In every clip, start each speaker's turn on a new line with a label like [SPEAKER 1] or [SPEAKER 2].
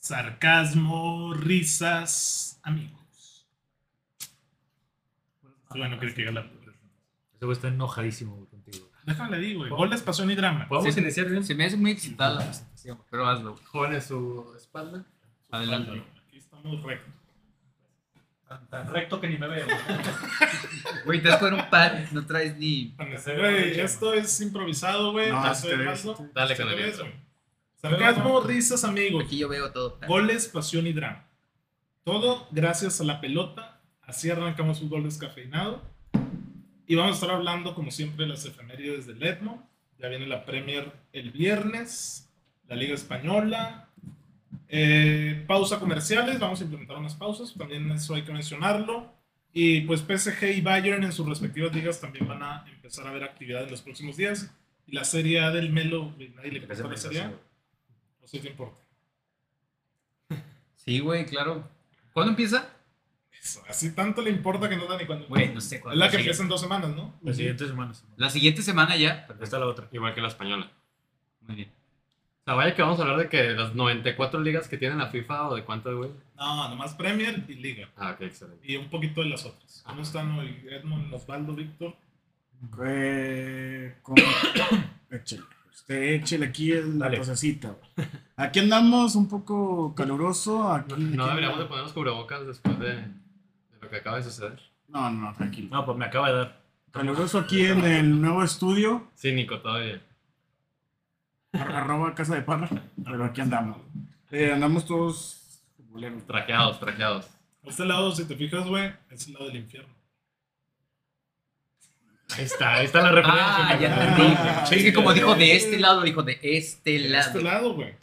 [SPEAKER 1] Sarcasmo, risas, amigos. Estuve bueno, creo que diga la
[SPEAKER 2] Ese güey está enojadísimo güey, contigo.
[SPEAKER 1] Déjame le digo, güey. Goles, pasión y drama.
[SPEAKER 3] Podemos
[SPEAKER 4] Sí.
[SPEAKER 3] iniciar bien.
[SPEAKER 4] Se me hace muy excitada la presentación, pero hazlo. güey.
[SPEAKER 3] Jóvenes, su espalda.
[SPEAKER 4] Adelante.
[SPEAKER 1] Aquí estamos recto.
[SPEAKER 3] Tan, tan recto que ni me veo.
[SPEAKER 4] Güey, te vas con un pad, no traes ni.
[SPEAKER 1] Güey, esto es improvisado, güey.
[SPEAKER 5] No,
[SPEAKER 1] Ya
[SPEAKER 5] este-
[SPEAKER 1] estoy hablando.
[SPEAKER 3] Dale
[SPEAKER 1] Se
[SPEAKER 3] con
[SPEAKER 1] te
[SPEAKER 3] el
[SPEAKER 1] ves,
[SPEAKER 3] viento.
[SPEAKER 1] güey. Sarcasmo, risas, amigos.
[SPEAKER 4] Aquí yo veo todo.
[SPEAKER 1] Goles, pasión y drama. Todo gracias a la pelota. Así arrancamos fútbol descafeinado. Y vamos a estar hablando, como siempre, de las efemérides del Edmo. Ya viene la Premier el viernes, la Liga Española. Eh, pausa comerciales, vamos a implementar unas pausas, también eso hay que mencionarlo. Y pues PSG y Bayern en sus respectivas ligas también van a empezar a ver actividad en los próximos días. Y la Serie A del Melo, güey, nadie le importa la Serie A, no sé si te importa.
[SPEAKER 4] Sí, güey, claro. ¿Cuándo empieza?
[SPEAKER 1] Eso, así tanto le importa que no da ni cuando.
[SPEAKER 4] Güey, no sé
[SPEAKER 1] es
[SPEAKER 4] cuándo.
[SPEAKER 1] la que
[SPEAKER 4] sigue.
[SPEAKER 1] empieza en dos semanas, ¿no?
[SPEAKER 2] La siguiente semana. Pues sí.
[SPEAKER 4] La siguiente semana ya.
[SPEAKER 2] Pero está la otra.
[SPEAKER 3] Igual que la española.
[SPEAKER 4] Muy bien.
[SPEAKER 3] O sea, vaya que vamos a hablar de que las 94 ligas que tiene la FIFA o de cuántas, güey.
[SPEAKER 1] No, nomás Premier y Liga.
[SPEAKER 3] Ah, ok, excelente.
[SPEAKER 1] Y un poquito de las otras. ¿Cómo están hoy? Edmond, Osvaldo, Víctor.
[SPEAKER 5] Güey, ¿cómo? échele. Eh, Usted échele aquí el- la
[SPEAKER 2] Dale.
[SPEAKER 5] cosecita. güey. Aquí andamos un poco caluroso. Aquí,
[SPEAKER 3] No, no
[SPEAKER 5] aquí-
[SPEAKER 3] deberíamos de ponernos cubrebocas después de, de lo que acaba de suceder.
[SPEAKER 5] No, no, no, tranquilo.
[SPEAKER 2] No, pues me acaba de dar.
[SPEAKER 5] Caluroso aquí en el nuevo estudio,
[SPEAKER 3] Cínico todavía.
[SPEAKER 5] ar- arroba casa de parra, pero aquí andamos. Eh, andamos todos futboleros.
[SPEAKER 3] Trajeados, trajeados.
[SPEAKER 1] Este lado, si te fijas, güey, es el lado del infierno.
[SPEAKER 3] Ahí está, ahí está la referencia.
[SPEAKER 4] Ah,
[SPEAKER 3] güey.
[SPEAKER 4] ya entendí.
[SPEAKER 5] Ah,
[SPEAKER 4] Es que como
[SPEAKER 1] sí,
[SPEAKER 4] dijo
[SPEAKER 1] sí.
[SPEAKER 4] de este lado, dijo de este
[SPEAKER 1] Este
[SPEAKER 4] lado.
[SPEAKER 1] lado, güey.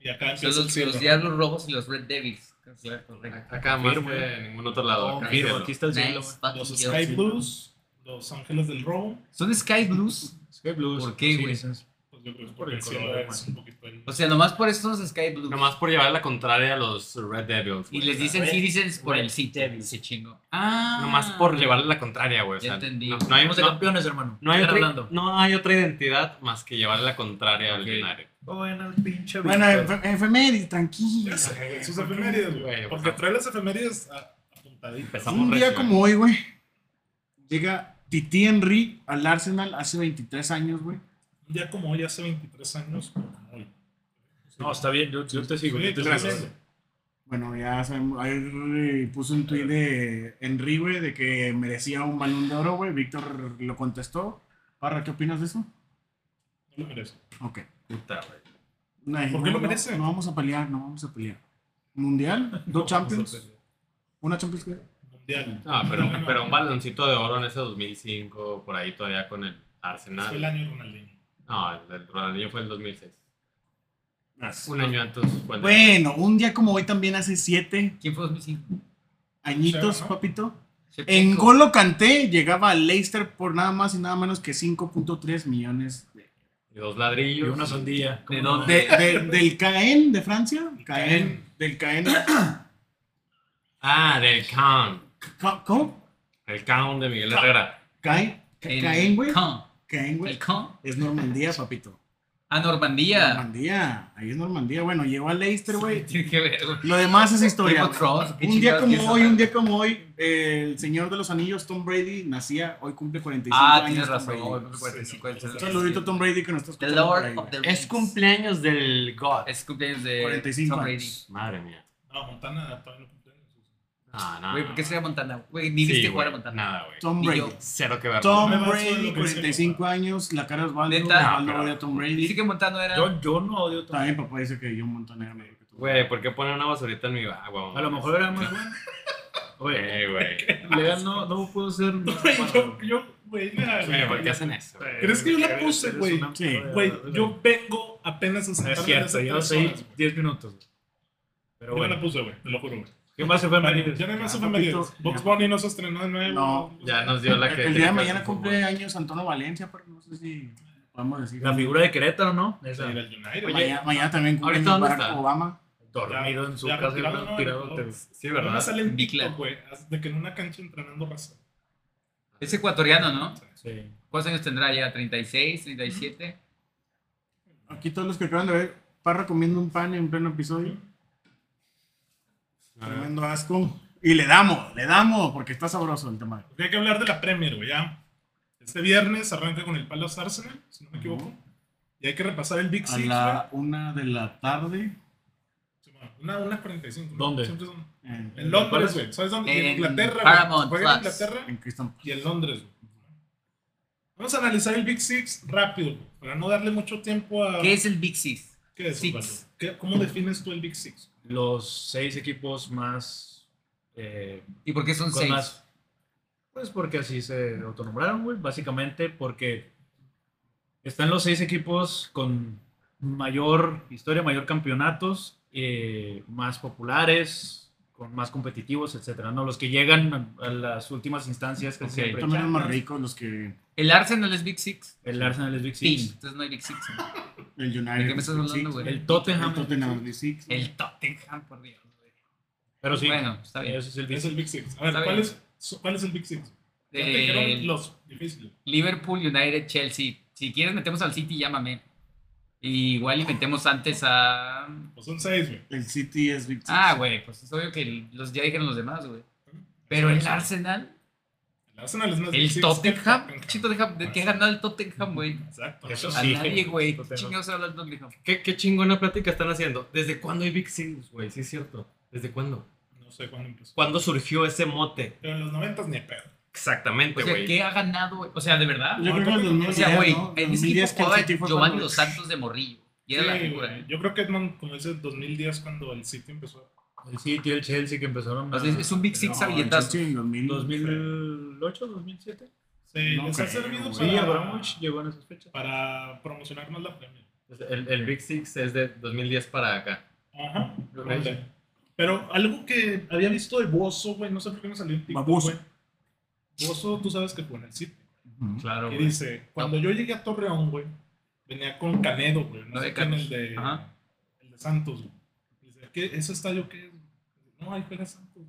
[SPEAKER 1] Y acá
[SPEAKER 4] Son
[SPEAKER 1] empieza el
[SPEAKER 4] los,
[SPEAKER 1] cielo.
[SPEAKER 4] los diablos rojos y los red devils. Claro, correcto.
[SPEAKER 3] Acá más
[SPEAKER 2] Confirmo.
[SPEAKER 3] que en ningún otro lado. acá
[SPEAKER 2] Confirmo,
[SPEAKER 3] cielo.
[SPEAKER 2] aquí está el cielo. güey.
[SPEAKER 4] Nice, fucking
[SPEAKER 1] Los
[SPEAKER 4] kill.
[SPEAKER 1] Sky Blues, los Ángeles del Robo.
[SPEAKER 4] ¿Son Sky Blues?
[SPEAKER 2] Sky Blues.
[SPEAKER 4] ¿Por qué, güey?
[SPEAKER 2] Osiris.
[SPEAKER 1] Pues yo creo que es
[SPEAKER 2] Por
[SPEAKER 1] porque
[SPEAKER 2] el
[SPEAKER 1] el cielo
[SPEAKER 2] color, man.
[SPEAKER 1] es un poquito. el-
[SPEAKER 4] O sea, nomás por eso son Sky Blues.
[SPEAKER 3] Nomás por llevar la contraria a los Red Devils.
[SPEAKER 4] Y
[SPEAKER 3] güey.
[SPEAKER 4] les dicen
[SPEAKER 2] Red-
[SPEAKER 4] Citizens por
[SPEAKER 2] Red
[SPEAKER 4] el City.
[SPEAKER 2] Devils.
[SPEAKER 4] Se chingó. Ah.
[SPEAKER 3] Nomás por llevarle la contraria, güey. O
[SPEAKER 4] Ya
[SPEAKER 3] sea,
[SPEAKER 4] entendí.
[SPEAKER 3] No, no hay,
[SPEAKER 2] Somos de
[SPEAKER 3] no,
[SPEAKER 2] campeones, hermano.
[SPEAKER 3] no hay
[SPEAKER 2] Están
[SPEAKER 3] otra,
[SPEAKER 2] hablando.
[SPEAKER 3] no hay otra identidad más que llevarle la contraria
[SPEAKER 4] Ok.
[SPEAKER 3] al United.
[SPEAKER 2] Bueno, el pinche.
[SPEAKER 5] Bueno,
[SPEAKER 2] Víctor.
[SPEAKER 5] efe- efemérides, tranquilo.
[SPEAKER 1] Ya sé, Sus efemérides, güey.
[SPEAKER 3] Güey,
[SPEAKER 1] Porque
[SPEAKER 3] pues,
[SPEAKER 1] trae las efemérides a- apuntaditas.
[SPEAKER 3] Empezamos
[SPEAKER 5] Un día
[SPEAKER 3] recio,
[SPEAKER 5] como hoy, güey, llega Titi Henry al Arsenal hace 23 años, güey.
[SPEAKER 1] Un día como hoy, hace 23 años, pero como hoy.
[SPEAKER 2] No, está bien, yo, yo te sigo. yo te sigo.
[SPEAKER 1] Gracias.
[SPEAKER 5] Bueno, ya sabemos, ahí puso un tuit de Henry, güey, de que merecía un balón de oro, güey. Víctor lo contestó. Parra, ¿qué opinas de eso?
[SPEAKER 1] No lo merece.
[SPEAKER 5] Ok.
[SPEAKER 3] Puta, güey.
[SPEAKER 5] No,
[SPEAKER 1] ¿Por
[SPEAKER 5] no,
[SPEAKER 1] qué lo
[SPEAKER 5] no,
[SPEAKER 1] merece?
[SPEAKER 5] No, vamos a pelear, no vamos a pelear. Mundial, dos Champions, una Champions que...
[SPEAKER 1] Mundial.
[SPEAKER 3] Ah,
[SPEAKER 1] No, no,
[SPEAKER 3] pero,
[SPEAKER 1] no.
[SPEAKER 3] pero un baloncito de oro en ese 2005, por ahí todavía con el
[SPEAKER 1] Fue el
[SPEAKER 3] Arsenal.
[SPEAKER 1] año de Ronaldinho.
[SPEAKER 3] No, el del Ronaldinho fue el 2006.
[SPEAKER 5] Gracias.
[SPEAKER 3] Un año antes fue el de-
[SPEAKER 5] Bueno, un día como hoy también hace siete
[SPEAKER 4] ¿Quién fue 2005?
[SPEAKER 5] añitos,
[SPEAKER 1] Cero, ¿no?
[SPEAKER 5] papito.
[SPEAKER 4] Checo.
[SPEAKER 5] En Golo Canté llegaba a Leicester por nada más y nada menos que 5.3 millones de,
[SPEAKER 3] y dos
[SPEAKER 2] Y
[SPEAKER 3] ladrillos.
[SPEAKER 2] una sondilla.
[SPEAKER 4] ¿De
[SPEAKER 2] ¿Cómo no?
[SPEAKER 4] dónde?
[SPEAKER 5] de- de- del Caen de Francia. Caen, del Caen.
[SPEAKER 3] Ah, del Can.
[SPEAKER 5] Ca- ¿Cómo?
[SPEAKER 3] El Can de Miguel Herrera.
[SPEAKER 5] Caen,
[SPEAKER 4] El
[SPEAKER 5] Caen, güey.
[SPEAKER 4] Caen.
[SPEAKER 5] Caen,
[SPEAKER 4] ¿El
[SPEAKER 5] güey.
[SPEAKER 4] Caen?
[SPEAKER 5] Es Normandía, papito.
[SPEAKER 4] Ah, Normandía.
[SPEAKER 5] Normandía, ahí es Normandía. Bueno, llegó a Leicester, güey.
[SPEAKER 4] Tiene que ver, güey.
[SPEAKER 5] Lo demás es historia.
[SPEAKER 4] Game of Thrones, qué
[SPEAKER 5] güey. Un día
[SPEAKER 4] chingados
[SPEAKER 5] como
[SPEAKER 4] quieres
[SPEAKER 5] hoy,
[SPEAKER 4] hablar.
[SPEAKER 5] un día como hoy, eh, el señor de los anillos, Tom Brady, nacía, hoy cumple 45
[SPEAKER 4] Ah,
[SPEAKER 5] años.
[SPEAKER 4] tienes
[SPEAKER 5] Tom
[SPEAKER 4] razón.
[SPEAKER 5] Brady.
[SPEAKER 4] güey, cumple 45 años.
[SPEAKER 5] Un saludito a Tom Brady que nos está
[SPEAKER 4] The
[SPEAKER 5] escuchando. por
[SPEAKER 4] Lord
[SPEAKER 5] ahí, güey.
[SPEAKER 4] of the Rings.
[SPEAKER 2] Es cumpleaños del God.
[SPEAKER 4] Es cumpleaños de
[SPEAKER 5] 45
[SPEAKER 4] Tom Brady.
[SPEAKER 5] años.
[SPEAKER 3] Madre mía.
[SPEAKER 1] No, Montana todavía no cumple años.
[SPEAKER 3] Ah, nada.
[SPEAKER 4] Güey, ¿por qué este sería Montana? Güey, ni
[SPEAKER 3] Sí,
[SPEAKER 4] viste
[SPEAKER 3] güey,
[SPEAKER 4] jugar a Montana.
[SPEAKER 3] Nada, güey.
[SPEAKER 5] Tom
[SPEAKER 4] Y
[SPEAKER 5] Brady.
[SPEAKER 4] yo-
[SPEAKER 3] Cero que ver.
[SPEAKER 5] Tom
[SPEAKER 1] Me baso en lo
[SPEAKER 5] Brady,
[SPEAKER 1] que dice
[SPEAKER 5] 45 años, la cara es Osvaldo,
[SPEAKER 4] Neta.
[SPEAKER 5] Osvaldo
[SPEAKER 3] No,
[SPEAKER 5] odia a Tom
[SPEAKER 4] Dice
[SPEAKER 5] Brady.
[SPEAKER 4] que Montana era.
[SPEAKER 2] Yo, yo no odio tanto.
[SPEAKER 5] También papá dice que yo un montón era medio que tú.
[SPEAKER 3] Güey, ¿por qué poner una basurita en mi agua?
[SPEAKER 2] A lo mejor era más bueno. Oye,
[SPEAKER 3] Eh, güey.
[SPEAKER 2] Leal no, no puedo ser. más
[SPEAKER 1] Güey, yo,
[SPEAKER 2] malo.
[SPEAKER 1] yo, güey,
[SPEAKER 3] Güey,
[SPEAKER 1] mira,
[SPEAKER 3] ¿por qué hacen eso? güey?
[SPEAKER 1] ¿Crees que yo la puse,
[SPEAKER 2] Eres
[SPEAKER 1] güey?
[SPEAKER 2] una-
[SPEAKER 5] Sí.
[SPEAKER 1] güey, yo vengo apenas a
[SPEAKER 2] No
[SPEAKER 1] sentarme
[SPEAKER 2] es
[SPEAKER 1] en
[SPEAKER 2] cierto,
[SPEAKER 1] esas
[SPEAKER 2] yo soy
[SPEAKER 1] personas, güey.
[SPEAKER 2] 10 minutos. güey. Pero
[SPEAKER 1] Yo la
[SPEAKER 2] bueno,
[SPEAKER 1] puse, güey, te lo juro, güey.
[SPEAKER 2] ¿qué más se fue
[SPEAKER 1] Vale,
[SPEAKER 2] Mario?
[SPEAKER 1] Ya no hay más
[SPEAKER 5] Ya,
[SPEAKER 1] efemérides.
[SPEAKER 5] papito,
[SPEAKER 1] Box
[SPEAKER 5] ya.
[SPEAKER 1] Bunny no se estrenó de nuevo.
[SPEAKER 5] No.
[SPEAKER 3] Ya nos dio la que.
[SPEAKER 5] El día de mañana cumple años Antonio Valencia, pero no sé si podemos decir.
[SPEAKER 2] La figura de Querétaro, ¿no?
[SPEAKER 1] Se
[SPEAKER 2] Esa,
[SPEAKER 1] irá al United.
[SPEAKER 3] Oye,
[SPEAKER 5] mañana, mañana también cumple
[SPEAKER 3] ¿ahorita dónde
[SPEAKER 5] Barack
[SPEAKER 3] está?
[SPEAKER 5] Obama.
[SPEAKER 2] dormido en su
[SPEAKER 1] Ya,
[SPEAKER 2] casa,
[SPEAKER 1] retirado, no,
[SPEAKER 2] tirado.
[SPEAKER 1] no.
[SPEAKER 2] te-
[SPEAKER 3] Sí,
[SPEAKER 1] Van a
[SPEAKER 3] ¿verdad?
[SPEAKER 1] salir en
[SPEAKER 4] Big
[SPEAKER 1] TikTok,
[SPEAKER 4] Land.
[SPEAKER 1] güey, de que en una cancha entrenando raza.
[SPEAKER 4] Es ecuatoriano, ¿no?
[SPEAKER 2] Sí.
[SPEAKER 4] ¿Cuántos años tendrá ya? ¿36, 37?
[SPEAKER 5] Aquí todos los que acaban de ver, Parra comiendo un pan en pleno episodio. Tremendo asco. Y le damos, le damos, porque está sabroso el tema.
[SPEAKER 1] Porque hay que hablar de la Premier, güey, ya. Este viernes arranca con el Palace Arsenal, si no me
[SPEAKER 5] Ujú.
[SPEAKER 1] equivoco. Y hay que repasar el Big
[SPEAKER 5] A
[SPEAKER 1] Six, güey.
[SPEAKER 5] la una de la tarde.
[SPEAKER 1] Simón, Una, una 45. ¿no?
[SPEAKER 2] ¿Dónde?
[SPEAKER 1] Siempre son-
[SPEAKER 5] En,
[SPEAKER 1] En Londres, güey. ¿Sabes dónde? En
[SPEAKER 4] En
[SPEAKER 1] Inglaterra, güey.
[SPEAKER 4] Paramount
[SPEAKER 1] Juega en
[SPEAKER 4] Plus.
[SPEAKER 1] Inglaterra
[SPEAKER 5] en Crystal
[SPEAKER 1] y en Londres, güey. Vamos a analizar el Big Six rápido, güey, para no darle mucho tiempo a...
[SPEAKER 4] ¿Qué es el Big Six?
[SPEAKER 1] ¿Qué es,
[SPEAKER 4] Six?
[SPEAKER 1] Osvaldo? ¿Qué- ¿Cómo defines tú el Big Six?
[SPEAKER 2] Los seis equipos más. eh,
[SPEAKER 4] ¿Y por qué son
[SPEAKER 2] con
[SPEAKER 4] seis?
[SPEAKER 2] más- Pues porque así se autonombraron, güey. Básicamente porque están los seis equipos con mayor historia, mayor campeonatos, eh, más populares, con más competitivos, etcétera. No, los que llegan a, a las últimas instancias que
[SPEAKER 3] Ok,
[SPEAKER 2] siempre
[SPEAKER 5] También los más
[SPEAKER 2] Champions,
[SPEAKER 5] ricos los que
[SPEAKER 4] ¿El Arsenal es Big Six?
[SPEAKER 2] El Arsenal es Big
[SPEAKER 4] Sí.
[SPEAKER 2] Six.
[SPEAKER 4] Entonces no hay Big Six.
[SPEAKER 5] el United.
[SPEAKER 4] ¿De qué me estás
[SPEAKER 5] el
[SPEAKER 4] hablando,
[SPEAKER 5] Six,
[SPEAKER 4] güey?
[SPEAKER 2] El
[SPEAKER 5] El
[SPEAKER 2] Tottenham.
[SPEAKER 5] Tottenham el Six.
[SPEAKER 4] El Tottenham, por Dios. güey.
[SPEAKER 2] Pero sí,
[SPEAKER 4] Bueno, está bien.
[SPEAKER 2] ese es el Big
[SPEAKER 1] Es el Big Six. A ver,
[SPEAKER 4] Está
[SPEAKER 1] ¿cuál
[SPEAKER 4] bien.
[SPEAKER 1] es, so- ¿cuál es el Big Six? Ya te
[SPEAKER 4] Eh,
[SPEAKER 1] dijeron los difíciles.
[SPEAKER 4] Liverpool, United, Chelsea. Si quieres metemos al City, llámame. Y igual y metemos antes a...
[SPEAKER 1] Pues son seis, güey.
[SPEAKER 5] El City es Big Six.
[SPEAKER 4] Ah, güey, pues es obvio que los ya dijeron los demás, güey. Pero el Arsenal,
[SPEAKER 1] El Arsenal es más Big
[SPEAKER 4] el
[SPEAKER 1] Six que
[SPEAKER 4] Tottenham,
[SPEAKER 1] Tottenham.
[SPEAKER 4] pinche Tottenham, ¿de qué ha ganado el Tottenham, güey?
[SPEAKER 1] Exacto.
[SPEAKER 2] Eso
[SPEAKER 4] A
[SPEAKER 2] Sí,
[SPEAKER 4] nadie, güey. ¿Qué
[SPEAKER 2] Tottenham.
[SPEAKER 4] chingados habla el Tottenham?
[SPEAKER 3] ¿Qué, qué chingona plática están haciendo. ¿Desde cuándo hay Big Six, güey? Sí, es cierto. ¿Desde cuándo?
[SPEAKER 1] No sé cuándo empezó.
[SPEAKER 3] ¿Cuándo surgió ese mote?
[SPEAKER 1] Pero en los noventas ni de pedo.
[SPEAKER 3] Exactamente,
[SPEAKER 4] O sea,
[SPEAKER 3] güey.
[SPEAKER 4] ¿qué ha ganado, güey? O sea, ¿de verdad?
[SPEAKER 5] Yo creo que en el
[SPEAKER 4] O
[SPEAKER 5] 2010,
[SPEAKER 4] sea, güey,
[SPEAKER 5] ¿no?
[SPEAKER 4] en ese
[SPEAKER 5] 2010
[SPEAKER 4] equipo
[SPEAKER 5] que el
[SPEAKER 4] jugaba
[SPEAKER 5] City fue
[SPEAKER 4] Giovanni
[SPEAKER 5] cuando-
[SPEAKER 4] Dos Santos de Morrillo. Y era la
[SPEAKER 1] Sí,
[SPEAKER 4] figura. ¿eh?
[SPEAKER 1] güey. Yo creo que es mon- como ese 2010 cuando el City empezó.
[SPEAKER 2] El City, el Chelsea que empezaron.
[SPEAKER 4] O sea, es un Big Six
[SPEAKER 5] No,
[SPEAKER 4] a billetazos.
[SPEAKER 5] el Chelsea en 2000.
[SPEAKER 2] 2008, 2007.
[SPEAKER 1] Sí,
[SPEAKER 5] No
[SPEAKER 1] les ha
[SPEAKER 5] creo,
[SPEAKER 1] servido
[SPEAKER 5] güey.
[SPEAKER 2] Sí,
[SPEAKER 1] para,
[SPEAKER 2] Ah, Abramovich llegó en esas fechas.
[SPEAKER 1] para promocionar más la Premier.
[SPEAKER 3] El, el Big Six es de 2010 para acá.
[SPEAKER 1] Ajá.
[SPEAKER 3] Yo creo que
[SPEAKER 1] Ándale. Pero algo que había visto de Bozo, güey, no sé por qué me salió en TikTok,
[SPEAKER 5] Baboso.
[SPEAKER 1] güey. Bozo, tú sabes que fue en el City.
[SPEAKER 5] Ujú.
[SPEAKER 3] Claro,
[SPEAKER 1] Y
[SPEAKER 3] güey.
[SPEAKER 1] dice, cuando yo llegué a Torreón, güey, venía con Canedo, güey. No
[SPEAKER 4] No,
[SPEAKER 1] sé
[SPEAKER 4] de
[SPEAKER 1] quién,
[SPEAKER 4] Carlos.
[SPEAKER 1] el de,
[SPEAKER 4] Ajá.
[SPEAKER 1] el de Santos, güey. Dice, ¿qué, ¿ese estadio qué es? No, ahí juega Santos.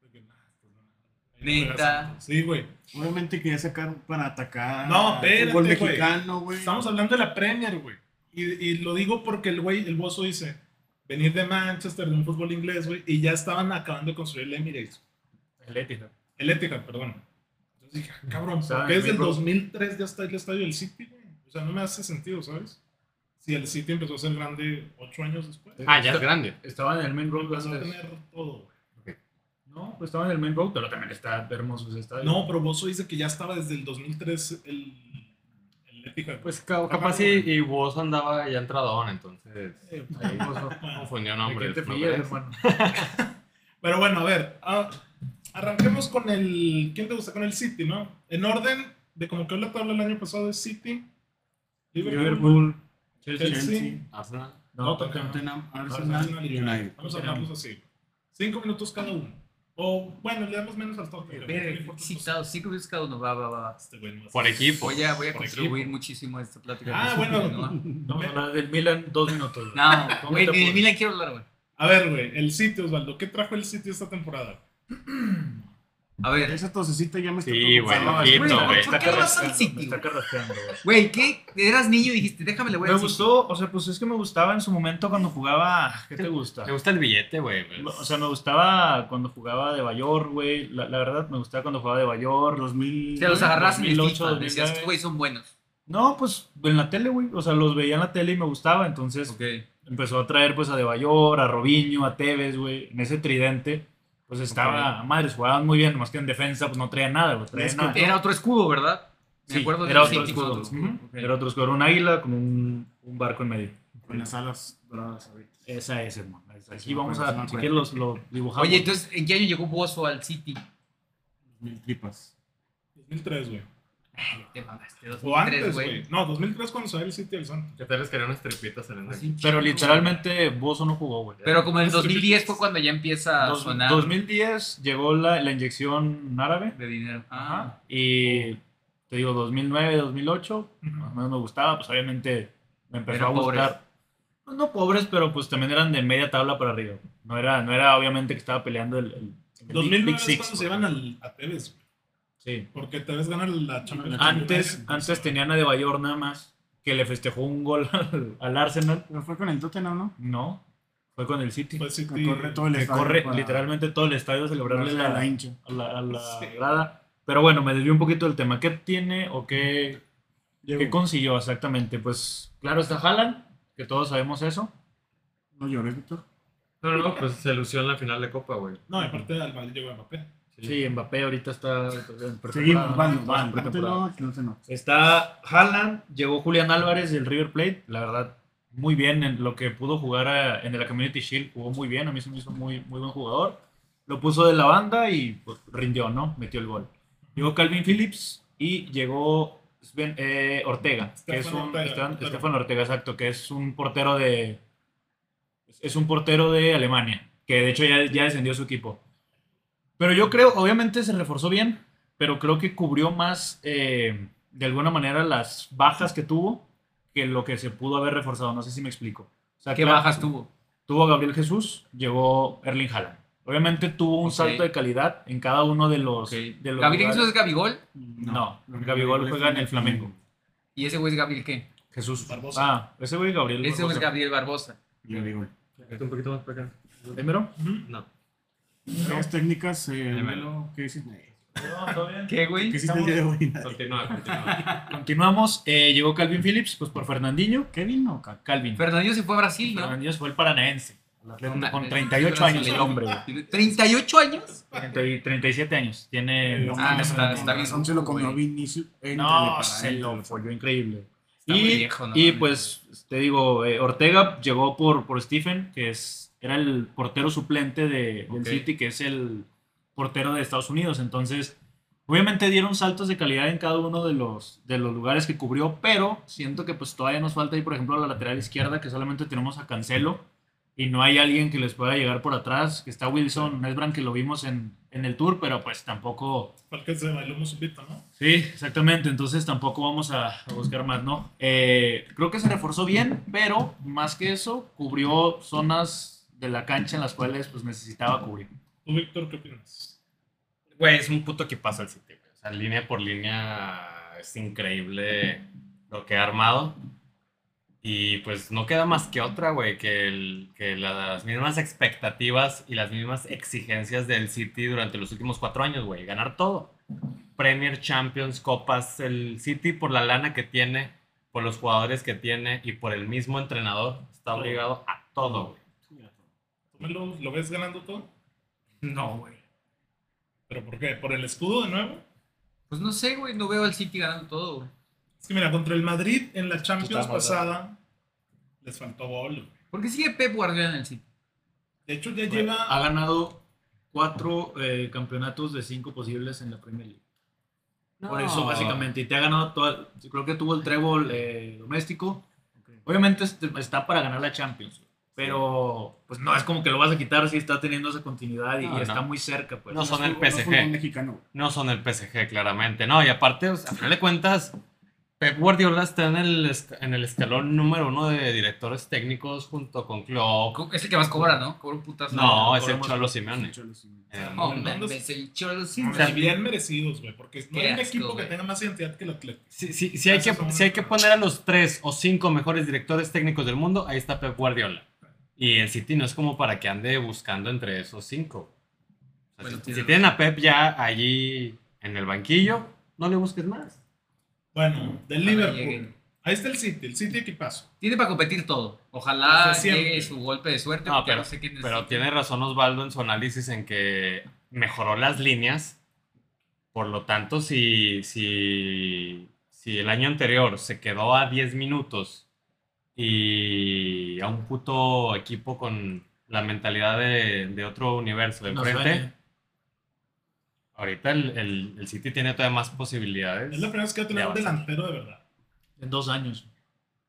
[SPEAKER 1] Yo que, "Nah, pues no, ahí no juega
[SPEAKER 4] Neta.
[SPEAKER 1] Santos". Sí, güey.
[SPEAKER 5] Obviamente quería sacar para atacar.
[SPEAKER 1] No,
[SPEAKER 5] al
[SPEAKER 1] espérate,
[SPEAKER 5] fútbol
[SPEAKER 1] güey.
[SPEAKER 5] mexicano, güey.
[SPEAKER 1] Estamos hablando de la Premier, güey. Y, y lo digo porque el güey, el bozo dice, venir de Manchester, de un fútbol inglés, güey, y ya estaban acabando de construir el Emirates.
[SPEAKER 2] El Etihad.
[SPEAKER 1] El Etihad, perdón. Entonces dije, "Ah, cabrón,
[SPEAKER 2] O sea,
[SPEAKER 1] ¿por qué desde el
[SPEAKER 2] me pro-
[SPEAKER 1] 2003 ya está el estadio del City, güey? O sea, no me hace sentido, ¿sabes? Si el City empezó a ser grande ocho años después.
[SPEAKER 3] Ah, ya es grande.
[SPEAKER 2] Estaba en el Main Road
[SPEAKER 1] Empezó a
[SPEAKER 2] antes.
[SPEAKER 1] tener todo, güey.
[SPEAKER 2] No, pues estaba en el Main Road, pero también está hermoso ese estadio.
[SPEAKER 1] No, pero Bozo dice que ya estaba desde el 2003 el, el Etihad.
[SPEAKER 3] Pues ca- capaz y, y vos andaba ya entradón, entonces.
[SPEAKER 2] Eh, ahí, pues, no.
[SPEAKER 3] Confundió
[SPEAKER 2] ¿De
[SPEAKER 3] nombres.
[SPEAKER 2] quién te
[SPEAKER 3] ¿no
[SPEAKER 2] fías,
[SPEAKER 3] crees?
[SPEAKER 2] hermano?
[SPEAKER 1] Pero bueno, a ver, ah, arranquemos con el. ¿Quién te gusta? Con el City, ¿no? En orden de como quedó la tabla el año pasado es City, Liverpool,
[SPEAKER 2] Liverpool,
[SPEAKER 1] Chelsea,
[SPEAKER 2] Chelsea.
[SPEAKER 5] Chelsea,
[SPEAKER 3] Arsenal.
[SPEAKER 2] No,
[SPEAKER 1] Tottenham.
[SPEAKER 5] Tottenham,
[SPEAKER 1] Arsenal
[SPEAKER 5] Arsenal
[SPEAKER 1] y
[SPEAKER 5] y United.
[SPEAKER 1] Vamos a hablarlos así. Cinco minutos cada uno. O bueno, le damos menos al Tottenham.
[SPEAKER 4] Verga,
[SPEAKER 1] No
[SPEAKER 4] qué
[SPEAKER 1] importa,
[SPEAKER 4] excitado. Cinco minutos cada uno. Va, va, va. va.
[SPEAKER 1] este güey no es-
[SPEAKER 3] Por equipo.
[SPEAKER 4] Voy a, voy a
[SPEAKER 1] Por
[SPEAKER 4] contribuir
[SPEAKER 1] equipo.
[SPEAKER 4] muchísimo a esta plática.
[SPEAKER 1] Ah, bueno.
[SPEAKER 2] Vamos a hablar del Milan dos minutos. güey.
[SPEAKER 4] No,
[SPEAKER 2] ¿Cómo
[SPEAKER 4] güey,
[SPEAKER 2] te
[SPEAKER 4] ni de
[SPEAKER 2] puedo?
[SPEAKER 4] Milan quiero hablar, güey.
[SPEAKER 1] A ver, güey, el City, Osvaldo. ¿Qué trajo el City esta temporada?
[SPEAKER 4] A ver,
[SPEAKER 5] Esa tosecita ya me está
[SPEAKER 3] Sí, güey,
[SPEAKER 5] preocupando.
[SPEAKER 3] sí,
[SPEAKER 4] Güey,
[SPEAKER 3] no, güey.
[SPEAKER 4] ¿por qué le vas al City,
[SPEAKER 2] Me está
[SPEAKER 4] güey?
[SPEAKER 2] carraspeando, güey.
[SPEAKER 4] Güey, ¿qué? Eras niño y dijiste, déjame le voy a
[SPEAKER 2] Me gustó, o sea, pues es que me gustaba en su momento cuando jugaba. ¿Qué te gusta?
[SPEAKER 3] ¿Te gusta el billete, güey? pues?
[SPEAKER 2] O sea, me gustaba cuando jugaba de Bayor, güey. La, la verdad, me gustaba cuando jugaba de Bayor.
[SPEAKER 5] 2000.
[SPEAKER 4] Te los agarras en el
[SPEAKER 2] 2008,
[SPEAKER 4] FIFA. Decías,
[SPEAKER 2] 2009.
[SPEAKER 4] güey, son buenos.
[SPEAKER 2] No, pues en la tele, güey. O sea, los veía en la tele y me gustaba. Entonces empezó a traer pues a De Bayor, a Robinho, a Tevez, güey. En ese tridente, pues estaba, a madres, jugaban muy bien. Nomás que en defensa, pues no traía nada, güey. Traía
[SPEAKER 5] Es
[SPEAKER 2] nada.
[SPEAKER 4] Era otro escudo, ¿verdad? Me
[SPEAKER 2] Sí,
[SPEAKER 4] acuerdo de
[SPEAKER 2] era
[SPEAKER 4] los
[SPEAKER 2] otro
[SPEAKER 4] City
[SPEAKER 2] escudo.
[SPEAKER 4] con otro
[SPEAKER 2] ujú. Era otro escudo, era un águila con un, un barco en medio.
[SPEAKER 5] Con las alas doradas ahorita.
[SPEAKER 2] Esa es, hermano. Esa- Aquí
[SPEAKER 5] me
[SPEAKER 2] vamos
[SPEAKER 5] acuerdo, sí
[SPEAKER 2] a,
[SPEAKER 5] me
[SPEAKER 2] si
[SPEAKER 5] acuerdo.
[SPEAKER 2] quieres, los- lo dibujamos.
[SPEAKER 4] Oye, entonces, ¿en qué año llegó Bozo al City?
[SPEAKER 5] 2000 tripas.
[SPEAKER 1] 2003, güey.
[SPEAKER 4] Ay, te mamaste,
[SPEAKER 1] O
[SPEAKER 4] 2003,
[SPEAKER 1] antes, güey. No, 2003 cuando salió el City del Santos.
[SPEAKER 3] ¿Qué tal les quería unas tripitas en el
[SPEAKER 4] Así,
[SPEAKER 2] Pero
[SPEAKER 4] chico,
[SPEAKER 2] literalmente Bozo no jugó, güey.
[SPEAKER 4] Pero como en el
[SPEAKER 1] Los
[SPEAKER 4] 2010 fue cuando ya empieza a
[SPEAKER 2] Dos-
[SPEAKER 4] sonar
[SPEAKER 2] 2010 llegó la, la inyección árabe.
[SPEAKER 4] de dinero. Ah,
[SPEAKER 2] Ajá. Y te digo, 2009, 2008, más o menos me gustaba. Pues obviamente me empezó
[SPEAKER 4] Eran
[SPEAKER 2] a gustar. No, no pobres, pero pues también eran de media tabla para arriba. No era, no era obviamente que estaba peleando el. el- el Big-
[SPEAKER 1] 2009
[SPEAKER 2] Big
[SPEAKER 1] es
[SPEAKER 2] Six,
[SPEAKER 1] cuando se
[SPEAKER 2] güey.
[SPEAKER 1] llevan al, a Tevez, güey.
[SPEAKER 2] Sí.
[SPEAKER 1] Porque Tevez gana la Champions
[SPEAKER 5] Ah,
[SPEAKER 2] Antes, antes tenían a De Bayor nada más, que le festejó un gol al, al Arsenal.
[SPEAKER 5] Pero fue con el Tottenham, ¿no?
[SPEAKER 2] No. Fue con el City.
[SPEAKER 1] Pues sí,
[SPEAKER 5] Que corre todo el
[SPEAKER 2] que
[SPEAKER 5] estadio
[SPEAKER 2] corre
[SPEAKER 5] para
[SPEAKER 2] literalmente todo el estadio a celebrarle
[SPEAKER 5] darle
[SPEAKER 2] la,
[SPEAKER 5] a la hincha.
[SPEAKER 2] a la- a la
[SPEAKER 1] Sí.
[SPEAKER 2] grada. Pero bueno, me desvió un poquito del tema. ¿Qué tiene o qué,
[SPEAKER 5] Diego,
[SPEAKER 2] qué consiguió exactamente? Pues claro, está Haaland, que todos sabemos eso.
[SPEAKER 5] no llores, Víctor.
[SPEAKER 3] No, no, pues se lució en la final de Copa, güey.
[SPEAKER 1] No, y aparte al Madrid llegó Mbappé.
[SPEAKER 3] Sí.
[SPEAKER 2] Sí, Mbappé ahorita está en pretemporada,
[SPEAKER 5] Seguimos,
[SPEAKER 2] ¿no?
[SPEAKER 5] vamos,
[SPEAKER 2] Está en
[SPEAKER 5] vamos. No te
[SPEAKER 2] pretemporada.
[SPEAKER 5] enojes, no te enojes.
[SPEAKER 2] Está Haaland, llegó Julián Álvarez del River Plate, la verdad, muy bien en lo que pudo jugar a- en la Community Shield, jugó muy bien, a mí se me hizo muy, muy buen jugador. Lo puso de la banda y pues, rindió, ¿no? Metió el gol. Llegó Calvin Phillips y llegó Sven- eh, Ortega, que es
[SPEAKER 1] Estefan
[SPEAKER 2] un
[SPEAKER 1] Ortega,
[SPEAKER 2] Estefan-
[SPEAKER 1] Ortega.
[SPEAKER 2] Estefan Ortega, exacto, que es un portero de es un portero de Alemania, que de hecho ya, ya descendió su equipo. Pero yo creo, obviamente se reforzó bien, pero creo que cubrió más, eh, de alguna manera, las bajas que tuvo que lo que se pudo haber reforzado. No sé si me explico. O sea,
[SPEAKER 4] ¿Qué
[SPEAKER 2] claro,
[SPEAKER 4] bajas tuvo?
[SPEAKER 2] Tuvo a Gabriel Jesús, llegó Erling Haaland. Obviamente tuvo un
[SPEAKER 4] Ok.
[SPEAKER 2] salto de calidad en cada uno de los...
[SPEAKER 4] Ok.
[SPEAKER 2] De los
[SPEAKER 4] Gabriel
[SPEAKER 2] lugares.
[SPEAKER 4] Jesús es Gabigol
[SPEAKER 2] No, Gabigol juega en el Flamengo.
[SPEAKER 4] y ese güey es Gabriel qué?
[SPEAKER 2] Jesús.
[SPEAKER 1] Barbosa.
[SPEAKER 2] Ah, ese güey Gabriel.
[SPEAKER 4] Ese güey
[SPEAKER 2] Barbosa.
[SPEAKER 4] es Gabriel Barbosa.
[SPEAKER 5] Yo digo,
[SPEAKER 3] Vete un poquito más para acá.
[SPEAKER 2] ¿Primero?
[SPEAKER 1] Ujú.
[SPEAKER 3] No.
[SPEAKER 5] Las técnicas, eh,
[SPEAKER 3] Ahí va.
[SPEAKER 5] Melo, ¿qué hiciste?
[SPEAKER 4] ¿Qué,
[SPEAKER 5] ¿Qué
[SPEAKER 4] güey?
[SPEAKER 5] hiciste el día de hoy?
[SPEAKER 3] Continúa, continúa.
[SPEAKER 2] Continuamos. eh, llegó Calvin Phillips, pues por Fernandinho.
[SPEAKER 5] ¿Kevin o Kaká?
[SPEAKER 2] Calvin.
[SPEAKER 4] Fernandinho se fue a Brasil, ¿no?
[SPEAKER 2] Fernandinho fue el paranaense.
[SPEAKER 4] Una-
[SPEAKER 2] Con 38 años el hombre, güey.
[SPEAKER 4] ¿38 años?
[SPEAKER 2] 30 y 37 años. Tiene.
[SPEAKER 5] No,
[SPEAKER 4] Ah, está- está bien.
[SPEAKER 5] Entonces lo comió
[SPEAKER 4] güey.
[SPEAKER 5] Vinicius. Éntrale
[SPEAKER 2] No, pues,
[SPEAKER 5] para
[SPEAKER 2] se
[SPEAKER 5] adentro.
[SPEAKER 2] lo folló increíble.
[SPEAKER 4] Está
[SPEAKER 2] y
[SPEAKER 4] muy viejo, ¿no?
[SPEAKER 2] y pues, te digo, eh, Ortega llegó por, por Stephen, que es, era el portero suplente de, del
[SPEAKER 3] Ok.
[SPEAKER 2] City, que es el portero de Estados Unidos. Entonces, obviamente dieron saltos de calidad en cada uno de los, de los lugares que cubrió, pero siento que pues todavía nos falta ahí, por ejemplo, a la lateral izquierda, que solamente tenemos a Cancelo. Y no hay alguien que les pueda llegar por atrás, que está Wilson, Nesbran, que lo vimos en, en el tour, pero pues tampoco...
[SPEAKER 1] Porque se bailó un subito, ¿no?
[SPEAKER 2] Sí, exactamente. Entonces tampoco vamos a, a buscar más, ¿no? Eh, creo que se reforzó bien, pero más que eso, cubrió zonas de la cancha en las cuales pues, necesitaba cubrir.
[SPEAKER 1] ¿Tú, Víctor, qué opinas?
[SPEAKER 3] Güey, es un puto equipazo el City, güey. O sea, línea por línea es increíble lo que ha armado. Y pues no queda más que otra, güey, que, el- que las mismas expectativas y las mismas exigencias del City durante los últimos cuatro años, güey. Ganar todo. Premier, Champions, Copas, el City por la lana que tiene, por los jugadores que tiene y por el mismo entrenador está
[SPEAKER 1] Todo.
[SPEAKER 3] obligado a todo, güey.
[SPEAKER 1] ¿Tú me lo, lo ves ganando todo?
[SPEAKER 2] No, güey.
[SPEAKER 1] ¿Pero por qué? ¿Por el escudo de nuevo?
[SPEAKER 4] Pues no sé, güey. No veo al City ganando todo, güey.
[SPEAKER 1] Es que mira, contra el Madrid en la Champions
[SPEAKER 2] estás mal,
[SPEAKER 1] pasada les faltó gol. güey.
[SPEAKER 4] ¿Por qué sigue Pep Guardiola en el City?
[SPEAKER 1] De hecho, ya
[SPEAKER 2] Ha
[SPEAKER 1] lleva.
[SPEAKER 2] ganado cuatro eh, campeonatos de cinco posibles en la Premier League. Por eso, básicamente. Y te ha ganado toda. Creo que tuvo el trébol eh, doméstico. Obviamente este- está para ganar la Champions. Pero, pues no, es como que lo vas a quitar si está teniendo esa continuidad y,
[SPEAKER 3] No,
[SPEAKER 2] y está
[SPEAKER 3] no.
[SPEAKER 2] muy cerca. Pues.
[SPEAKER 3] No son el
[SPEAKER 5] fue-
[SPEAKER 3] PSG.
[SPEAKER 5] No fue un mexicano.
[SPEAKER 3] No son el PSG, claramente. No, y aparte, o sea, a final de cuentas, Pep Guardiola está en el, esca- en el escalón número uno de directores técnicos junto con Klopp.
[SPEAKER 4] Co- Es el que más cobra, ¿no? Cobra un putazo.
[SPEAKER 3] No,
[SPEAKER 2] no,
[SPEAKER 3] es el
[SPEAKER 2] podemos-
[SPEAKER 3] Cholo Simeone.
[SPEAKER 5] Cholo, sí.
[SPEAKER 3] Eh,
[SPEAKER 1] no,
[SPEAKER 4] No,
[SPEAKER 1] no,
[SPEAKER 4] mames, el Cholo sí.
[SPEAKER 1] o sea, bien merecidos, güey, porque no
[SPEAKER 4] Qué
[SPEAKER 1] hay un
[SPEAKER 4] asco,
[SPEAKER 1] equipo que
[SPEAKER 4] güey.
[SPEAKER 1] tenga más identidad que el Atlético.
[SPEAKER 3] Si, si- si hay que,
[SPEAKER 1] Esos son-
[SPEAKER 3] si hay que poner a los tres o cinco mejores directores técnicos del mundo, ahí está Pep Guardiola. Y el City no es como para que ande buscando entre esos cinco. O sea,
[SPEAKER 4] Bueno,
[SPEAKER 3] si-
[SPEAKER 4] tiene
[SPEAKER 3] si tienen a Pep ya allí en el banquillo, no le busques más.
[SPEAKER 1] Bueno, del
[SPEAKER 4] Ojalá
[SPEAKER 1] Liverpool.
[SPEAKER 4] llegue.
[SPEAKER 1] Ahí está el City, el City equipazo.
[SPEAKER 4] Tiene para competir todo. Ojalá
[SPEAKER 1] Desde siempre.
[SPEAKER 4] llegue su golpe de suerte.
[SPEAKER 3] No,
[SPEAKER 4] porque
[SPEAKER 3] pero-
[SPEAKER 4] no sé quién es.
[SPEAKER 3] Pero tiene razón Osvaldo en su análisis en que mejoró las líneas. Por lo tanto, si, si, si el año anterior se quedó a 10 minutos y a un puto equipo con la mentalidad de, de otro universo de
[SPEAKER 2] Nos
[SPEAKER 3] frente,
[SPEAKER 2] daña.
[SPEAKER 3] ahorita el, el- el City tiene todavía más posibilidades.
[SPEAKER 1] Es la primera vez que va a tener
[SPEAKER 3] Ya
[SPEAKER 1] un
[SPEAKER 3] va.
[SPEAKER 1] delantero de verdad.
[SPEAKER 2] En dos años.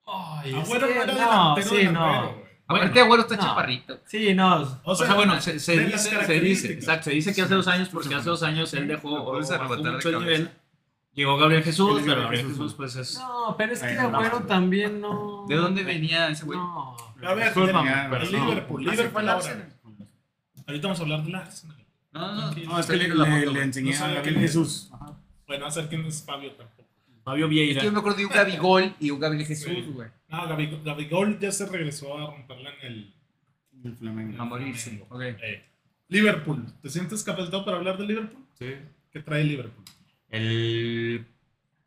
[SPEAKER 3] Ay, es
[SPEAKER 1] Agüero
[SPEAKER 3] que
[SPEAKER 1] no era
[SPEAKER 3] no,
[SPEAKER 1] delantero,
[SPEAKER 3] sí,
[SPEAKER 1] delantero,
[SPEAKER 3] no.
[SPEAKER 1] güey.
[SPEAKER 4] Aparte, Agüero este está
[SPEAKER 3] no.
[SPEAKER 4] chaparrito.
[SPEAKER 3] Sí, no.
[SPEAKER 2] O sea, bueno, se, se
[SPEAKER 1] de las
[SPEAKER 2] dice, se
[SPEAKER 1] características.
[SPEAKER 2] dice, exacto, se dice que hace dos años porque hace dos años él dejó
[SPEAKER 4] Lo
[SPEAKER 2] o
[SPEAKER 4] puedes
[SPEAKER 2] bajó
[SPEAKER 4] arrebatar de
[SPEAKER 2] mucho el
[SPEAKER 4] cabeza.
[SPEAKER 2] nivel. Llegó Gabriel Jesús,
[SPEAKER 5] Gabriel
[SPEAKER 2] pero Gabriel
[SPEAKER 5] Jesús,
[SPEAKER 2] Jesús pues es...
[SPEAKER 3] No, pero es que
[SPEAKER 5] Ay, no,
[SPEAKER 3] Agüero
[SPEAKER 5] no.
[SPEAKER 3] también no.
[SPEAKER 4] ¿De dónde venía ese güey?
[SPEAKER 3] No.
[SPEAKER 1] A ver,
[SPEAKER 3] Discúlpame,
[SPEAKER 1] el
[SPEAKER 3] pero no.
[SPEAKER 1] Liverpool,
[SPEAKER 5] Ah, se fue
[SPEAKER 1] Liverpool
[SPEAKER 5] al
[SPEAKER 1] ahora.
[SPEAKER 5] Arsenal.
[SPEAKER 1] Ahorita vamos a hablar del Arsenal.
[SPEAKER 4] No, no,
[SPEAKER 5] No, es que
[SPEAKER 4] estoy
[SPEAKER 5] le,
[SPEAKER 4] viendo la foto,
[SPEAKER 5] le
[SPEAKER 4] güey.
[SPEAKER 5] enseñé
[SPEAKER 1] No
[SPEAKER 5] a
[SPEAKER 1] sabía
[SPEAKER 5] Gabriel
[SPEAKER 1] quién es.
[SPEAKER 5] Jesús. Ajá.
[SPEAKER 1] Bueno, a ver quién es Fabio tampoco.
[SPEAKER 2] Fabio
[SPEAKER 4] Es
[SPEAKER 2] Vieira.
[SPEAKER 4] que yo me acuerdo de un Gabigol y un Gabriel Jesús,
[SPEAKER 1] Sí.
[SPEAKER 4] güey.
[SPEAKER 1] No, Gabi- Gabigol ya se regresó a romperla en el,
[SPEAKER 5] y el Flamengo.
[SPEAKER 4] A morirse.
[SPEAKER 1] Flamengo.
[SPEAKER 4] Ok.
[SPEAKER 1] Eh, Liverpool. ¿Te sientes capacitado para hablar de Liverpool?
[SPEAKER 3] Sí.
[SPEAKER 1] ¿Qué trae Liverpool?
[SPEAKER 3] El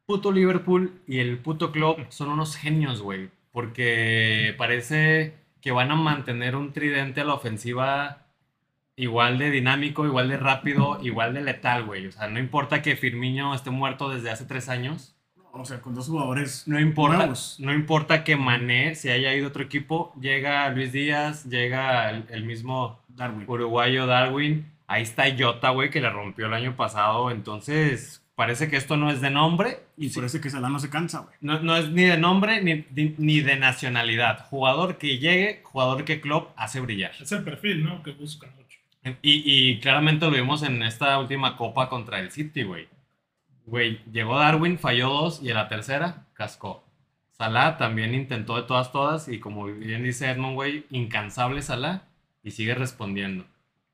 [SPEAKER 3] puto Liverpool y el puto Klopp son unos genios, güey. Porque parece que van a mantener un tridente a la ofensiva igual de dinámico, igual de rápido, igual de letal, güey. O sea, no importa que Firmino esté muerto desde hace tres años.
[SPEAKER 5] O sea, con dos jugadores.
[SPEAKER 3] No importa,
[SPEAKER 5] Nuevos.
[SPEAKER 3] no importa que Mané se haya ido a otro equipo. Llega Luis Díaz, llega el, el mismo
[SPEAKER 5] Darwin.
[SPEAKER 3] uruguayo Darwin. Ahí está Jota, güey, que la rompió el año pasado. Entonces, parece que esto no es de nombre,
[SPEAKER 5] Y parece que Salah no se cansa, güey.
[SPEAKER 3] no, no es ni de nombre ni, ni- ni de nacionalidad. Jugador que llegue, jugador que Klopp hace brillar.
[SPEAKER 1] Es el perfil, ¿no? Que busca mucho.
[SPEAKER 3] Y, y claramente lo vimos en esta última copa contra el City, güey. Güey, llegó Darwin, falló dos y en la tercera cascó. Salah también intentó de todas, todas y como bien dice Edmond, güey, incansable Salah y sigue respondiendo.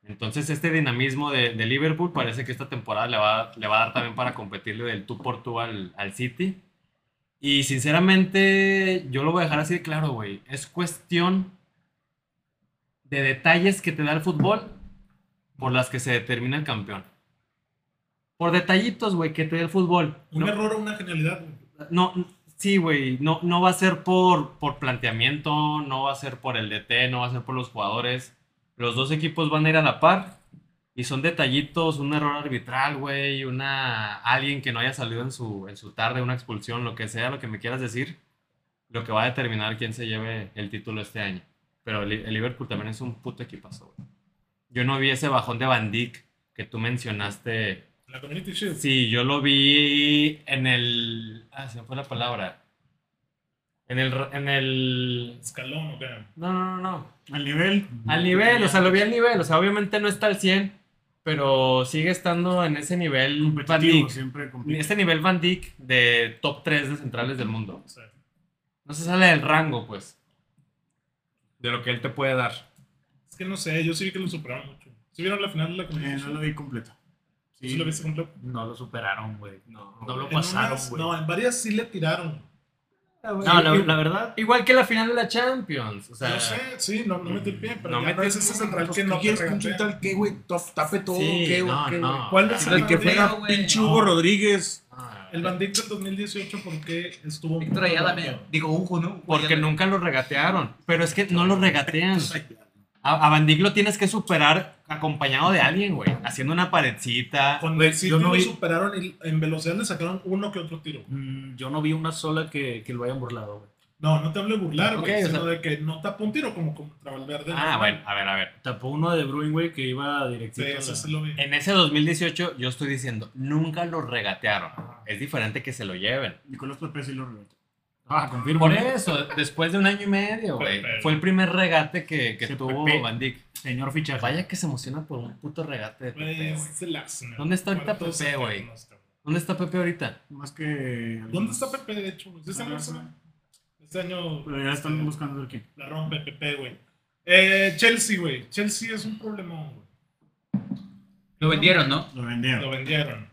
[SPEAKER 3] Entonces este dinamismo de, de Liverpool parece que esta temporada le va, le va a dar también para competirle del tú por tú al, al City. Y sinceramente yo lo voy a dejar así de claro, güey. Es cuestión de detalles que te da el fútbol por las que se determina el campeón. Por detallitos, güey, que te da el fútbol.
[SPEAKER 1] Un
[SPEAKER 3] No-
[SPEAKER 1] error o una genialidad. güey.
[SPEAKER 3] no, sí, güey, no, no va a ser por, por planteamiento, no va a ser por el DT, no va a ser por los jugadores. Los dos equipos van a ir a la par y son detallitos, un error arbitral, güey, una alguien que no haya salido en su, en su tarde, una expulsión, lo que sea, lo que me quieras decir, lo que va a determinar quién se lleve el título este año. Pero el, el Liverpool también es un puto equipazo, güey. Yo no vi ese bajón de Van Dijk que tú mencionaste
[SPEAKER 1] La Community Shield.
[SPEAKER 3] Sí, yo lo vi en el. Ah, se me fue la palabra. En el. r- En el
[SPEAKER 1] Escalón, ¿o qué?
[SPEAKER 3] no, no, no, no.
[SPEAKER 5] Al nivel.
[SPEAKER 3] Al nivel, o sea, lo vi al nivel. O sea, obviamente no está al 100, pero sigue estando en ese nivel Van
[SPEAKER 5] Competitivo,
[SPEAKER 3] Dijk.
[SPEAKER 5] siempre competitivo.
[SPEAKER 3] Este nivel Van Dijk de top 3 de centrales del mundo.
[SPEAKER 1] O sea,
[SPEAKER 3] No se sale del rango, pues. De lo que él te puede dar.
[SPEAKER 1] es que no sé, yo sí vi que lo superaron mucho. ¿Sí vieron la final de la Community
[SPEAKER 5] Eh, no
[SPEAKER 1] Shield?
[SPEAKER 5] lo vi completo.
[SPEAKER 1] ¿Sí
[SPEAKER 5] Sí.
[SPEAKER 1] lo viste completo?
[SPEAKER 2] No lo superaron, güey.
[SPEAKER 3] No.
[SPEAKER 2] No lo
[SPEAKER 1] En
[SPEAKER 2] pasaron,
[SPEAKER 1] unas-
[SPEAKER 2] güey.
[SPEAKER 1] no, en varias sí le tiraron.
[SPEAKER 2] No, la, la verdad.
[SPEAKER 3] Igual que la final de la Champions. O sea,
[SPEAKER 1] no sé, sí, no, no metí el pie, pero
[SPEAKER 3] no
[SPEAKER 1] no
[SPEAKER 3] metí
[SPEAKER 1] es ese central
[SPEAKER 6] Pues,
[SPEAKER 1] que no te
[SPEAKER 6] quieres que un
[SPEAKER 1] regatea.
[SPEAKER 6] central qué, güey? Tof- Tape todo,
[SPEAKER 3] sí,
[SPEAKER 6] ¿qué, güey?
[SPEAKER 3] no,
[SPEAKER 6] ¿Qué, güey?
[SPEAKER 3] no.
[SPEAKER 1] ¿Cuál es
[SPEAKER 6] Ah, El que
[SPEAKER 1] fue
[SPEAKER 6] juega
[SPEAKER 4] güey,
[SPEAKER 6] pinche
[SPEAKER 4] no.
[SPEAKER 6] Hugo Rodríguez.
[SPEAKER 3] Ah,
[SPEAKER 1] El Van Dijk del 2018, ¿por qué estuvo un
[SPEAKER 4] Víctor
[SPEAKER 1] poco
[SPEAKER 4] Ayala me.
[SPEAKER 1] bloqueado?
[SPEAKER 4] Digo, Hugo, ¿no? Hugo
[SPEAKER 3] Porque
[SPEAKER 4] Ayala.
[SPEAKER 3] nunca lo regatearon. Pero es que no lo regatean. A, a Van Dijk lo tienes que superar acompañado de alguien, güey. Haciendo una paredcita.
[SPEAKER 1] Cuando
[SPEAKER 2] Güey,
[SPEAKER 1] el City
[SPEAKER 2] yo no
[SPEAKER 1] lo
[SPEAKER 2] vi-
[SPEAKER 1] superaron y en velocidad le sacaron uno que otro tiro.
[SPEAKER 2] mm, Yo no vi una sola que, que lo hayan burlado, güey.
[SPEAKER 1] No, no te hablo de burlar,
[SPEAKER 3] Ok,
[SPEAKER 1] güey,
[SPEAKER 3] o
[SPEAKER 1] sino
[SPEAKER 3] sea-
[SPEAKER 1] de que no tapó un tiro como contra Valverde.
[SPEAKER 3] Ah,
[SPEAKER 1] ¿no?
[SPEAKER 3] bueno, a ver, a ver.
[SPEAKER 2] Tapó uno de Bruin, güey, que iba
[SPEAKER 1] Sí,
[SPEAKER 2] directito. a
[SPEAKER 1] eso
[SPEAKER 2] la-
[SPEAKER 1] se lo vi.
[SPEAKER 3] En ese 2018 yo estoy diciendo, nunca lo regatearon. Es diferente que se lo lleven.
[SPEAKER 5] Nicolás Pepe sí lo regaló.
[SPEAKER 2] Ah, confirmo.
[SPEAKER 3] Por eso, después de un año y medio, güey.
[SPEAKER 1] Pepe.
[SPEAKER 3] Fue el primer regate que, que
[SPEAKER 2] Ese
[SPEAKER 3] tuvo
[SPEAKER 2] Pepe.
[SPEAKER 3] Van Dijk.
[SPEAKER 2] Señor fichaje.
[SPEAKER 3] Vaya que se emociona por un puto regate de Pepe,
[SPEAKER 1] Güey,
[SPEAKER 2] Pues.
[SPEAKER 3] güey.
[SPEAKER 1] Pues, es el Arsenal.
[SPEAKER 3] ¿Dónde está ahorita
[SPEAKER 1] Cuartos
[SPEAKER 3] Pepe, güey?
[SPEAKER 1] eternos, cabrón.
[SPEAKER 3] ¿Dónde está Pepe ahorita?
[SPEAKER 5] Más que.
[SPEAKER 1] ¿Dónde está Pepe, de hecho? güey? ¿Es este año
[SPEAKER 5] Ajá.
[SPEAKER 1] Arsenal? Este año
[SPEAKER 5] Pero ya están buscando a ver quién.
[SPEAKER 1] la rompe Pepe, güey. Eh, Chelsea, güey. Chelsea es un problemón, güey.
[SPEAKER 4] Lo vendieron, ¿no?
[SPEAKER 5] Lo
[SPEAKER 1] Lo
[SPEAKER 5] vendieron.
[SPEAKER 1] vendieron.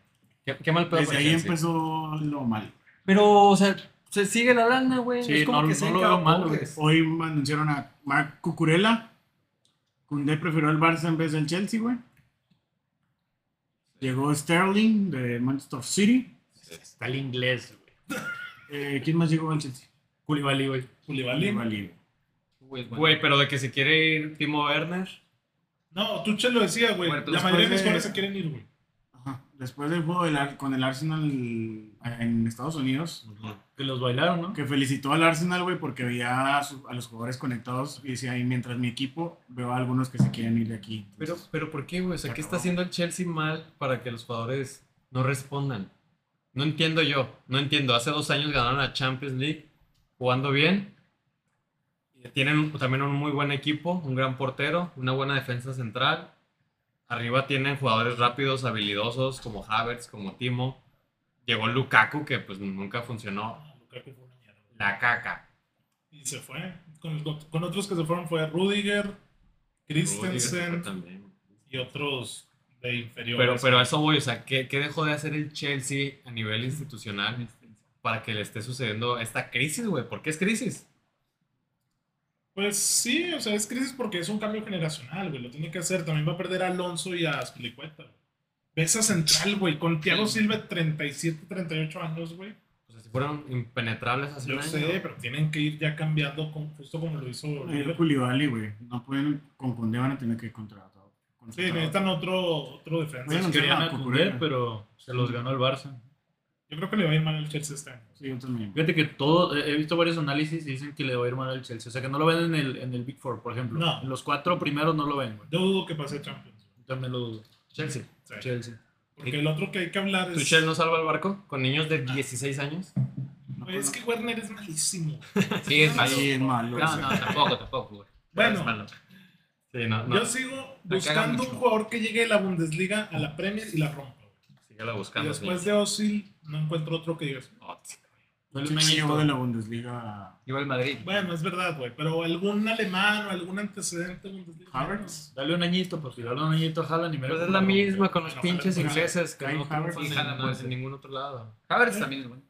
[SPEAKER 3] Qué, qué mal pedo.
[SPEAKER 2] Pues
[SPEAKER 5] Desde
[SPEAKER 3] por
[SPEAKER 5] ahí
[SPEAKER 3] Chelsea.
[SPEAKER 5] empezó lo mal.
[SPEAKER 3] Pero, o sea, se sigue la lana, güey.
[SPEAKER 2] Sí,
[SPEAKER 3] es como
[SPEAKER 2] no-
[SPEAKER 3] que
[SPEAKER 2] no
[SPEAKER 3] se
[SPEAKER 2] lo veo mal, güey.
[SPEAKER 5] Hoy anunciaron a Marc Cucurella. Cundé prefirió el Barça en vez del Chelsea, güey. Llegó Sterling de Manchester City.
[SPEAKER 2] Está el inglés, güey.
[SPEAKER 5] Eh, ¿Quién más llegó al Chelsea?
[SPEAKER 2] Koulibaly, güey.
[SPEAKER 1] Koulibaly.
[SPEAKER 5] Vale.
[SPEAKER 4] Hugo es bueno.
[SPEAKER 3] Güey, pero de que se quiere ir Timo Werner.
[SPEAKER 1] No, Tuchel lo decía, güey.
[SPEAKER 4] Muerto
[SPEAKER 1] La
[SPEAKER 4] después
[SPEAKER 1] mayoría de mis
[SPEAKER 5] de-
[SPEAKER 1] jugadores se quieren ir, güey.
[SPEAKER 5] Ajá. Después del juego del Ar- con el Arsenal eh, en Estados Unidos,
[SPEAKER 2] Que los bailaron, ¿no?
[SPEAKER 5] que felicitó al Arsenal, güey, porque veía a, su- a los jugadores conectados y decía, y mientras mi equipo, veo a algunos que se quieren ir de aquí.
[SPEAKER 3] Pero, pero ¿por qué, güey? O sea, ¿qué
[SPEAKER 5] Pero
[SPEAKER 3] está
[SPEAKER 5] no.
[SPEAKER 3] haciendo el Chelsea mal para que los jugadores no respondan? No entiendo yo, no entiendo. Hace dos años ganaron la Champions League jugando bien. Y Tienen también un muy buen equipo, un gran portero, una buena defensa central. Arriba tienen jugadores rápidos, habilidosos, como Havertz, como Timo. Llegó Lukaku, que pues nunca funcionó.
[SPEAKER 1] Ah, Lukaku fue una mierda.
[SPEAKER 3] La caca.
[SPEAKER 1] Y se fue. Con, con otros que se fueron fue Rudiger,
[SPEAKER 3] Rudiger
[SPEAKER 1] Christensen
[SPEAKER 3] también.
[SPEAKER 1] y otros de inferiores.
[SPEAKER 3] Pero, pues, pero a eso voy, o sea, ¿qué, qué dejó de hacer el Chelsea a nivel institucional para que le esté sucediendo esta crisis, güey? ¿Por qué es crisis?
[SPEAKER 1] Pues sí, o sea, es crisis porque es un cambio generacional, güey. Lo tiene que hacer. También va a perder a Alonso y a Spilicueta, güey. Ves a Central, güey, con Thiago Silva, 37, 38 años, güey.
[SPEAKER 3] Pues así fueron impenetrables hace
[SPEAKER 1] Yo
[SPEAKER 3] un año.
[SPEAKER 1] sé, pero tienen que ir ya cambiando, con- justo como lo hizo.
[SPEAKER 5] El
[SPEAKER 1] Liverpool.
[SPEAKER 5] Koulibaly, güey. No pueden, con Koundé van a tener que contratar.
[SPEAKER 1] Sí,
[SPEAKER 5] contratar.
[SPEAKER 1] necesitan otro, otro defensa.
[SPEAKER 5] Bueno,
[SPEAKER 2] Querían
[SPEAKER 5] Ah,
[SPEAKER 2] a
[SPEAKER 5] Cucurella.
[SPEAKER 2] Cucurella, pero se los ganó el Barça.
[SPEAKER 1] Yo creo que le va a ir mal al Chelsea este año.
[SPEAKER 5] Sí, yo también.
[SPEAKER 2] Fíjate que todo, he he visto varios análisis y dicen que le va a ir mal al Chelsea. O sea, que no lo ven en el, en el Big Four, por ejemplo.
[SPEAKER 1] No.
[SPEAKER 2] Los cuatro primeros no lo ven, güey.
[SPEAKER 1] Yo dudo que pase Champions. güey.
[SPEAKER 2] Yo También lo dudo. Chelsea.
[SPEAKER 1] Sí.
[SPEAKER 2] Chelsea.
[SPEAKER 1] Porque el otro que hay que hablar es.
[SPEAKER 3] ¿Tuchel no salva el barco con niños de 16 años?
[SPEAKER 5] No
[SPEAKER 1] Güey, es
[SPEAKER 5] puedo-
[SPEAKER 1] que Werner es malísimo.
[SPEAKER 4] Sí, es malo.
[SPEAKER 5] Sí, es malo.
[SPEAKER 4] No, no, tampoco, tampoco, güey.
[SPEAKER 1] Bueno.
[SPEAKER 4] Es malo.
[SPEAKER 3] Sí, no,
[SPEAKER 1] Yo
[SPEAKER 3] no.
[SPEAKER 1] sigo
[SPEAKER 4] La caga
[SPEAKER 1] buscando un
[SPEAKER 4] mucho.
[SPEAKER 1] jugador que llegue de la Bundesliga a la Premier y la rompa. güey.
[SPEAKER 3] Síguela
[SPEAKER 1] Y
[SPEAKER 3] buscando.
[SPEAKER 1] después
[SPEAKER 3] sí.
[SPEAKER 1] de Ozil, no encuentro otro que digas.
[SPEAKER 3] Oh, sí.
[SPEAKER 2] Fue el
[SPEAKER 5] Sí,
[SPEAKER 2] Meñito.
[SPEAKER 5] llegó de la Bundesliga.
[SPEAKER 4] Igual el Madrid.
[SPEAKER 1] Bueno, es verdad, güey, pero algún alemán o algún antecedente Bundesliga.
[SPEAKER 5] Havertz.
[SPEAKER 2] Dale un añito, papi. Dale un añito a Haaland y me
[SPEAKER 3] Pues es la misma con los
[SPEAKER 1] Bueno,
[SPEAKER 3] pinches
[SPEAKER 1] ojalá.
[SPEAKER 3] ingleses que
[SPEAKER 5] Kai
[SPEAKER 3] no
[SPEAKER 5] Havertz.
[SPEAKER 3] triunfan
[SPEAKER 4] Sí,
[SPEAKER 3] en,
[SPEAKER 4] Haaland
[SPEAKER 3] nada,
[SPEAKER 4] puede
[SPEAKER 3] en
[SPEAKER 4] ser.
[SPEAKER 3] ningún otro lado.
[SPEAKER 4] Havertz también es bueno.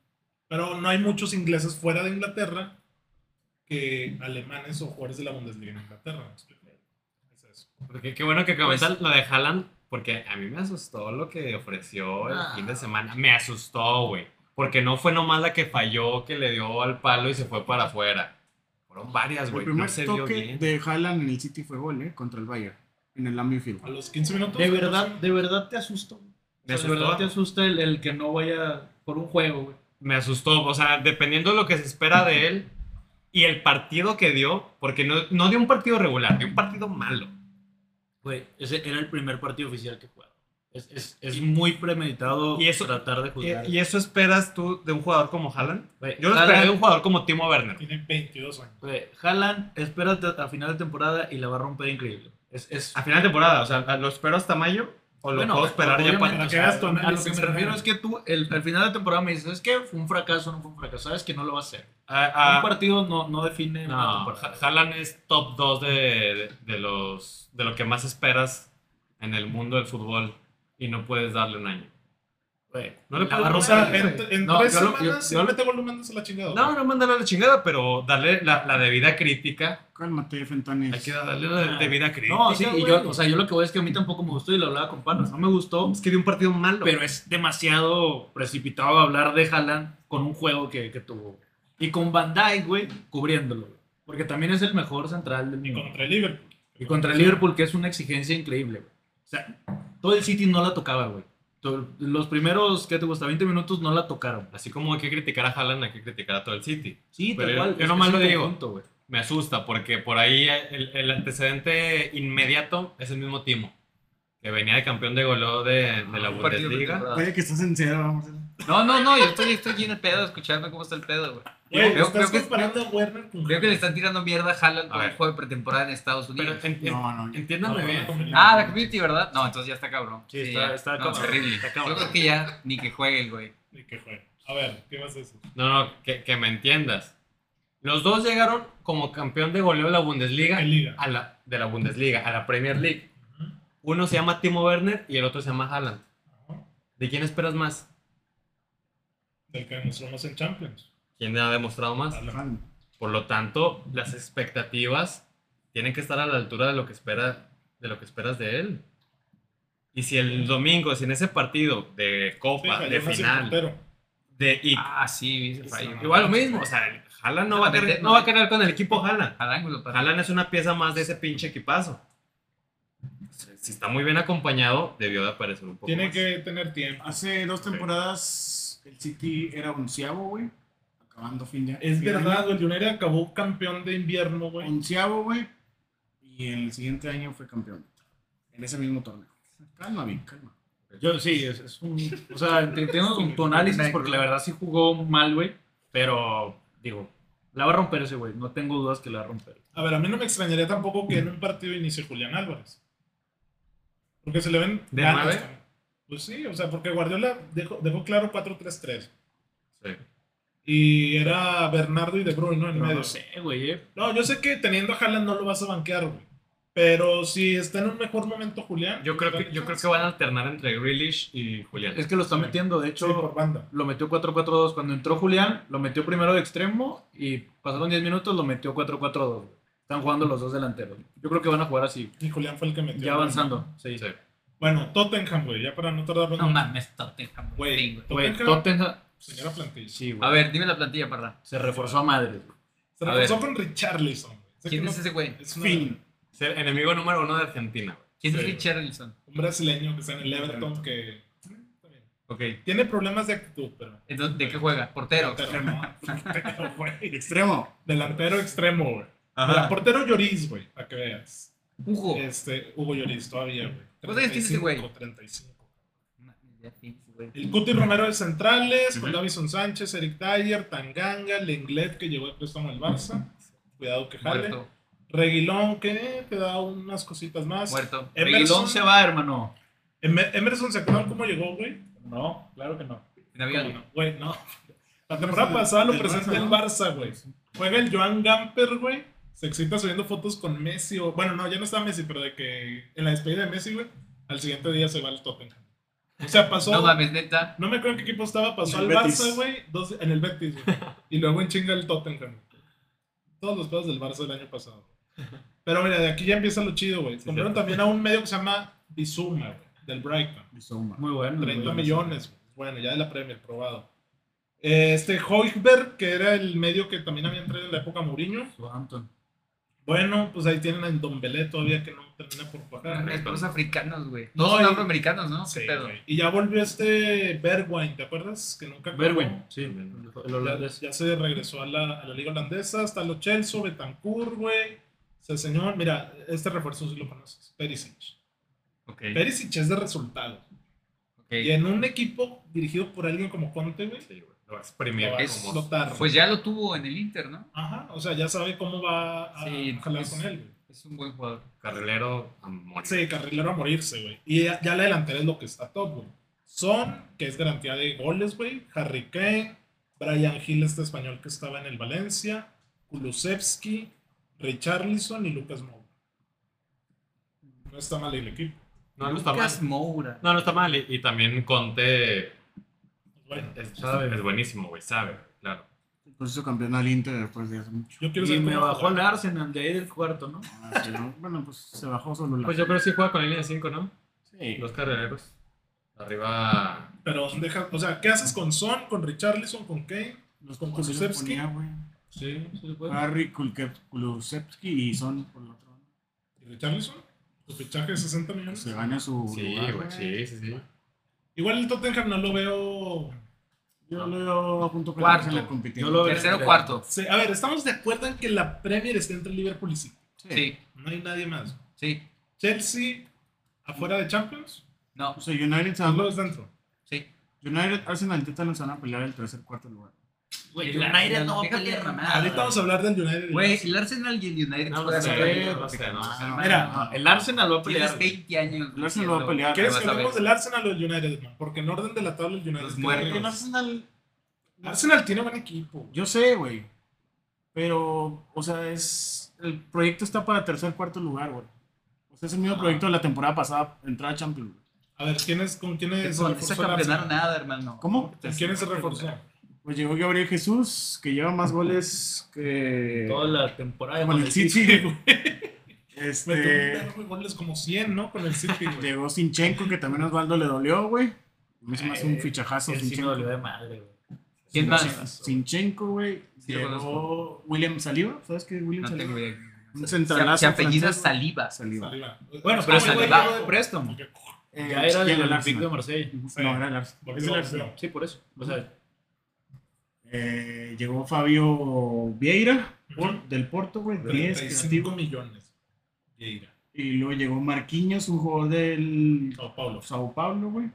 [SPEAKER 1] Pero no hay muchos ingleses fuera de Inglaterra que alemanes o jugadores de la Bundesliga en Inglaterra. ¿me explico? Es eso.
[SPEAKER 3] Porque qué bueno que comentan lo de Haaland, porque a mí me asustó lo que ofreció el
[SPEAKER 4] Ah.
[SPEAKER 3] fin de semana. Me asustó, güey. Porque no fue nomás la que falló, que le dio al palo y se fue para afuera. Fueron varias,
[SPEAKER 5] El
[SPEAKER 3] güey. No
[SPEAKER 5] primer
[SPEAKER 3] se vio
[SPEAKER 5] toque
[SPEAKER 3] bien.
[SPEAKER 5] de Haaland en el City fue gol, ¿eh? Contra el Bayern. En el Lambeau Field.
[SPEAKER 1] A los 15 minutos.
[SPEAKER 2] De verdad, de verdad te asustó.
[SPEAKER 3] Me
[SPEAKER 2] O sea, de verdad te
[SPEAKER 3] asustó.
[SPEAKER 2] asusta el, el que no vaya por un juego, güey.
[SPEAKER 3] Me asustó. O sea, dependiendo de lo que se espera de él y el partido que dio, porque no, no dio un partido regular, dio un partido malo.
[SPEAKER 2] Güey, ese era el primer partido oficial que jugaba. Es, es, es muy premeditado
[SPEAKER 3] Y eso-
[SPEAKER 2] tratar de
[SPEAKER 3] Y,
[SPEAKER 2] juzgar.
[SPEAKER 3] y eso esperas tú de un jugador como Haaland?
[SPEAKER 2] Güey,
[SPEAKER 3] Yo lo
[SPEAKER 2] Haaland-
[SPEAKER 3] esperé de un jugador como Timo Werner.
[SPEAKER 1] Tiene 22 años.
[SPEAKER 2] Güey, Haaland, espérate a final de temporada y la va a romper increíble. Es, es,
[SPEAKER 3] A final de temporada, o sea, ¿lo espero hasta mayo? ¿O lo
[SPEAKER 2] Bueno,
[SPEAKER 3] puedo esperar ya para
[SPEAKER 2] obviamente,
[SPEAKER 1] para que
[SPEAKER 2] o sea,
[SPEAKER 1] hagas tu
[SPEAKER 2] A lo
[SPEAKER 1] análisis,
[SPEAKER 2] que me
[SPEAKER 1] ¿verdad?
[SPEAKER 2] refiero es que tú, el, al final de temporada, me dices, es que fue un fracaso, no fue un fracaso. Sabes que no lo va a hacer.
[SPEAKER 3] A- a-
[SPEAKER 2] un partido no, no define una
[SPEAKER 3] Ah, no,
[SPEAKER 2] temporada.
[SPEAKER 3] Ha- Haaland es top 2 de, de, de los, de lo que más esperas en el mundo del fútbol y no puedes darle un año.
[SPEAKER 2] Güey,
[SPEAKER 3] No le
[SPEAKER 2] la
[SPEAKER 3] puedo-
[SPEAKER 2] va a
[SPEAKER 1] O sea,
[SPEAKER 2] romper,
[SPEAKER 1] en,
[SPEAKER 2] güey.
[SPEAKER 1] en
[SPEAKER 2] No,
[SPEAKER 1] tres
[SPEAKER 2] yo lo- yo-
[SPEAKER 1] semanas,
[SPEAKER 2] yo lo-
[SPEAKER 1] simplemente vuelvo mandándose la chingada.
[SPEAKER 3] No,
[SPEAKER 1] güey.
[SPEAKER 3] no mandarle a la chingada, pero darle la, la debida crítica.
[SPEAKER 5] Cálmate, Fentanes.
[SPEAKER 3] Hay que darle la
[SPEAKER 2] Ah.
[SPEAKER 3] debida crítica.
[SPEAKER 2] No, sí, y
[SPEAKER 3] güey.
[SPEAKER 2] yo, o sea, yo lo que voy es que a mí tampoco me gustó y lo hablaba con panas. No me gustó,
[SPEAKER 3] es que dio un partido malo.
[SPEAKER 2] pero es demasiado precipitado hablar de Haaland con un juego que, que tuvo. Y con Van Dijk, güey, cubriéndolo. güey. Porque también es el mejor central del
[SPEAKER 1] Y
[SPEAKER 2] mundo.
[SPEAKER 1] contra el Liverpool.
[SPEAKER 2] Y contra el Liverpool, que es una exigencia increíble, güey. O sea, todo el City no la tocaba, güey. To- Los primeros, ¿qué te gusta? 20 minutos no la tocaron.
[SPEAKER 3] Así como hay que criticar a Haaland, hay que criticar a todo el City.
[SPEAKER 2] Sí,
[SPEAKER 3] Pero
[SPEAKER 2] tal
[SPEAKER 3] yo-
[SPEAKER 2] cual.
[SPEAKER 3] yo
[SPEAKER 2] es-
[SPEAKER 3] nomás
[SPEAKER 2] es un
[SPEAKER 3] lo digo.
[SPEAKER 2] conjunto, güey.
[SPEAKER 3] Me asusta porque por ahí el, el antecedente inmediato es el mismo Timo, que venía de campeón de goleo de, de la
[SPEAKER 2] Un partido de
[SPEAKER 3] Bundesliga.
[SPEAKER 5] Oye, que estás en cero, vamos a
[SPEAKER 4] No, no, no, yo estoy, estoy aquí en el pedo escuchando cómo está el pedo, güey.
[SPEAKER 1] Güey,
[SPEAKER 4] Creo-
[SPEAKER 1] estás
[SPEAKER 4] creo que-
[SPEAKER 1] comparando a Werner con.
[SPEAKER 4] Creo que le están tirando mierda a Haaland
[SPEAKER 3] A
[SPEAKER 4] con el
[SPEAKER 3] ver.
[SPEAKER 4] juego de pretemporada en Estados
[SPEAKER 3] Pero
[SPEAKER 4] Unidos.
[SPEAKER 3] en- en-
[SPEAKER 5] No, no. yo-
[SPEAKER 3] entiéndanme
[SPEAKER 1] No,
[SPEAKER 3] bien.
[SPEAKER 1] no, no.
[SPEAKER 4] Ah, la community, ¿verdad? No, entonces ya está cabrón.
[SPEAKER 2] Sí, está-
[SPEAKER 4] ya.
[SPEAKER 2] está
[SPEAKER 4] No,
[SPEAKER 2] cabrón.
[SPEAKER 4] terrible.
[SPEAKER 2] Está cabrón.
[SPEAKER 4] Yo creo que ya ni que juegue el güey.
[SPEAKER 1] Y que juegue. A ver, ¿qué vas a decir?
[SPEAKER 3] No, no, que, que me entiendas. Los dos llegaron como campeón de goleo de la Bundesliga,
[SPEAKER 1] ¿Qué liga?
[SPEAKER 3] a la, de la Bundesliga, a la Premier League. Uno se llama Timo Werner y el otro se llama Haaland.
[SPEAKER 1] Ajá.
[SPEAKER 3] ¿De quién esperas más?
[SPEAKER 1] Del que demostramos en Champions.
[SPEAKER 3] ¿Quién ha demostrado más?
[SPEAKER 1] Alemán.
[SPEAKER 5] Haaland.
[SPEAKER 3] Por lo tanto, las expectativas tienen que estar a la altura de lo que, espera, de lo que esperas de él. Y si el domingo, si en ese partido de
[SPEAKER 1] Sí,
[SPEAKER 3] Copa,
[SPEAKER 1] falló
[SPEAKER 3] de
[SPEAKER 1] más el
[SPEAKER 3] final,
[SPEAKER 1] portero.
[SPEAKER 3] de, y
[SPEAKER 4] Ah, sí, vi ese
[SPEAKER 1] Es
[SPEAKER 4] fallo.
[SPEAKER 1] una-
[SPEAKER 3] igual lo mismo, o sea, el Haaland no va, a querer, no va a querer con el equipo Haaland.
[SPEAKER 4] Al ángulo, para.
[SPEAKER 3] Haaland es una pieza más de ese pinche equipazo. Si está muy bien acompañado, debió de aparecer un poco.
[SPEAKER 1] Tiene
[SPEAKER 3] más.
[SPEAKER 1] que tener tiempo.
[SPEAKER 5] Hace dos
[SPEAKER 3] Sí.
[SPEAKER 5] temporadas el City era onceavo, güey. Acabando fin de
[SPEAKER 1] Es
[SPEAKER 5] fin de
[SPEAKER 1] verdad,
[SPEAKER 5] año.
[SPEAKER 1] güey. United acabó campeón de invierno, güey.
[SPEAKER 5] Onceavo, güey. Y el siguiente año fue campeón. En ese mismo torneo. Calma, bien, calma.
[SPEAKER 2] Yo sí, es, es un. O sea, entiendo tu, tu análisis porque la verdad sí jugó mal, güey. Pero, digo, la va a romper ese güey. No tengo dudas que la va a romper.
[SPEAKER 1] A ver, a mí no me extrañaría tampoco que en un partido inicie Julián Álvarez. Porque se le ven
[SPEAKER 3] ¿De
[SPEAKER 1] ganas
[SPEAKER 3] nueve?
[SPEAKER 1] también. Pues sí, o sea, porque Guardiola dejó, dejó claro 4-3-3.
[SPEAKER 3] Sí.
[SPEAKER 1] Y era Bernardo y De Bruyne, ¿no? En
[SPEAKER 2] Pero
[SPEAKER 1] medio.
[SPEAKER 2] no sé, güey. eh.
[SPEAKER 1] No, yo sé que teniendo a Haaland no lo vas a banquear, güey. Pero si está en un mejor momento Julián. pues,
[SPEAKER 3] Yo creo que yo creo que van a alternar entre Grealish y Julián.
[SPEAKER 2] Es que lo está metiendo. De
[SPEAKER 1] Sí,
[SPEAKER 2] hecho,
[SPEAKER 1] por banda.
[SPEAKER 2] lo metió 4-4-2. Cuando entró Julián, lo metió primero de extremo y pasaron 10 minutos, lo metió 4-4-2. güey. Están jugando los dos delanteros. Yo creo que van a jugar así.
[SPEAKER 1] Y Julián fue el que metió.
[SPEAKER 2] Ya avanzando. Sí.
[SPEAKER 3] Sí.
[SPEAKER 1] Bueno, Tottenham, güey, ya para no tardarnos.
[SPEAKER 4] No mames, Tottenham.
[SPEAKER 1] Güey,
[SPEAKER 4] güey.
[SPEAKER 2] Güey,
[SPEAKER 1] Tottenham,
[SPEAKER 2] Tottenham.
[SPEAKER 1] señora plantilla.
[SPEAKER 2] Sí, güey.
[SPEAKER 4] A ver, dime la plantilla, parda.
[SPEAKER 2] Se reforzó a madre. güey.
[SPEAKER 1] Se
[SPEAKER 4] A
[SPEAKER 1] reforzó con Richarlison. güey. Sé
[SPEAKER 4] ¿Quién
[SPEAKER 1] que
[SPEAKER 4] es
[SPEAKER 1] no-
[SPEAKER 4] ese güey?
[SPEAKER 1] Es una-
[SPEAKER 5] Fin.
[SPEAKER 3] Es el enemigo número uno de Argentina, güey.
[SPEAKER 4] ¿Quién es
[SPEAKER 1] Sí.
[SPEAKER 4] Richarlison?
[SPEAKER 1] un brasileño que está en el Everton que mm,
[SPEAKER 4] Ok.
[SPEAKER 1] tiene problemas de actitud, pero.
[SPEAKER 4] Entonces, ¿De qué juega? Portero.
[SPEAKER 1] Delantero, güey.
[SPEAKER 5] Extremo.
[SPEAKER 1] Delantero extremo, güey.
[SPEAKER 3] Ajá.
[SPEAKER 1] Portero Lloris, güey, para que veas.
[SPEAKER 4] Hugo. Pues,
[SPEAKER 1] Este, Hugo Lloris, todavía, güey.
[SPEAKER 4] ¿Cuántos años tiene ese güey?
[SPEAKER 1] 35, 35.
[SPEAKER 4] Ya tienes, güey.
[SPEAKER 1] El Cuti Romero de Centrales, con
[SPEAKER 3] Ujú.
[SPEAKER 1] Davison Sánchez, Eric Dyer, Tanganga, Lenglet, que llegó de préstamo al Barça. Cuidado que jale.
[SPEAKER 4] Muerto.
[SPEAKER 1] Reguilón, que eh, te da unas cositas más.
[SPEAKER 4] Muerto.
[SPEAKER 1] Emerson.
[SPEAKER 2] Reguilón se va, hermano.
[SPEAKER 1] Em- Emerson, ¿se acuerdan cómo llegó, güey?
[SPEAKER 2] No, claro que no.
[SPEAKER 4] En avión.
[SPEAKER 1] ¿Cómo no? Güey, no. La temporada pasada lo
[SPEAKER 5] del
[SPEAKER 1] presenta
[SPEAKER 5] Barça,
[SPEAKER 1] el
[SPEAKER 5] ¿no?
[SPEAKER 1] Barça, güey. Juega el Joan Gamper, güey. Se excita subiendo fotos con Messi. O, bueno, no, ya no está Messi, pero de que en la despedida de Messi, güey, al siguiente día se va al Tottenham. O sea, pasó.
[SPEAKER 4] No
[SPEAKER 1] No,
[SPEAKER 4] mames, neta.
[SPEAKER 1] me acuerdo en qué equipo estaba. Pasó
[SPEAKER 5] En
[SPEAKER 1] al
[SPEAKER 5] el Betis.
[SPEAKER 1] Barça, güey, dos- en el Betis, güey. Y luego en chinga el Tottenham. Todos los pedos del Barça del año pasado. Pero mira, de aquí ya empieza lo chido, güey. Compraron también a un medio que se llama Bizuma, güey, del Brighton.
[SPEAKER 5] Bissouma.
[SPEAKER 2] Muy bueno.
[SPEAKER 1] 30
[SPEAKER 2] muy
[SPEAKER 1] millones. güey. Bueno, ya de la Premier, probado. Eh, Este Hoiberg, que era el medio que también habían traído en la época Mourinho.
[SPEAKER 2] Southampton.
[SPEAKER 1] Bueno, pues ahí tienen a Dombelé todavía que no termina por jugar.
[SPEAKER 4] Es los africanos, güey.
[SPEAKER 1] No,
[SPEAKER 4] No, son
[SPEAKER 1] y-
[SPEAKER 4] afroamericanos, ¿no?
[SPEAKER 1] Sí,
[SPEAKER 4] ¿Qué pedo?
[SPEAKER 1] güey. y ya volvió este Bergwijn, ¿te acuerdas? Que nunca acabó.
[SPEAKER 2] Berwin, sí.
[SPEAKER 3] También.
[SPEAKER 2] El
[SPEAKER 1] Ya,
[SPEAKER 2] holandés.
[SPEAKER 1] ya se regresó a la, a la liga holandesa, hasta los Chelsea, Betancourt, güey. Ese señor, mira, este refuerzo sí lo conoces, Perisic.
[SPEAKER 4] Ok.
[SPEAKER 1] Perisic es de resultado.
[SPEAKER 4] ok.
[SPEAKER 1] Y en un equipo dirigido por alguien como Conte, güey,
[SPEAKER 3] Sí, güey. Lo va a exprimir
[SPEAKER 1] lo va a
[SPEAKER 4] Es-
[SPEAKER 3] como...
[SPEAKER 1] explotar.
[SPEAKER 4] Pues ya lo tuvo en el Inter, ¿no?
[SPEAKER 1] Ajá, o sea, ya sabe cómo va a
[SPEAKER 4] Sí,
[SPEAKER 1] jalar
[SPEAKER 4] es-
[SPEAKER 1] con él. güey.
[SPEAKER 4] Es un buen jugador.
[SPEAKER 3] Carrilero a morir.
[SPEAKER 1] Sí, carrilero a morirse, güey. Y ya, ya la delantera es lo que está top, güey. Son, que es garantía de goles, güey. Harry Kane, Brian Hill, este español que estaba en el Valencia, Kulusevski, Richarlison y Lucas Moura. No está mal el equipo.
[SPEAKER 3] No, no está mal.
[SPEAKER 4] Lucas Moura.
[SPEAKER 3] No, no está mal. Y, y también Conte
[SPEAKER 1] Pues Bueno,
[SPEAKER 3] es,
[SPEAKER 2] Sabe.
[SPEAKER 3] es buenísimo, güey. Sabe, claro.
[SPEAKER 5] Por eso campeón al Inter después de hace mucho.
[SPEAKER 1] yo quiero
[SPEAKER 2] Y
[SPEAKER 1] saber
[SPEAKER 2] me
[SPEAKER 1] cómo va a
[SPEAKER 2] bajó el
[SPEAKER 1] jugar.
[SPEAKER 2] Arsenal de ahí del cuarto, ¿no?
[SPEAKER 5] Ah, sí, ¿no? Bueno, pues se bajó solo la.
[SPEAKER 3] Pues yo creo que sí juega con línea de 5, ¿no?
[SPEAKER 5] Sí.
[SPEAKER 3] Los carrileros. Arriba.
[SPEAKER 1] Pero deja, o sea, ¿qué haces con Son, con Richarlison, con Kane?
[SPEAKER 5] Los
[SPEAKER 1] Con
[SPEAKER 5] concursos
[SPEAKER 1] Kulusevski.
[SPEAKER 5] ponía, güey.
[SPEAKER 2] Sí, sí, güey.
[SPEAKER 4] Ah,
[SPEAKER 5] Harry Kulke- Kulusevski y Son por el otro.
[SPEAKER 1] ¿Y Richarlison? Su fichaje de 60 millones.
[SPEAKER 5] Se gana su.
[SPEAKER 3] Sí,
[SPEAKER 5] lugar,
[SPEAKER 3] güey. Sí, sí, sí.
[SPEAKER 1] Igual el Tottenham no lo veo
[SPEAKER 5] Yo lo veo a punto
[SPEAKER 4] Cuarto.
[SPEAKER 5] perderse la competencia.
[SPEAKER 2] Yo lo-
[SPEAKER 4] Tercero
[SPEAKER 2] Sí.
[SPEAKER 4] cuarto.
[SPEAKER 1] Sí, a ver, estamos de acuerdo en que la Premier está entre Liverpool y City.
[SPEAKER 4] Sí,
[SPEAKER 1] No hay nadie más.
[SPEAKER 4] sí.
[SPEAKER 1] Chelsea, afuera de Champions,
[SPEAKER 4] No,
[SPEAKER 5] O sea, United, se van-
[SPEAKER 1] todos dentro.
[SPEAKER 4] sí.
[SPEAKER 5] United, Arsenal y Tottenham se van a pelear el tercer cuarto lugar.
[SPEAKER 2] Güey,
[SPEAKER 4] El Arsenal, déjate de mamada.
[SPEAKER 1] Ahorita vamos a hablar del United.
[SPEAKER 4] Ah, Güey, el Arsenal y el United
[SPEAKER 3] No,
[SPEAKER 4] juegan
[SPEAKER 3] sí.
[SPEAKER 4] a ver.
[SPEAKER 3] no sé, no sé.
[SPEAKER 5] Ah,
[SPEAKER 1] Mira,
[SPEAKER 2] ah, El Arsenal va a
[SPEAKER 4] Tienes
[SPEAKER 2] pelear.
[SPEAKER 4] 20 años.
[SPEAKER 5] El Arsenal va a pelear.
[SPEAKER 1] ¿quieres
[SPEAKER 4] vas
[SPEAKER 1] que
[SPEAKER 4] a
[SPEAKER 1] hablemos
[SPEAKER 4] ver.
[SPEAKER 1] del Arsenal o del United, man? Porque en orden de la tabla el United.
[SPEAKER 4] Los
[SPEAKER 1] tiene-
[SPEAKER 4] muertos.
[SPEAKER 5] El Arsenal,
[SPEAKER 1] Arsenal tiene buen equipo.
[SPEAKER 5] yo sé, güey. Pero, o sea, es. El proyecto está para tercer cuarto lugar, güey. O sea, es el mismo
[SPEAKER 4] Ah.
[SPEAKER 5] proyecto de la temporada pasada, entrar a Champions. güey.
[SPEAKER 1] A ver, ¿quién es, ¿con quién es
[SPEAKER 4] No se campeonaron nada, hermano.
[SPEAKER 5] ¿Cómo?
[SPEAKER 1] ¿Con quién se reforzó?
[SPEAKER 5] Pues llegó Gabriel Jesús, que lleva más goles que.
[SPEAKER 2] Toda la temporada.
[SPEAKER 5] Con el City, güey.
[SPEAKER 1] Metió un
[SPEAKER 5] Este.
[SPEAKER 1] perro de goles como 100, ¿no? Con el City, güey.
[SPEAKER 5] Llegó Sinchenko, que también a Osvaldo le dolió, güey. A mí se me hace un
[SPEAKER 2] Eh,
[SPEAKER 5] fichajazo.
[SPEAKER 2] El sí me
[SPEAKER 5] Sinchenko.
[SPEAKER 2] dolió de madre, güey.
[SPEAKER 4] ¿Quién más?
[SPEAKER 5] Sinchenko, güey.
[SPEAKER 4] Sí, lo
[SPEAKER 5] llegó William Saliba. ¿Sabes qué es William
[SPEAKER 4] No
[SPEAKER 5] Saliba?
[SPEAKER 4] tengo idea.
[SPEAKER 5] Un
[SPEAKER 4] Se,
[SPEAKER 5] centralazo.
[SPEAKER 4] se apellida
[SPEAKER 5] francés, güey.
[SPEAKER 4] Saliba.
[SPEAKER 5] Saliba.
[SPEAKER 1] Saliba.
[SPEAKER 2] Bueno,
[SPEAKER 1] Ah,
[SPEAKER 2] pero
[SPEAKER 1] güey,
[SPEAKER 2] Saliba
[SPEAKER 1] llegó
[SPEAKER 2] fue
[SPEAKER 1] de-
[SPEAKER 2] préstamo.
[SPEAKER 5] Eh,
[SPEAKER 2] Ya era
[SPEAKER 5] sí,
[SPEAKER 2] del
[SPEAKER 5] el
[SPEAKER 2] Olympique de
[SPEAKER 5] Arsenal.
[SPEAKER 2] Marsella.
[SPEAKER 5] No, era el Arsenal.
[SPEAKER 1] Volvió,
[SPEAKER 5] Es el
[SPEAKER 1] volvió.
[SPEAKER 5] Arsenal.
[SPEAKER 2] Sí, por eso. O sea,
[SPEAKER 5] Eh, llegó Fabio Vieira por- del Porto, güey. 10
[SPEAKER 1] 35
[SPEAKER 5] creativo.
[SPEAKER 1] millones. Vieira.
[SPEAKER 5] Y luego llegó Marquinhos, un jugador del
[SPEAKER 1] Sao Paulo.
[SPEAKER 5] Sao Paulo, güey.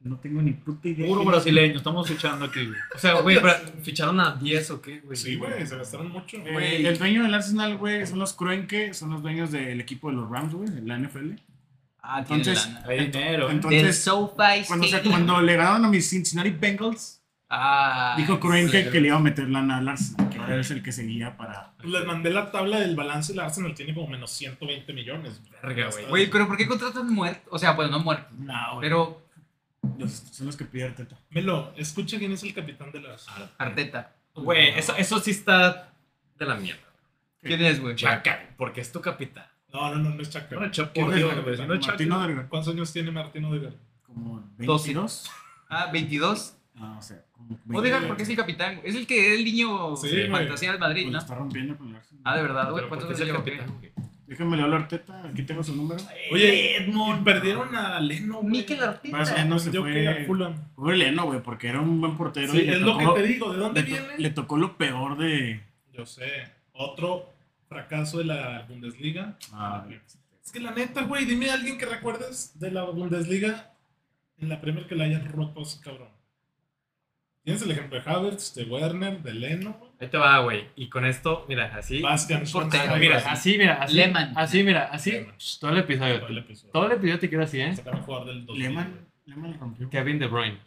[SPEAKER 5] No tengo ni puta idea.
[SPEAKER 2] puro brasileño. Estamos escuchando aquí, güey.
[SPEAKER 3] O sea, güey, pero ¿ficharon a 10 o qué, güey?
[SPEAKER 1] Sí, güey, se gastaron mucho.
[SPEAKER 5] Eh, el dueño del Arsenal, güey, son los Kroenke, son los dueños del equipo de los Rams, güey, de la NFL.
[SPEAKER 4] Ah,
[SPEAKER 5] Entonces,
[SPEAKER 4] tiene lana.
[SPEAKER 2] Hay dinero. ¿eh?
[SPEAKER 4] Del
[SPEAKER 5] Entonces,
[SPEAKER 4] SoFi
[SPEAKER 5] cuando, se-
[SPEAKER 4] Stadium.
[SPEAKER 5] cuando le ganaron a mis Cincinnati Bengals,
[SPEAKER 4] Ah,
[SPEAKER 5] dijo Kroenke
[SPEAKER 4] sí.
[SPEAKER 5] que le iba a meter lana al Arsenal, que ahora es el que seguía para...
[SPEAKER 1] Pues Les mandé la tabla del balance el Arsenal tiene como menos 120 millones.
[SPEAKER 3] Verga, güey.
[SPEAKER 4] Güey, pero ¿por qué contratan muertos? O sea, bueno, no muertos.
[SPEAKER 5] No,
[SPEAKER 4] Pero
[SPEAKER 5] Los, son los que pide Arteta.
[SPEAKER 1] Melo, escucha quién es el capitán del Arsenal.
[SPEAKER 4] Arteta.
[SPEAKER 3] Güey, eso, eso sí está de la mierda.
[SPEAKER 4] ¿Quién es, güey?
[SPEAKER 3] Chaca, porque es tu capital.
[SPEAKER 1] No, no, no, no es Chaca.
[SPEAKER 2] No, Chapo,
[SPEAKER 1] ¿Quién es
[SPEAKER 2] Dios,
[SPEAKER 1] Chaca?
[SPEAKER 2] güey, si no es Chapo.
[SPEAKER 5] Martín Odegaard,
[SPEAKER 1] ¿Cuántos años tiene Martino de García?
[SPEAKER 5] como
[SPEAKER 4] Doce.
[SPEAKER 5] 22.
[SPEAKER 4] Ah, 22.
[SPEAKER 5] Ah, o sea, como 22.
[SPEAKER 4] Odegaard, porque es el capitán. Es el que es el niño
[SPEAKER 1] Sí,
[SPEAKER 4] de
[SPEAKER 1] güey.
[SPEAKER 4] fantasía del
[SPEAKER 5] Pues
[SPEAKER 4] Madrid,
[SPEAKER 5] la
[SPEAKER 4] ¿no?
[SPEAKER 5] está rompiendo con el Arsenal.
[SPEAKER 4] Ah, de verdad, güey.
[SPEAKER 3] Pero
[SPEAKER 4] ¿Cuántos
[SPEAKER 3] porque es
[SPEAKER 4] años
[SPEAKER 3] el
[SPEAKER 4] lleva?
[SPEAKER 3] capitán, güey.
[SPEAKER 5] Déjenme le hablo a Arteta, aquí tengo su número.
[SPEAKER 1] Oye, y perdieron a Leno, güey.
[SPEAKER 4] Mikel Arteta.
[SPEAKER 5] Más o menos se
[SPEAKER 1] Yo que a
[SPEAKER 5] fue.
[SPEAKER 1] Fulham.
[SPEAKER 5] Pobre Leno, güey, porque era un buen portero.
[SPEAKER 1] Sí,
[SPEAKER 5] y le
[SPEAKER 1] es lo que
[SPEAKER 5] tocó-
[SPEAKER 1] te digo. ¿De dónde
[SPEAKER 5] le, to-
[SPEAKER 1] viene?
[SPEAKER 5] le tocó lo peor de.
[SPEAKER 1] Yo sé. Otro fracaso de la Bundesliga. Ah, Es que la neta, güey, dime a alguien que recuerdes de la Bundesliga en la Premier que la hayan roto a ese cabrón. Tienes el ejemplo de Havertz, de Werner, de Leno, güey.
[SPEAKER 3] Ahí te va, güey. Y con esto, mira, así.
[SPEAKER 1] Bastian
[SPEAKER 4] portero,
[SPEAKER 1] Schweinsteiger,
[SPEAKER 3] Mira,
[SPEAKER 1] güey.
[SPEAKER 3] así, mira, así.
[SPEAKER 4] Lehmann.
[SPEAKER 3] Así, mira, así.
[SPEAKER 1] Lehmann.
[SPEAKER 3] Shh, Todo el episodio.
[SPEAKER 1] Todo el episodio.
[SPEAKER 3] Todo el episodio te queda así, ¿eh?
[SPEAKER 1] Sacaron jugador del 2000,
[SPEAKER 5] Lehmann, Lehmann lo rompió.
[SPEAKER 3] Kevin De Bruyne.